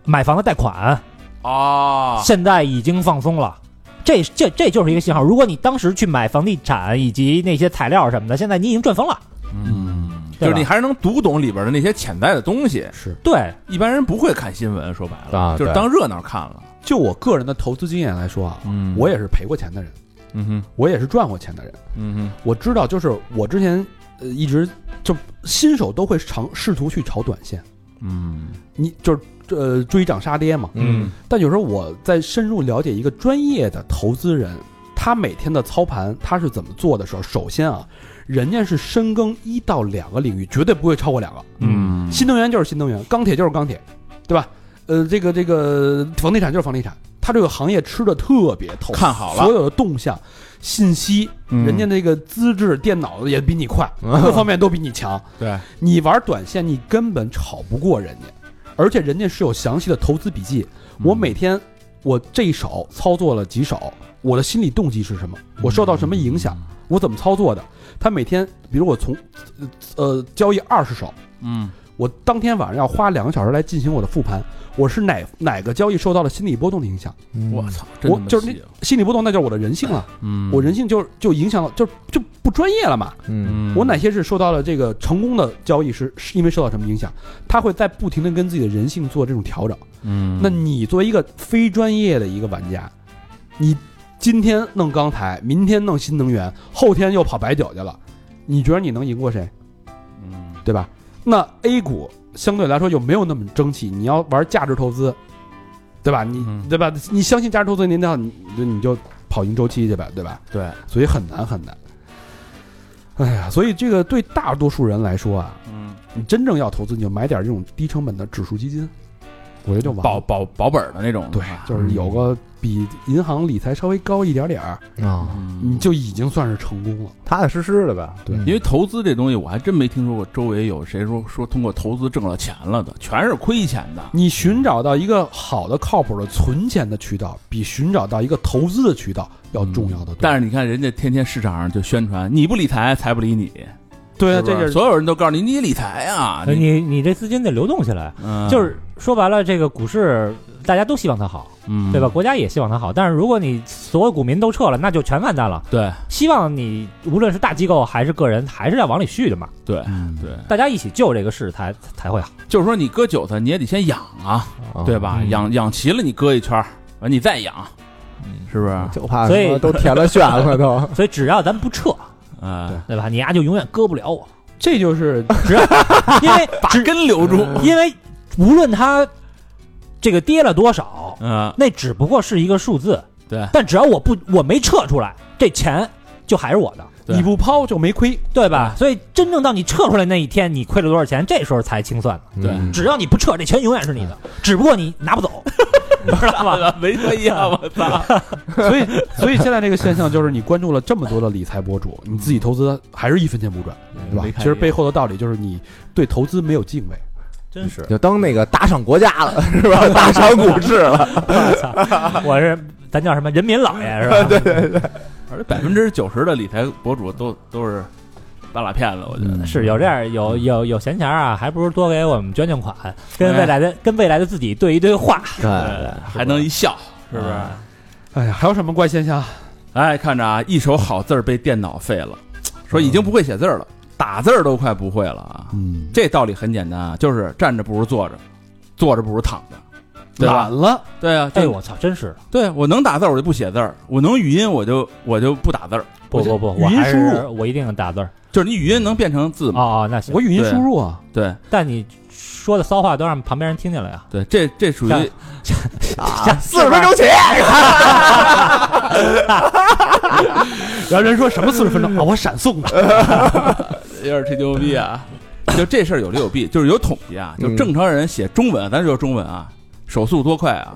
S4: 买房的贷款
S5: 啊，
S4: 现在已经放松了。这这这就是一个信号。如果你当时去买房地产以及那些材料什么的，现在你已经赚疯了。
S5: 嗯，就
S4: 对吧
S5: 是你还是能读懂里边的那些潜在的东西。
S4: 对，
S5: 一般人不会看新闻，说白了，
S3: 啊
S5: 就是
S3: 对
S5: 当热闹看了。
S1: 就我个人的投资经验来说啊，
S5: 嗯
S1: 我也是赔过钱的人，
S5: 嗯哼，
S1: 我也是赚过钱的人。
S5: 嗯
S1: 我知道，就是我之前呃一直就新手都会尝试图去炒短线，
S5: 哼，嗯
S1: 你就是呃追涨杀跌嘛。
S5: 嗯
S1: 但有时候我在深入了解一个专业的投资人，他每天的操盘他是怎么做的时候，首先啊，人家是深耕一到两个领域，绝对不会超过两个。
S5: 嗯
S1: 新能源就是新能源，钢铁就是钢铁，对吧？呃，这个这个房地产就是房地产，它这个行业吃的特别透，
S5: 看好了嗯
S1: 所有的动向、信息，嗯人家那个资质、电脑也比 你快，各方面都比你强。
S5: 嗯对，
S1: 你玩短线，你根本吵不过人家，而且人家是有详细的投资笔记。
S5: 嗯
S1: 我每天我这一手操作了几手，我的心理动机是什么？我受到什么影响？
S5: 嗯
S1: 我怎么操作的？他每天，比如我从呃交易二十手，
S5: 嗯
S1: 我当天晚上要花两个小时来进行我的复盘，我是哪哪个交易受到了心理波动的影响？
S3: 嗯
S5: 我操，真
S1: 我
S5: 他妈
S1: 就是
S5: 细啊
S1: 那心理波动，那就是我的人性了，
S5: 嗯，
S1: 我人性就就影响了，就就不专业了嘛。
S3: 嗯，
S5: 嗯
S1: 我哪些是受到了这个成功的交易是是因为受到什么影响？他会在不停的跟自己的人性做这种调整。
S5: 嗯，
S1: 那你作为一个非专业的一个玩家，你今天弄钢材，明天弄新能源，后天又跑白酒去了，你觉得你能赢过谁？
S5: 嗯
S1: 对吧？那 A 股相对来说又没有那么争气，你要玩价值投资，对吧？你、
S5: 嗯
S1: 对吧？你相信价值投资，您那你就你就跑赢周期去吧，对吧？
S5: 对，
S1: 所以很难很难。哎呀，所以这个对大多数人来说啊，
S5: 嗯
S1: 你真正要投资，你就买点这种低成本的指数基金，我觉得就完
S5: 保
S1: 了。
S5: 保保本的那种，
S1: 对，
S5: 嗯
S1: 就是有个比银行理财稍微高一点点儿，
S3: 啊，
S1: 你
S5: 嗯，
S1: 就已经算是成功了。
S3: 踏踏实实的呗。嗯
S1: 对
S5: 因为投资这东西，我还真没听说过周围有谁说说通过投资挣了钱了的，全是亏钱的。
S1: 你寻找到一个好的、靠谱的存钱的渠道，比寻找到一个投资的渠道要重要的多。
S5: 嗯但
S1: 嗯是，
S5: 是你看，人家天天市场上就宣传，你不理财，财不理你。
S1: 对啊，
S5: 是不
S1: 这
S5: 是
S1: 就是
S5: 所有人都告诉你，你理财啊，
S4: 你你这资金得流动起来。
S5: 嗯
S4: 就是说白了，这个股市大家都希望它好，
S5: 嗯
S4: 对吧？？国家也希望它好，但是如果你所有股民都撤了，那就全完蛋了。
S5: 对
S4: 希望你无论是大机构还是个人，还是要往里续的嘛，
S5: 对对，
S4: 大家一起救这个市才才会好。
S5: 就是说你割韭菜，你也得先养啊，对吧？
S4: 嗯
S5: 养养齐了，你割一圈儿，完你再养，是不是？
S3: 就怕
S4: 所
S3: 什
S4: 以
S3: 么都填了炫了都。
S4: 所以只要咱不撤，
S5: 哎，
S4: 对吧？你丫就永远割不 了我，
S1: 这就是
S4: 因为嗯
S5: 把根留住。
S4: 因为无论它这个跌了多少，
S5: 嗯，
S4: 那只不过是一个数字。
S5: 对
S4: 但只要我不我没撤出来，这钱就还是我的，
S5: 对
S1: 你不抛就没 亏，
S4: 对吧？所以真正到你撤出来那一天，你亏了多少钱，这时候才清算。
S5: 对
S3: 嗯
S4: 只要你不撤，这钱永远是你
S1: 嗯
S4: 的，只不过你拿不 走，知道吧？
S5: 没说一样，我操！
S1: 所以所以现在这个现象就是你关注了这么多的理财博主，你自己投资还是一分钱不赚，对吧
S5: 没？看
S1: 其实
S5: 一眼
S1: 背后的道理就是你对投资没有敬畏。
S4: 真是，
S3: 就当那个打赏国家了，是吧？打赏股市了，
S4: 我操！我是咱叫什么人民老 爷是吧？对对
S5: 而且百分之九十的理财博主都都是半拉骗子，我觉得。
S4: 嗯是有这样有有有闲钱儿啊，还不如多给我们捐捐款，跟未来的跟未来的自己对一对话，啊
S3: 对，
S5: 还能一笑，是不是？
S1: 哎呀，还有什么怪现象？
S5: 哎，看着啊，一手好字儿被电脑废了，说已经不会写字儿了，打字儿都快不会了啊。
S1: 嗯，
S5: 这道理很简单啊，就是站着不如坐着，坐着不如躺着，对
S1: 懒
S5: 吧？
S1: 了，
S5: 对啊，
S4: 哎，
S5: 这
S4: 我操，真是的！
S5: 对我能打字儿我就不写字儿，我能语音我就我就不打字儿，
S4: 不不不，我
S5: 语音
S4: 还
S5: 输
S4: 是
S5: 入
S4: 我一定打字儿。
S5: 就是你语音能变成字吗？
S4: 哦哦，那行，
S1: 嗯我语音
S5: 对
S1: 输入啊，
S5: 对
S4: 但你说的骚话都让旁边人听见了呀。
S5: 对，这这属于
S4: 像
S3: 四十分钟起，
S1: 然后人说什么四十分钟啊，我闪送的，
S5: 有点吹牛逼啊。就这事儿有利有弊，就是有统计啊，就
S3: 嗯
S5: 正常人写中文，咱就说中文啊，手速多快啊，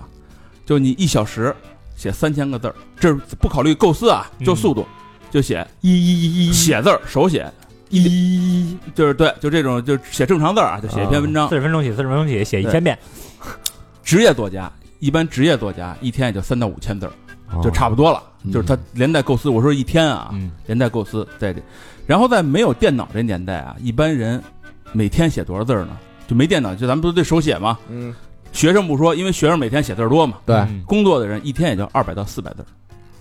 S5: 就你一小时写三千个字儿，这是不考虑构思啊，就速度，就写
S1: 一一一一
S5: 写字儿手写，
S1: 一，
S5: 就是对，就这种就写正常字儿啊，就写一
S1: 哦
S5: 篇文章
S4: 四，十分钟起，四十分钟起，写一千遍，
S5: 职业作家。一般职业作家一天也就三到五千字儿，
S3: 哦
S1: 哦
S5: 就差不多了。
S1: 嗯
S5: 就是他连带构思，我说一天啊，
S4: 嗯，
S5: 连带构思在这。然后在没有电脑这年代啊，一般人每天写多少字儿呢？就没电脑，就咱们不是对手写吗？
S3: 嗯，
S5: 学生不说，因为学生每天写字儿多嘛。
S3: 对，
S4: 嗯
S5: 工作的人一天也就二百到四百字儿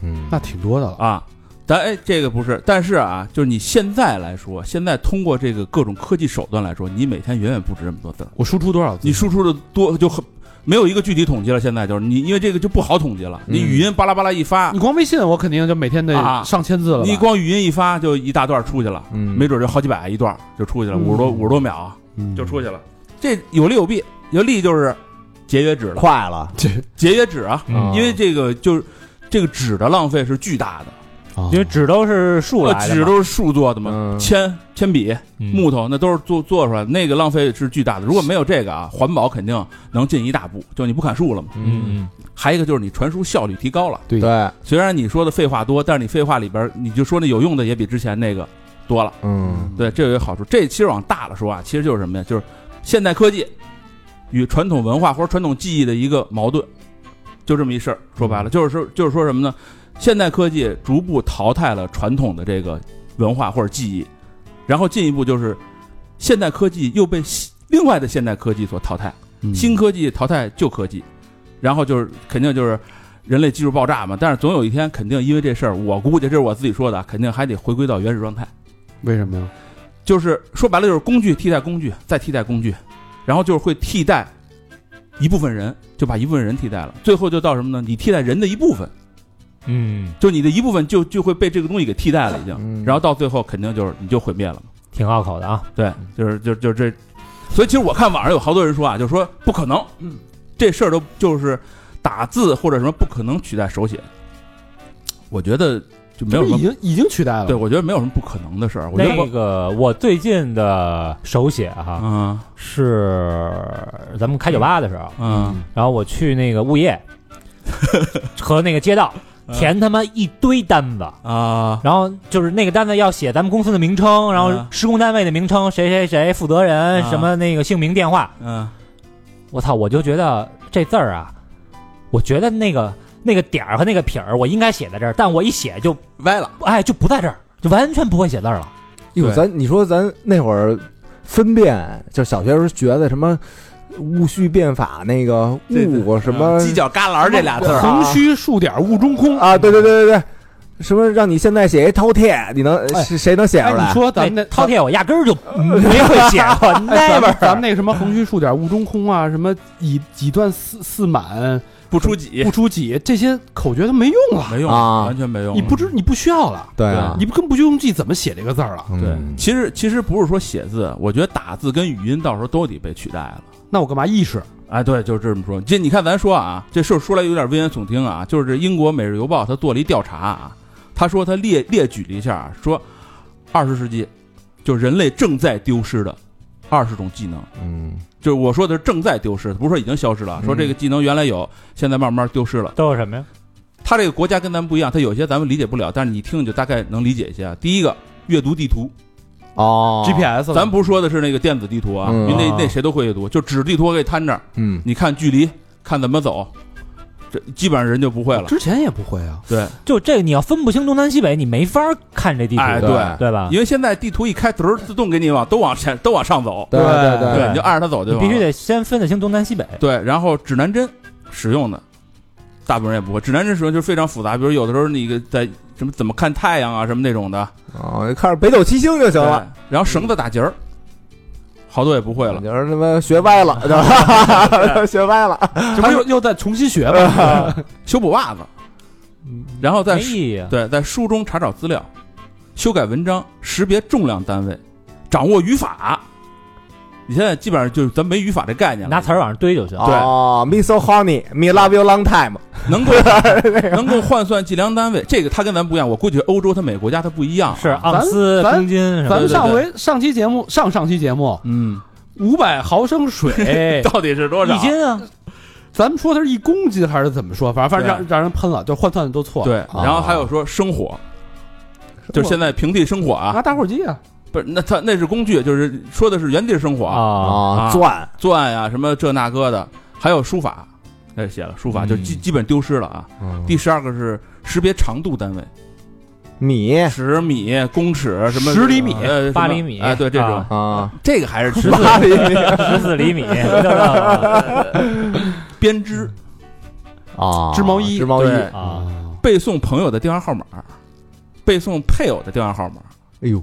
S3: 嗯
S1: 那挺多的了。
S5: 啊。但哎，这个不是，但是啊，就是你现在来说，现在通过这个各种科技手段来说，你每天远远不止这么多字儿，
S1: 我输出多少字？
S5: 你输出的多就很没有一个具体统计了。现在就是你，因为这个就不好统计了，你
S3: 嗯
S5: 语音巴拉巴拉一发
S1: 你，光微信我肯定就每天得
S5: 啊
S1: 上千字了吧。
S5: 你光语音一发就一大段出去了，
S3: 嗯
S5: 没准就好几百一段就出去了，
S1: 嗯
S5: 五十多五十多秒啊
S1: 嗯
S5: 就出去了。这有利有弊，有利就是节约纸了，
S3: 快了，
S5: 节约纸啊，
S3: 哦
S4: 嗯
S5: 因为这个就是这个纸的浪费是巨大的。呃
S1: 啊
S4: 因为纸都是树来的嘛，
S5: 哦纸都是树做的嘛，
S3: 嗯，
S5: 铅、铅笔、
S4: 嗯
S5: 木头那都是做做出来的，那个浪费是巨大的。如果没有这个啊，环保肯定能进一大步，就你不砍树了嘛。
S4: 嗯嗯
S5: 还有一个就是你传输效率提高了，
S3: 对，
S5: 虽然你说的废话多，但是你废话里边儿你就说那有用的也比之前那个多了。
S3: 嗯，
S5: 对，这有一个好处。这其实往大了说啊，其实就是什么呀？就是现代科技与传统文化或者传统技艺的一个矛盾，就这么一事儿。说白了，就是说，就是说什么呢？现代科技逐步淘汰了传统的这个文化或者技艺，然后进一步就是现代科技又被西另外的现代科技所淘汰，
S1: 嗯
S5: 新科技淘汰旧科技，然后就是肯定就是。人类技术爆炸嘛，但是总有一天肯定因为这事儿，我估计这是我自己说的啊，肯定还得回归到原始状态。
S1: 为什么呀？
S5: 就是说白了就是工具替代工具，再替代工具，然后就是会替代一部分人，就把一部分人替代了，最后就到什么呢？你替代人的一部分，
S4: 嗯，
S5: 就你的一部分就就会被这个东西给替代了，已经，
S3: 嗯
S5: 然后到最后肯定就是你就毁灭了嘛。
S4: 挺拗口的啊。
S5: 对，就是就就这，所以其实我看网上有好多人说啊，就说不可能，这事儿都就是打字或者什么不可能取代手写，我觉得就没有
S1: 这
S5: 什
S1: 不
S5: 么
S1: 已。经已经取代了。
S5: 对，，我觉得没有什么不可能的事儿。我觉得
S4: 那
S5: 我，
S4: 个我最近的手写哈
S5: 嗯
S4: 是咱们开酒吧的时候，
S5: 嗯，
S4: 然后我去那个 物业和那个街道
S5: 嗯
S4: 填他妈一堆单子，
S5: 啊，
S4: 然后就是那个单子要写咱们公司的名称，然后
S5: 啊
S4: 施工单位的名称，谁谁谁负责人，
S5: 啊
S4: 什么那个姓名电话。
S5: 嗯，
S4: 我操，我就觉得这字儿啊，我觉得那个那个点儿和那个撇儿，我应该写在这儿，但我一写就
S5: 歪了。
S4: 哎就不在这儿，就完全不会写字儿了。
S5: 对
S3: 哟，咱你说咱那会儿分辨，就小学时候学的什么戊戌变法那个
S5: 对对嗯
S3: 戊什么
S5: 犄角嗯旮旯这俩字儿，
S1: 横须竖点雾中空。
S3: 啊，对对对对对，什么让你现在写一饕餮，你能
S1: 哎
S3: 谁谁能写出
S1: 哎，
S3: 来
S1: 你？说咱们
S4: 那
S1: 那呃
S4: 饕餮我压根儿就没会写，我
S1: 哎咱
S4: never
S1: 们。咱们那个什么横须竖点雾中空啊，什么以几段四四满
S5: 不出己
S1: 不，出几，这些口诀都没用了。
S5: 没用
S3: 啊
S5: 完全没用。
S1: 你不知你不需要了，
S3: 对啊，
S1: 你更不用记怎么写这个字儿了。
S5: 对
S3: 嗯，
S5: 其实其实不是说写字，我觉得打字跟语音到时候都得被取代了。
S1: 那我干嘛意识？
S5: 哎，对，就是这么说。这你看，咱说啊，这事儿说来有点危言耸听啊，就是这英国《每日邮报》它做了一调查啊，他说他列列举了一下啊，说二十世纪就人类正在丢失的二十种技能，
S3: 嗯
S5: 就是我说的是正在丢失，不是说已经消失了。说这个技能原来有，现在慢慢丢失了。
S11: 都有什么呀？
S5: 他这个国家跟咱们不一样，他有些咱们理解不了，但是你听你就大概能理解一下。第一个，阅读地图，
S3: 哦
S1: ，GPS，
S5: 咱不是说的是那个电子地图啊，
S3: 嗯
S5: 因为
S1: 啊
S5: 那那谁都会阅读，就纸地图我给摊这儿，
S3: 嗯
S5: 你看距离，看怎么走，这基本上人就不会了。
S1: 之前也不会啊，
S5: 对，
S11: 就这个你要分不清东南西北，你没法看这地图，
S5: 哎，对，
S11: 对
S4: 啊
S11: 吧？
S5: 因为现在地图一开，嘚儿自动给你往前，都往前，都往上走，
S3: 对对
S5: 你就按着它走就
S11: 你
S5: 完了
S11: 必须得先分得清东南西北。
S5: 对。然后指南针使用的，大部分人也不会。指南针使用就是非常复杂，比如有的时候那个在什么怎么看太阳啊什么那种的，
S3: 哦，看着北斗七星就行了。
S5: 对。然后绳子打结儿，好多也不会了
S3: 你。就是他妈学歪了，对吧？学歪了，
S1: 这不又又在重新学吗？
S5: 修补袜子，然后在
S11: 嗯没
S5: 书
S11: 意义啊。
S5: 对在书中查找资料，修改文章，识别重量单位，掌握语法。你现在基本上就是咱没语法这概念了，
S11: 拿词儿往上堆就行。啊
S5: 对
S3: 哦，Me so honey, me love you long time。
S5: 能够能够换算计量单位，这个它跟咱不一样。我估计欧洲它每个国家它不一样。啊
S11: 是，啊盎司、
S1: 咱
S11: 公斤什
S4: 呃
S1: 咱
S11: 么
S1: 们
S5: 对对
S11: 的。
S1: 上回上期节目上上期节目
S5: 嗯，，
S1: 五百毫升 水
S5: 到底是多少？
S11: 哎一斤 啊，
S1: 咱们说它是一公斤还是怎么说？反正反正让让人喷了，就换算的都错了。
S5: 对，然后还有说生火，就是现在平地生火啊
S1: 拿，打火机啊，
S5: 不是那它那是工具，就是说的是原地生火
S1: 嗯
S11: 啊，
S3: 啊
S5: 啊
S3: 钻
S5: 钻呀、什么这那个的，还有书法，那写了书法就基
S3: 嗯
S5: 基本丢失了啊。第十二个是识别长度单位，
S3: 米啊
S5: 十米、公尺什么
S1: 10厘米
S5: 呃，什么
S11: 八厘米
S5: 哎，对这种
S11: 啊
S3: 啊，
S5: 这个还 是
S11: 十
S5: 十
S11: 四
S3: 八厘米
S11: 十四厘米，知道吗
S5: 编织，
S3: 啊，
S1: 织毛衣
S3: 织毛衣。
S5: 对
S3: 哎
S11: 啊，
S5: 背送朋友的电话号码，背送配偶的电话号码，
S1: 哎
S3: 呦，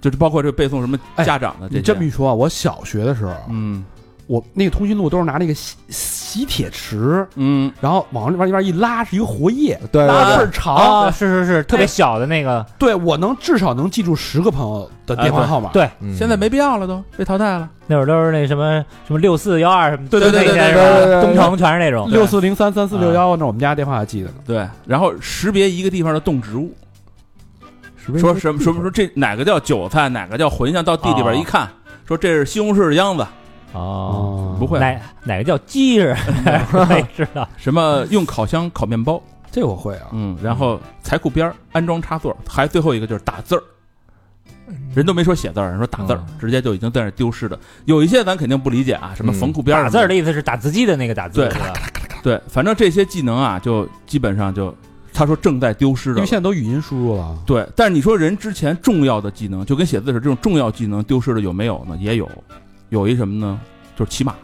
S5: 就是包括这背送什么家长的这
S1: 你
S5: 些。
S1: 这么一说啊，我小学的时候，
S5: 嗯
S1: 我那个通讯录都是拿那个吸吸铁池，
S5: 嗯，
S1: 然后往那边一边一拉，是一个活页，
S3: 对
S1: 拉
S3: 对
S1: 倍
S3: 对
S1: 儿长。
S11: 啊，是是是，特别小的那个，
S1: 对我能至少能记住十个朋友的电话号码。
S11: 对
S3: 嗯，
S5: 现在没必要了都，被淘汰了。
S11: 那会儿都是那什么什么六四幺二什么，
S5: 对对对
S11: 那些
S5: 对对
S11: 是吧
S3: 对对对对
S11: 东城全是那种，
S1: 六四零三三四六幺，那我们家电话还记得呢。
S5: 对，然后识别一个地方的动植物，
S3: 识别
S5: 说什么什么说这哪个叫韭菜，哪个叫茴香，到地里边一看，说这是西红柿的秧子，
S11: 哦。
S1: 嗯
S5: 不会
S11: 哪哪个叫鸡是？ 没知道
S5: 什么用烤箱烤面包，
S1: 这我会啊，
S5: 嗯，然后裁裤边儿安装插座，还最后一个就是打字儿。人都没说写字儿，人说打字儿，直接就已经在那丢失的。有一些咱肯定不理解啊，什么
S3: 嗯
S5: 缝裤边儿
S11: 打
S5: 什
S11: 字
S5: 么
S11: 儿的意思是打字机的那个打字，
S5: 对
S11: 是吧
S5: 对，反正这些技能啊，就基本上就他说正在丢失
S1: 因
S5: 的
S1: 为
S5: 了。
S1: 现在都语音输入了。
S5: 对，但是你说人之前重要的技能，就跟写字似的，这种重要技能丢失的有没有呢？也有，有一什么呢？就是骑马，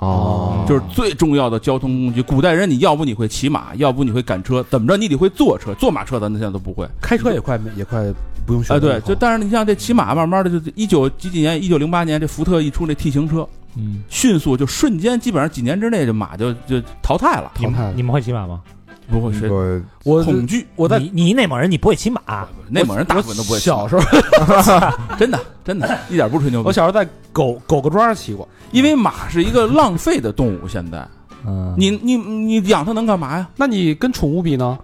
S3: 哦，
S5: 就是最重要的交通工具。古代人，你要不你会骑马，要不你会赶车，怎么着你得会坐车，坐马车咱现在都不会。
S1: 开车也快也快不用学
S5: 哎，
S1: 了以后。
S5: 对，就但是你像这骑马，慢慢的就一九几几年，一九零八年这福特一出那 T 型车，
S11: 嗯，
S5: 迅速就瞬间，基本上几年之内这马就就淘汰了，
S11: 你
S1: 淘汰
S11: 们
S1: 了
S11: 嗯你们会骑马吗？
S5: 不会
S3: 这
S5: 谁
S3: 个
S1: 我
S5: 恐惧。
S1: 我在
S11: 你你内蒙人，你不会骑马，啊
S5: 内蒙人大部分都不会骑嗯马，
S1: 小时候，
S5: 真的真的， 一点不吹牛逼
S1: 我。小时候在狗狗各庄骑过，
S5: 因为马是一个浪费的动物，现在
S11: 嗯
S5: 你你你养它能干嘛呀？
S1: 那你跟宠物比呢？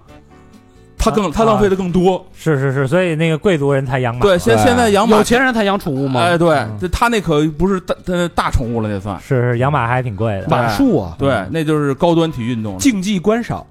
S5: 它更它浪费的更多。哎
S11: 是是是，所以那个贵族人才养马，
S5: 对，现
S3: 对
S5: 现在养马
S1: 有，钱人才养宠物吗？
S5: 哎，对，这它那可不是大它大宠物了，那算
S11: 是是养马还挺贵的。
S1: 马术啊，
S5: 对，那就是高端体育运动了。
S1: 竞技观赏，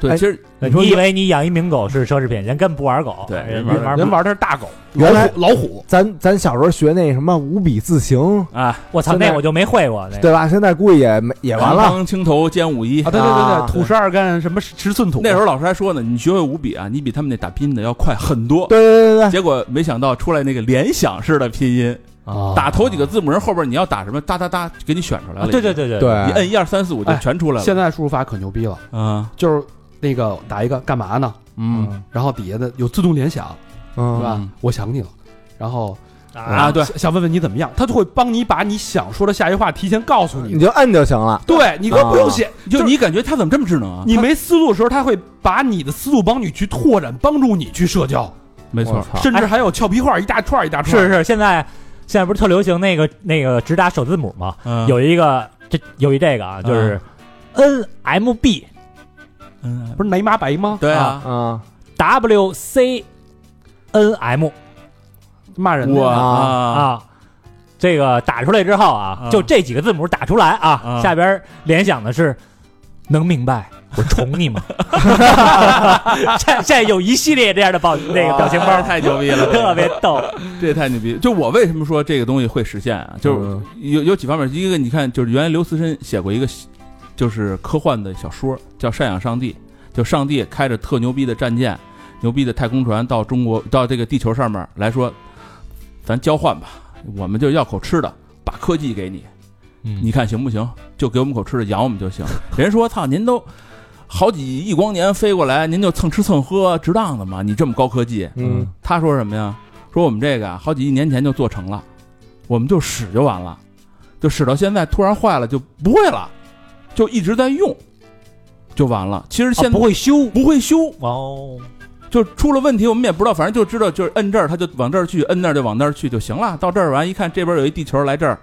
S5: 对，
S3: 哎
S5: 其实
S11: 对
S3: 你说
S11: 呃你以
S3: 有
S11: 为你养一名狗是奢侈品，人根本不玩狗，
S5: 对
S11: 人
S5: 人嗯玩
S11: 玩
S1: 人
S11: 马。
S1: 玩的是大狗，
S3: 原来
S1: 老虎老虎，
S3: 咱咱小时候学那什么五笔字形，
S5: 啊，
S11: 我操，
S3: 现在
S11: 那我就没会过那个。
S3: 对吧？现在估计也没也完了。
S5: 郎当青头兼武艺
S1: 啊，。对对
S3: 啊
S1: 对对，土十二干什么十寸土，
S5: 那时候老师还说呢，你学会五笔啊，你比他们那打拼音的要快很多。
S3: 对对对对
S5: 结果没想到出来那个联想式的拼音，
S1: 啊
S5: 打头几个字母，人后边你要打什么哒哒哒，给你选出来
S11: 啊
S5: 了。
S11: 对对，对对
S3: 对，
S5: 你摁一二三四五就
S1: 哎
S5: 全出来了
S1: 现。在输入法可牛逼了，
S5: 啊，
S1: 就是那个打一个干嘛呢？
S5: 嗯，
S1: 然后底下的有自动联想，是
S3: 嗯
S1: 吧
S5: 嗯？
S1: 我想你了，然后
S5: 啊对
S1: 想想问问你怎么样，他就会帮你把你想说的下一句话提前告诉
S3: 嗯你
S1: 你。
S3: 就摁就行了。
S1: 对你都不用写，
S5: 就是你感觉他怎么这么智能啊？
S1: 你没思路的时候，他会把你的思路帮你去拓展，帮助你去社交，
S5: 没错
S3: 我，操
S1: 甚至还有俏皮话一大串儿一大串儿。
S11: 是是，现在现在不是特流行那个那个直打首字母吗？
S5: 嗯
S11: 有一个这有一这个啊，就是 N M B，
S5: 嗯
S1: 不是奶妈白吗？
S5: 对
S11: 啊
S5: 啊，
S3: 啊，
S4: W C N M
S1: 骂人的
S5: 哇
S3: 啊
S5: 啊
S4: 啊，这个打出来之后啊，
S5: 啊
S4: 就这几个字母打出来啊，
S5: 啊
S4: 下边联想的是能明白我宠你吗？ 现现在有一系列这样的表那啊个表情包，
S5: 哎太牛逼了，
S4: 特别逗。
S5: 这也太牛逼了！就我为什么说这个东西会实现啊？就是
S1: 嗯
S5: 有有几方面，一个你看，就是原来刘慈欣写过一个就是科幻的小说，叫《赡养上帝》，就上帝开着特牛逼的战舰、牛逼的太空船到中国到这个地球上面来说，咱交换吧，我们就要口吃的，把科技给你，你
S4: 你
S5: 看行不行？就给我们口吃的，养我们就行。人说操，您都好几亿光年飞过来，您就蹭吃蹭喝，值当的吗？你这么高科技，
S3: 嗯
S5: 他说什么呀？说我们这个啊，好几亿年前就做成了，我们就使就完了，就使到现在突然坏了就不会了，就一直在用，就完了。其实现在、
S4: 啊不会修
S5: 不会修，
S4: 哦，
S5: 就出了问题我们也不知道，反正就知道就是摁这儿他就往这儿去，摁那儿就往那儿去就行了。到这儿完一看这边有一地球来这儿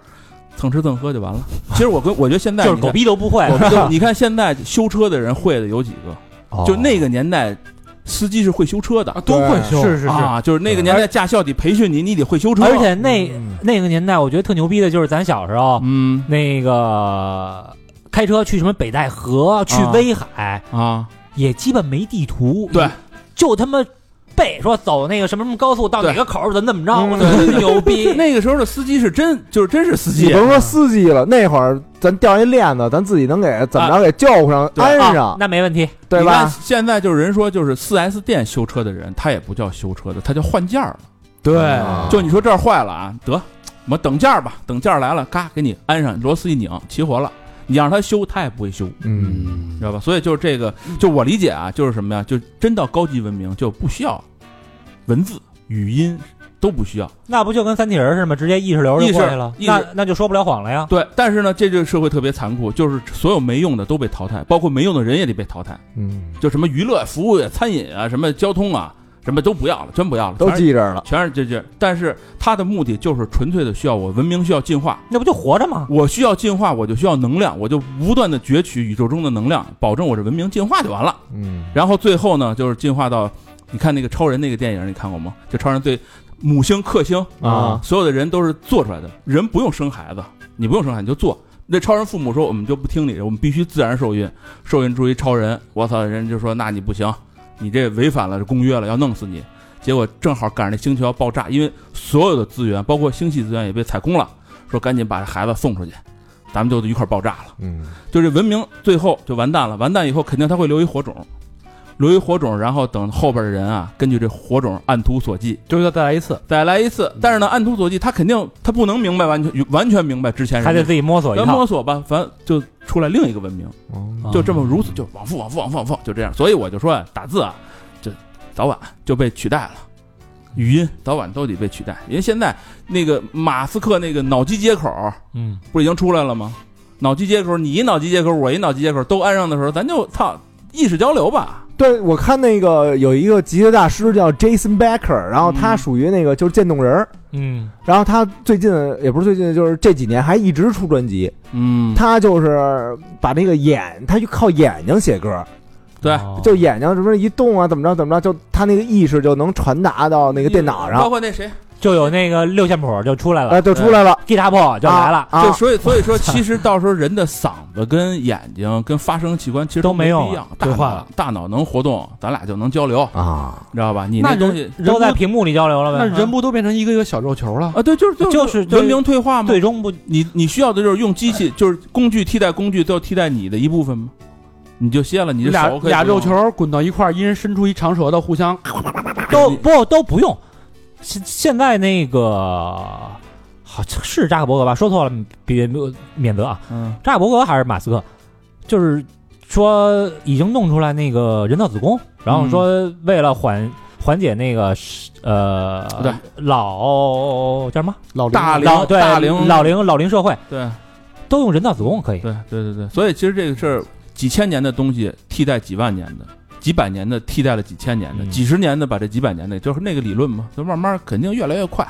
S5: 蹭吃蹭喝就完了。其实我跟我觉得现在
S4: 就是
S5: 你看
S4: 狗逼都不会。
S5: 我们就你看现在修车的人会的有几 个？
S4: 哦
S3: 嗯
S5: 就那
S3: 哦
S5: 个年代，司机是会修车的
S1: 啊，都会修，
S4: 是是是，
S5: 啊，就是那个年代驾校得培训你，你得会修车。
S4: 而且那
S3: 嗯
S4: 那个年代，我觉得特牛逼的就是咱小时候
S5: 嗯
S4: 那个开车去什么北戴河、去
S5: 啊
S4: 威海，
S5: 啊，
S4: 也基本没地图，
S5: 对，！
S4: 就他妈背说走那个什么什么高速到哪个口儿怎么怎么着，我操，真牛 逼
S5: 那个时候的司机是真就是真是司
S3: 你
S5: 机
S3: 甭说司机了，那会儿咱掉一链子，咱自己能给怎么着给救上、
S5: 对
S3: 安
S4: 啊
S3: 上，
S4: 那没问题，
S3: 对
S5: 你看
S3: 吧？
S5: 现在就是人说就是四 S 店修车的人，他也不叫修车的，他叫换件儿。
S1: 对
S3: 啊
S5: 就你说这儿坏了啊，得我们等件儿吧，等件儿来了，嘎给你安上，螺丝一拧，齐活了。你让他修，他也不会修，
S3: 嗯，
S5: 知道吧？所以就是这个，就我理解啊，就是什么呀？就真到高级文明就不需要文字、语音都不需要。
S4: 那不就跟三体人似的吗？直接意识流就
S5: 意识
S4: 过去了，
S5: 意识
S4: 那那就说不了谎了呀。
S5: 对，但是呢，这这个社会特别残酷，就是所有没用的都被淘汰，包括没用的人也得被淘汰。
S3: 嗯，
S5: 就什么娱乐、服务业、餐饮啊，什么交通啊，什么都不要了，全不要了，
S3: 都
S5: 全是
S3: 记着了。
S5: 全是这这。但是它的目的就是纯粹的需要我文明需要进化，
S4: 那不就活着吗？
S5: 我需要进化，我就需要能量，我就不断的攫取宇宙中的能量，保证我这文明进化就完了。
S3: 嗯，
S5: 然后最后呢，就是进化到，你看那个超人那个电影，你看过吗？就超人对母星、克星
S3: 啊
S5: 所有的人都是做出来的，人不用生孩子，你不用生孩子你就做。那超人父母说我们就不听你，的，我们必须自然受孕，受孕出一超人，我操，人就说那你不行，你这违反了公约了，要弄死你。结果正好赶上那星球要爆炸，因为所有的资源，包括星系资源也被采空了，说赶紧把孩子送出去，咱们就一块儿爆炸了。
S3: 嗯，
S5: 就这文明最后就完蛋了，完蛋以后肯定它会留一火种，留一火种，然后等后边的人啊，根据这火种按图索骥，
S1: 就要再来一次，
S5: 再来一
S4: 嗯
S5: 次。但是呢，按图索骥，他肯定他不能明白完全完全明白之前
S4: 还
S5: 人
S4: 得
S5: 的，
S4: 自己摸索一
S5: 咱
S4: 套嗯
S5: 摸，索吧，反正就出来另一个文明，
S1: 嗯
S3: 哦
S5: 就这么如此就往复往复往复往复就这样。所以我就说啊，打字啊，这早晚就被取代了。语音早晚都得被取代，因为现在那个马斯克那个脑机接口，
S4: 嗯，
S5: 不是已经出来了吗？脑机接口，你一脑机接口，我一脑机接口都安上的时候，咱就操意识交流吧。
S3: 对，我看那个有一个吉他大师叫 Jason Becker，然后他
S5: 嗯
S3: 属于那个就是渐冻人儿，
S4: 嗯，
S3: 然后他最近也不是最近，就是这几年还一直出专辑，
S5: 嗯，
S3: 他就是把那个眼，他就靠眼睛写歌，
S5: 对，
S4: 哦
S3: 就眼睛什么一动啊，怎么着怎么着，就他那个意识就能传达到那个电脑
S5: 包
S3: 上，
S5: 括那谁，
S4: 就有那个六线谱就出来
S5: 呃
S4: 了
S3: 哎，就出来了，
S4: ，G 大破就来了，
S3: 啊
S5: 就所以所以说，其实到时候人的嗓子跟眼睛跟发声器官其实
S4: 都没
S5: 没
S4: 用
S5: 一样
S4: 了，
S5: 大
S4: 退化
S5: 脑
S4: 了
S5: 大脑能活动，咱俩就能交流，
S3: 啊，
S5: 你知道吧？你
S1: 那
S5: 东
S1: 人
S5: 西
S1: 人
S4: 都在
S1: 不
S4: 屏幕里交流了呗。啊
S1: 那呃人不都变成一个一个小肉球了？
S5: 啊，对，就是
S4: 就是就是
S5: 文明退化嘛。
S4: 最终不
S5: 你你需要的就是用机器，就是工具替代工具，都替代你的一部分吗？你就歇了，你就
S1: 俩
S5: 手可以
S1: 俩
S5: 不用
S1: 肉球滚到一块儿，一人伸出一长舌头，互相
S4: 都不都不用。现现在那个好像是扎克伯格吧？说错了，别免责啊！
S5: 嗯
S4: 扎克伯格还是马斯克，就是说已经弄出来那个人造子宫，然
S5: 嗯
S4: 后说为了缓缓解那个呃
S5: 对
S4: 老叫什么
S1: 老
S5: 大
S4: 老
S5: 龄
S4: 对
S5: 大龄
S4: 老龄老龄社会
S5: 对。
S4: 都用人造子宫可以。
S5: 对对对对，所以其实这个事儿，几千年的东西替代几万年的，几百年的替代了几千年的，
S4: 嗯
S5: 几十年的把这几百年的，就是那个理论嘛，就慢慢肯定越来越快。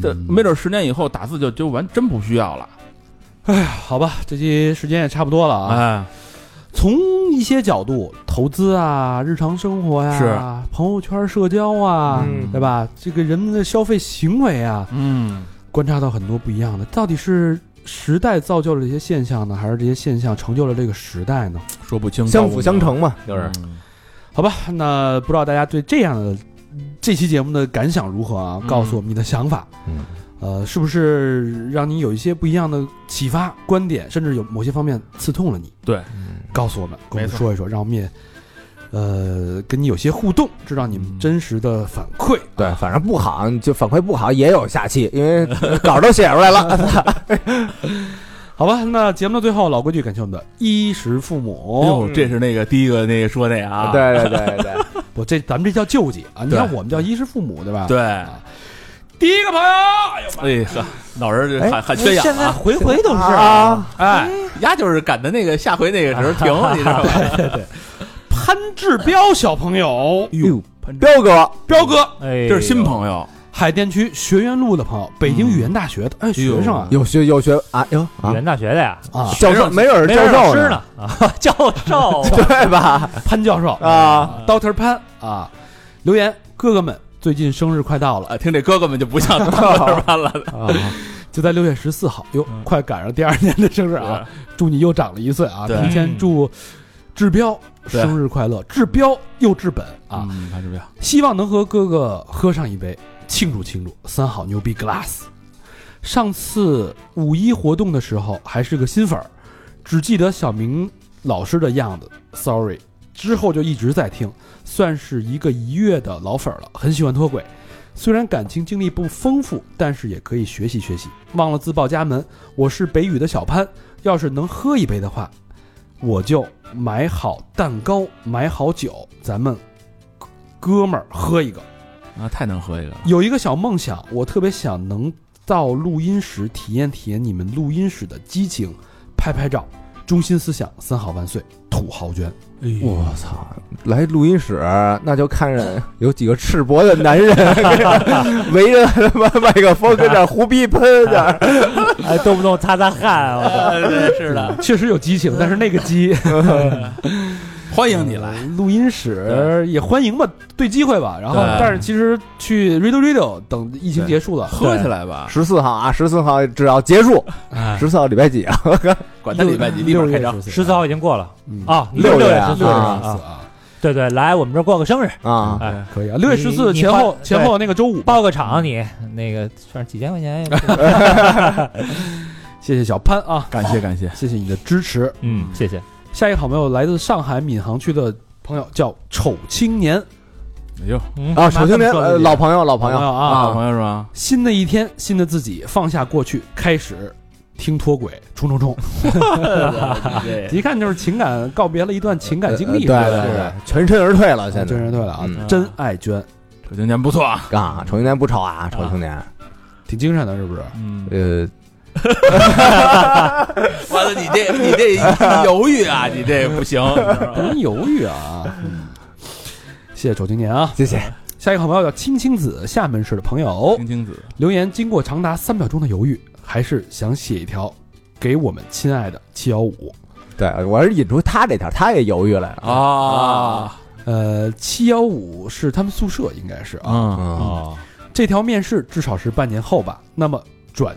S5: 这没准十年以后打字就就完真不需要了。
S1: 哎好吧，这期时间也差不多了啊。
S5: 哎，
S1: 从一些角度，投资啊，日常生活呀、
S5: 是
S1: 朋友圈社交啊，
S3: 嗯
S1: 对吧？这个人们的消费行为啊，
S6: 嗯，
S1: 观察到很多不一样的。到底是时代造就了这些现象呢，还是这些现象成就了这个时代呢？
S5: 说不清，
S3: 相辅相，成嘛，就
S5: 就是是
S1: 好吧，那不知道大家对这样的这期节目的感想如何啊？
S5: 嗯
S1: 告诉我们你的想法。
S3: 嗯
S1: 呃，是不是让你有一些不一样的启发、观点，甚至有某些方面刺痛了你？
S5: 嗯
S1: 告诉我们，跟我们说一说，让我们也呃跟你有些互动，知道你们
S5: 嗯
S1: 真实的反馈。
S3: 对，反正不好就反馈不好也有下期，因为稿儿都写出来了。
S1: 好吧，那节目的最后，老规矩，感谢我们的衣食父
S5: 哦，
S1: 母。
S5: 这是那个第一个那个说那 啊，
S3: 对对对对对，
S1: 不，这咱们这叫救济啊，你
S5: 对
S1: 看我们叫衣食父母，对吧？。
S5: 对，
S1: 第一个朋友，
S5: 哎呵，老人这
S3: 哎
S5: 喊喊缺氧
S11: 现在
S5: 啊，
S11: 回回都是
S3: 啊，
S5: 哎，丫就是赶的那个下回那个时候
S3: 哎
S5: 停，你知道吧？
S1: 潘志彪小朋友，
S5: 哟，
S3: 彪哥，
S1: 彪哥，
S11: 哎，
S5: 这是新朋友，
S1: 海淀区学院路的朋友，北京语言大学的，哎，学生啊，
S3: 有学有学啊哟
S11: 语
S3: 啊，
S11: 言大学的呀，
S1: 啊，
S3: 教授没准是
S11: 没
S3: 教
S11: 人老
S3: 授
S11: 师，呢啊，教
S3: 哦
S11: 授
S3: 对吧？
S1: 潘教授
S3: 啊，
S1: ，Doctor 潘啊，留言，哥哥们，最近生日快到了，
S5: 啊，听这哥哥们就不像二班了，
S1: 就在六月十四号，哟，
S11: 嗯
S1: 快赶上第二年的生日啊！祝你又长了一岁啊！
S5: 对
S1: 提前祝志彪生日快乐，志彪又志本啊！
S5: 嗯，潘志彪，
S1: 希望能和哥哥喝上一杯，庆祝庆祝。三好牛逼 glass。上次五一活动的时候还是个新粉儿，只记得小明老师的样子，sorry。之后就一直在听，算是一个一月的老粉儿了，很喜欢脱轨。虽然感情经历不丰富，但是也可以学习学习。忘了自报家门，我是北语的小潘，要是能喝一杯的话，我就买好蛋糕，买好酒，咱们哥们儿喝一个。
S5: 啊，太能喝一个了，
S1: 有一个小梦想，我特别想能到录音室体验体验你们录音室的激情，拍拍照。中心思想：三好万岁，土豪捐。
S4: 哎
S3: 我操！来录音室，那就看着有几个赤膊的男 人围着他妈麦克风跟那儿胡逼喷点儿，
S11: 哎，动不动擦擦汗，我
S4: 啊
S11: 操
S5: 是 的，
S1: 确实有激情，但是那个激，
S5: 欢迎你来，
S1: 呃录音室
S5: 对
S1: 也欢迎吧，对机会吧。然后
S5: 对，
S1: 但是其实去 Radio Radio 等疫情
S5: 对
S1: 结束了，
S5: 喝起来吧，
S3: 十四号啊，十四号只要结束，
S4: 哎
S3: 十四号礼拜几啊？
S5: 管他礼拜几，立马
S1: 六
S5: 开
S1: 月
S5: 张，
S11: 十四号已经过了
S1: 嗯
S11: 啊，
S3: 六
S11: 月
S3: 月啊
S11: 十四
S1: 六月十四
S11: 啊，
S1: 啊，
S11: 对对，来我们这儿过个生日，
S3: 啊，
S11: 哎，
S1: 可以啊，六月十四
S11: 你
S1: 前后
S11: 你
S1: 前后那个周五吧。
S11: 包个场啊你那个算是几千块钱，
S1: 谢谢小潘啊，
S5: 感谢感谢，
S1: 谢谢你的支持。
S11: 嗯，谢谢，
S1: 下一个好朋友来自上海闵行区的朋友叫丑青年。
S5: 哎呦，
S11: 嗯
S3: 啊，首青年
S11: 妈这么说的
S3: 呃老朋友老朋友
S1: 老朋友啊
S5: 啊，朋友是吧？
S1: 新的一天，新的自己，放下过去，开始听脱轨，冲冲 冲！一看就是情感告别了一段情感经历，
S3: 呃
S1: 是
S3: 对
S1: 吧
S3: 对对，全身而退了，现
S1: 啊
S3: 在
S1: 真人对了啊，
S3: 嗯
S1: 真爱娟
S5: 这今年不错啊，
S3: 啊，丑青年不丑啊，丑青年，
S1: 挺精神的，是不是？
S5: 嗯，
S3: 呃，
S5: 完了，你这你这犹豫啊，你这不行，
S3: 嗯
S1: 不能犹豫 啊！谢谢丑青年啊！
S3: 谢谢，
S1: 下一个好朋友叫青青子，厦门市的朋友
S5: 青
S3: 嗯
S5: 青子，
S1: 留言，经过长达三秒钟的犹豫，还是想写一条给我们亲爱的七幺五。
S3: 对我是引出他这条，他也犹豫了啊，
S5: 啊
S1: 呃，七幺五是他们宿舍应该是啊，
S5: 嗯
S3: 嗯
S11: 哦，
S1: 这条面试至少是半年后吧。那么转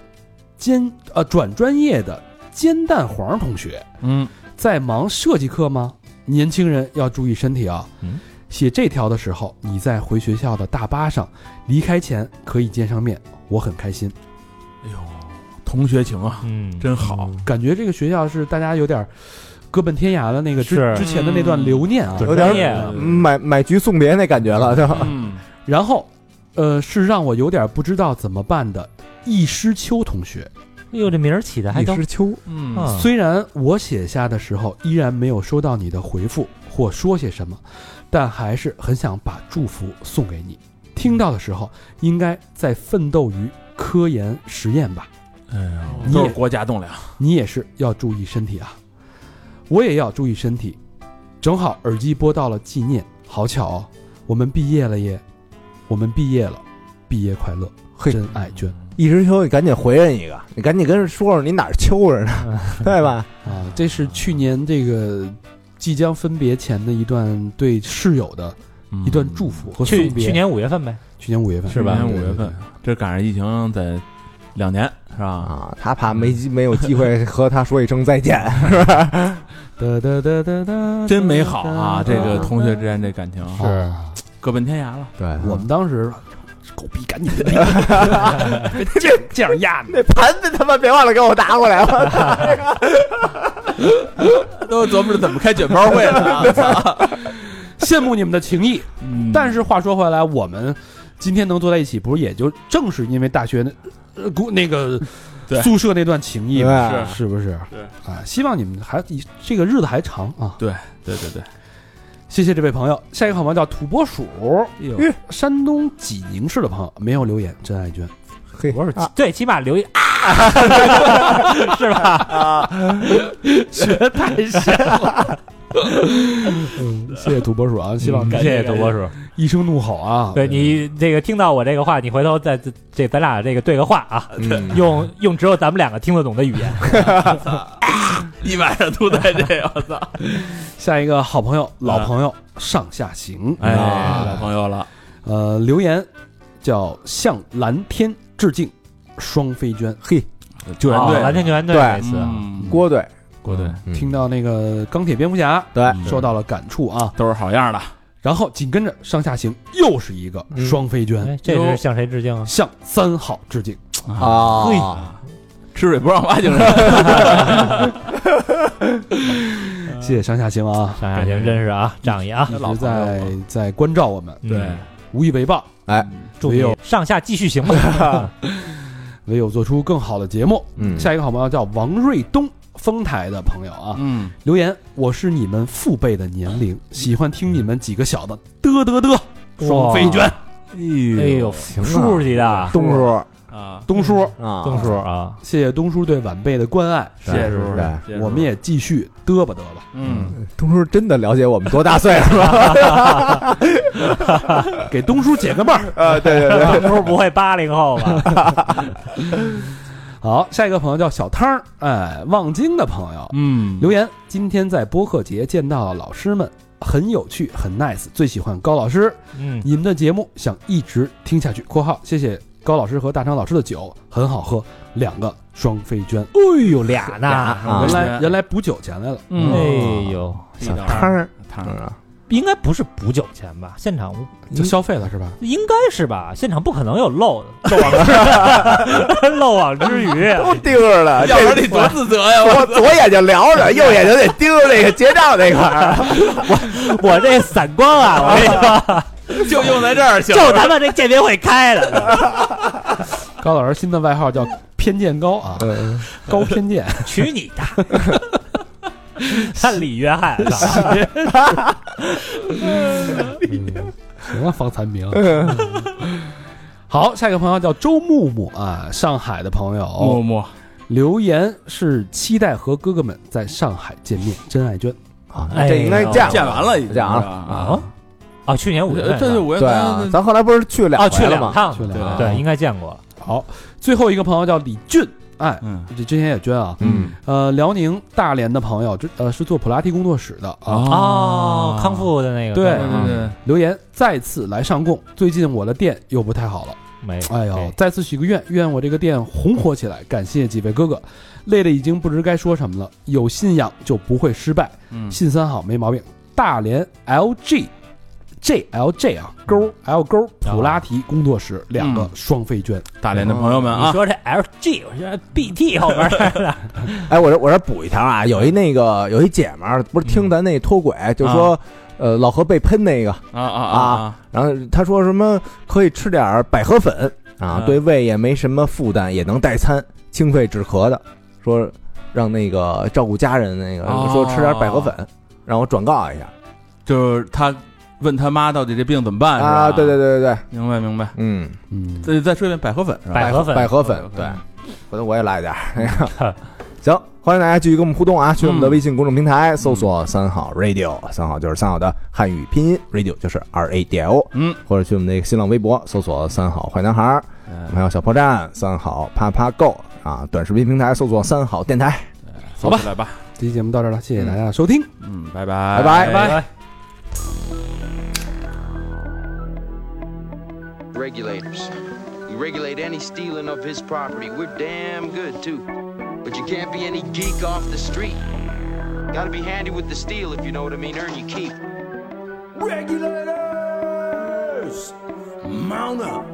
S1: 兼呃转专业的煎蛋黄同学
S5: 嗯，
S1: 在忙设计课吗？年轻人要注意身体啊。
S11: 嗯
S1: 写这条的时候，你在回学校的大巴上，离开前可以见上面，我很开心。
S5: 哎呦，同学情啊，
S11: 嗯，
S5: 真好，
S1: 感觉这个学校是大家有点儿各奔天涯的那个之
S11: 是
S1: 之前的那段留念啊，
S11: 嗯
S3: 有
S11: 专业
S3: 点
S11: 啊
S3: 买买局送别那感觉了，就
S5: 嗯，
S1: 然后，呃，是让我有点不知道怎么办的易诗秋同学。
S11: 哎呦，这名儿起的还
S3: 一
S11: 都
S3: 时秋，
S5: 嗯，
S11: 嗯，
S1: 虽然我写下的时候依然没有收到你的回复或说些什么，但还是很想把祝福送给你。听到的时候，应该在奋斗于科研实验吧。
S5: 哎呦，
S1: 你
S5: 都是国家栋梁，
S1: 你也是要注意身体啊，我也要注意身体。正好耳机播到了纪念，好巧哦，我们毕业了耶，我们毕业了，毕业快乐，
S3: 嘿
S1: 真爱娟。
S3: 一时秋，你赶紧回人一个，你赶紧跟人说说你哪儿秋着呢，对吧？
S1: 啊，这是去年这个即将分别前的一段对室友的
S5: 嗯
S1: 一段祝福和
S11: 去
S1: 送别。
S11: 去年五月份呗，
S1: 去年五月份嗯
S5: 是吧？
S1: 对
S5: 五
S1: 对
S5: 月
S1: 对
S5: 份，这赶上疫情得两年是吧？
S3: 啊，他怕没机没有机会和他说一声再见，是吧？
S1: 哒哒哒哒哒，
S5: 真美好啊！这
S1: 哒
S5: 个
S1: 哒
S5: 同学之间这感情
S1: 是
S5: 各奔天涯了。
S3: 对，
S1: 我们当时狗逼赶紧的，
S3: 那盘子他妈别忘了给我拿过来了。
S5: 都琢磨着怎么开卷包会了。
S1: 羡慕你们的情谊。
S5: 嗯
S1: 但是话说回来，我们今天能坐在一起，不是也就正是因为大学那呃姑那个
S5: 对
S1: 宿舍那段情谊吗？
S3: 对
S1: 是不是？
S5: 对
S1: 啊，希望你们还这个日子还长啊！
S5: 对对对，
S1: 谢谢这位朋友。下一个好朋友叫土拨鼠，哎
S5: 哟
S1: 山东济宁市的朋友没有留言，真爱娟。
S3: 嘿，
S11: 我说
S3: 啊
S11: 对，起码留一啊，是吧？
S1: 嗯，谢 谢土拨鼠啊！希望
S11: 谢谢主播叔，
S1: 一声怒吼啊！
S11: 对你这个听到我这个话，你回头再这咱俩这个对个话啊，
S3: 嗯
S11: 用用只有咱们两个听得懂的语言。
S5: 一晚上都在这，我操！
S1: 下一个好朋友，老朋友上下行，
S5: 哎，
S1: 啊
S5: 老朋友了，
S1: 呃，留言叫向蓝天致敬，双飞娟。嘿，
S5: 救援队
S4: 哦
S11: 啊，蓝天救援队
S3: 对
S11: 那次，
S5: 嗯
S3: 郭队，
S5: 郭队
S3: 嗯
S1: 听到那个钢铁蝙蝠侠，
S3: 对
S5: 嗯
S1: 受到了感触啊。
S5: 都是好样的，
S1: 然后紧跟着上下行又是一个
S3: 嗯
S1: 双飞娟，
S11: 哎这是向谁致敬啊？
S1: 向三好致敬。
S5: 嗯
S3: 啊，
S5: 吃水不让挖井人。
S1: 谢谢上下行啊，
S11: 上下行真是啊，仗义啊！
S1: 一
S5: 老
S1: 直
S5: 朋友
S1: 在
S5: 了
S1: 在关照我们，
S5: 对，
S11: 嗯
S1: 无以为报，
S5: 哎
S1: 嗯
S11: 祝
S1: 唯
S11: 你
S1: 有
S11: 上下继续行吧。
S1: 唯有做出更好的节目。
S3: 嗯
S1: 下一个好朋友叫王瑞东，丰台的朋友啊，
S5: 嗯，
S1: 留言：我是你们父辈的年龄，喜欢听你们几个小子嘚嘚嘚。双飞娟，
S5: 哎
S11: 哎呦，
S3: 啊
S11: 叔级的
S3: 东叔
S5: 啊，
S1: 东叔，
S3: 啊，
S11: 邓叔啊，
S1: 谢谢东叔对晚辈的关爱，
S5: 谢谢叔叔
S3: 对，
S5: 谢谢叔叔
S1: 我们也继续嘚吧嘚吧，
S5: 嗯，
S3: 东叔真的了解我们多大岁数了？
S5: 嗯
S1: 给东叔解个闷 儿。
S3: 啊，对对对，
S11: 邓叔不会八零后吧？
S1: 好，下一个朋友叫小汤儿，哎，望京的朋友
S5: 嗯
S1: 留言，今天在播客节见到老师们，很有趣，很 nice，最喜欢高老师，
S11: 嗯，
S1: 你们的节目想一直听下去。（括号谢谢高老师和大昌老师的酒很好喝，两个双飞娟。
S11: 哎呦俩呢，
S3: 啊
S1: 原来原来补酒钱来了，
S5: 嗯
S11: 哎呦，
S3: 小摊儿，
S5: 汤
S3: 嗯
S5: 儿，
S3: 啊
S11: 应该不是补酒钱吧？现场
S1: 就消费了是吧？
S11: 应该是吧？现场不可能有漏漏网之漏网之鱼。
S3: 都盯着了，
S5: 啊要不然
S3: 这
S5: 你多自责 呀！
S3: 我左眼睛聊着，右眼睛得盯着那个结账那块儿。
S11: 我这散光啊，我跟你说，
S5: 我就用在这儿 行
S11: 就他妈这见面会开 的，
S1: 高老师新的外号 叫偏见高啊，高偏见。
S11: 娶你的！看李约翰，啊
S1: 什么方残明？
S11: 嗯
S1: 好，下一个朋友叫周木木啊，上海的朋
S5: 默
S1: 友
S5: 默，
S1: 留言是期待和哥哥们在上海见面，真爱娟。
S3: 啊
S11: 哎
S3: 这应该
S11: 呦
S3: 见过
S5: 见完了已经
S3: 见完了
S5: 啊
S11: 啊，啊，去年五月份
S5: 这
S11: 是吧，
S5: 这我
S3: 对啊，咱后来不是去两
S11: 啊，
S3: 回
S11: 去
S3: 了
S11: 两
S3: 吗？
S11: 趟
S1: 去
S11: 了，
S1: 两趟
S11: 对，应该见过了。
S1: 好，最后一个朋友叫李俊，哎，
S5: 嗯
S1: 这之前也娟啊，
S5: 嗯
S1: 呃，辽宁大连的朋友，这呃是做普拉提工作室的啊，
S11: 哦，康复的那个，
S1: 对
S4: 啊
S5: 对对对，
S1: 留言再次来上供，最近我的店又不太好了。
S11: 没，
S1: 哎呦，再次许个愿，愿我这个店红火起来。感谢几位哥哥，累得已经不知该说什么了。有信仰就不会失败，
S5: 嗯
S1: 信三好没毛病。大连 LG JLJ 啊，勾 L 勾普拉提工作室两个双飞娟，
S5: 大连的朋友们
S11: 你
S5: 啊，
S11: 说这 LG，我说 BT 后边儿的，
S3: 哎，我这我这补一条啊，有一那个有一姐们儿，不是听咱那脱轨，就说呃老何被喷那个，
S5: 啊啊啊，
S3: 然后她说什么可以吃点儿百合粉啊，
S5: 嗯
S3: 对胃也没什么负担，也能代餐，清肺止咳的。说让那个照顾家人那个
S5: 哦
S3: 说吃点百合粉，让我转告一下
S5: 就是他问他妈到底这病怎么办是吧
S3: 啊，对对，对对对，
S5: 明白明白，
S3: 嗯，
S1: 嗯，
S5: 再再说一遍百合粉是吧？
S11: 百合粉
S3: 百合粉
S5: 合，
S3: 对
S5: 粉，
S3: 回头我也来点儿。 哎呀行，欢迎大家继续跟我们互动啊！去我们的
S5: 嗯
S3: 微信公众平台搜索“三好 radio”，三好就是三好的汉语拼音，radio 就是 R A D I O，
S5: 嗯，
S3: 或者去我们的新浪微博搜索“三好坏男孩儿”，
S5: 哎
S3: 还有小破站“三好啪啪 go” 啊，短视频平台搜索“三好电台
S5: 走吧，来吧，
S1: 这期节目到这儿了，谢谢大家的收听。
S5: 嗯，拜拜，
S3: 拜拜
S5: 拜。
S12: regulators. We regulate any stealing of his property. We're damn good, too. But you can't be any geek off the street. Gotta be handy with the steel if you know what I mean. Earn your keep.
S13: Regulators! Mount up!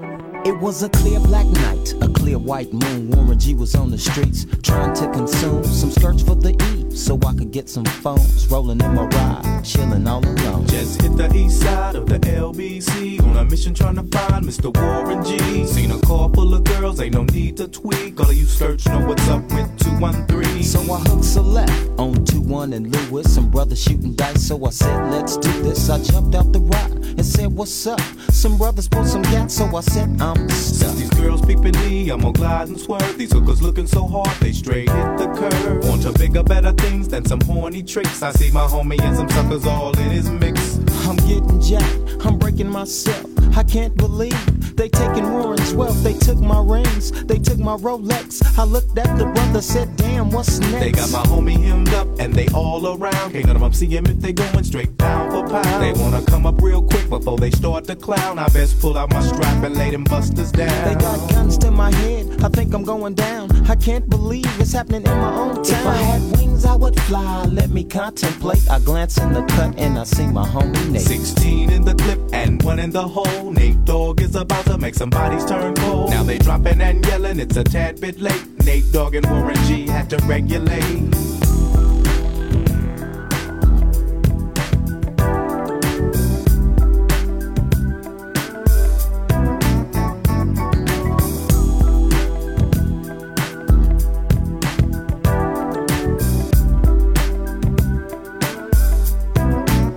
S13: It was a clear black night, a clear white moon. Warren G was on the streets trying to consume some skirts for the E so I could get some phones. Rolling in my ride, chilling all alone.
S14: Just hit the east side of the LBC on a mission trying to find Mr. Warren G. Seen a car full of girls, ain't no need to tweak. All of you search know what's up with 213.
S13: So I hooked select on 2 1 and Lewis. Some brothers shooting dice, so I said, let's do this. I jumped out the ride and said, what's up? Some brothers pulled some gas, so I said, I'm
S14: Since
S13: stuck.
S14: these girls peeping me, I'm gonna glide and swerve. These hookers looking so hard, they straight hit the curve. Want to bigger, better things than some horny tricks. I see my homie and some suckers all in his mix.
S13: I'm getting jacked, I'm breaking myself. I can't believe they taking Warren's wealth. They took my rings, they took my Rolex. I looked at the brother, said, damn, what's next?
S14: They got my homie hemmed up and they all around. Can't none of them see him if they going straight down for pound. They wanna come up real quick before they start to clown. I best pull out my strap and lay them busters down.
S13: They got guns to my head. I think I'm going down. I can't believe it's happening in my own town. If I had wings, I would fly. Let me contemplate. I glance in the cut and I see my homie Nate.
S14: 16 in the clip and one in the hole. Nate Dogg is about to make some bodies turn cold. Now they dropping and yelling, it's a tad bit late. Nate Dogg and Warren G had to regulate.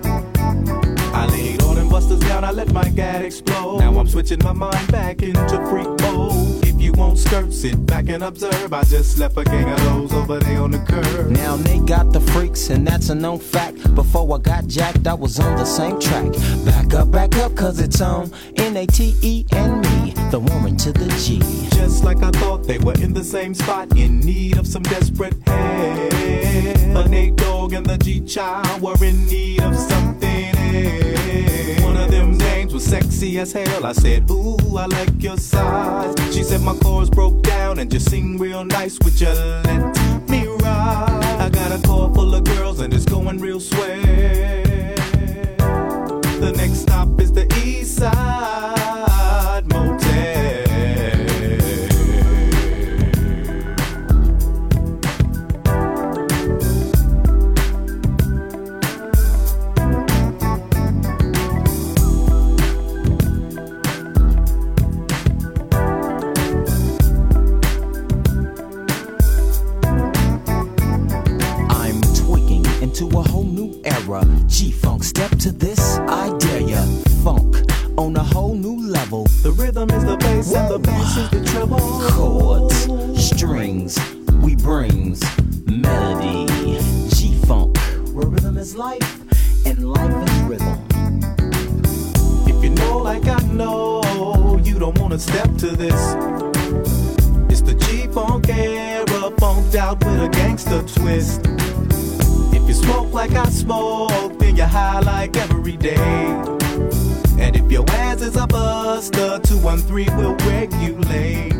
S14: I laid all them busters down, I let my gad explode. Now I'm switching my mind back into freak mode. If you won't skirt, sit back and observe. I just left a gang of those over there on the curb.
S13: Now they got the freaks, and that's a known fact. Before I got jacked, I was on the same track. Back up, back up, cause it's on N A T E and me, the woman to the G.
S14: Just like I thought they were in the same spot, in need of some desperate help. But Nate Dogg and the G Child were in need of something else. One of them names was sexy as hell. I said, Ooh, I like your size. She said my chords broke down and just sing real nice. Would you let me ride? I got a car full of girls and it's going real swell. The next stop is the East Side Motel.
S13: I'm tweaking into a whole new era. G Funk, step to this, I dare ya. Funk on a whole new level.
S14: The rhythm is the bass and the bass is the treble.
S13: chords, strings, we brings melody, G funk, where rhythm is life and life is rhythm.
S14: If you know like I know, you don't wanna step to this. It's the G-Funk era, funked out with a gangster twist. If you smoke like I smoke, then you're high like every day. And if your ass is a buster, 213 will regulate.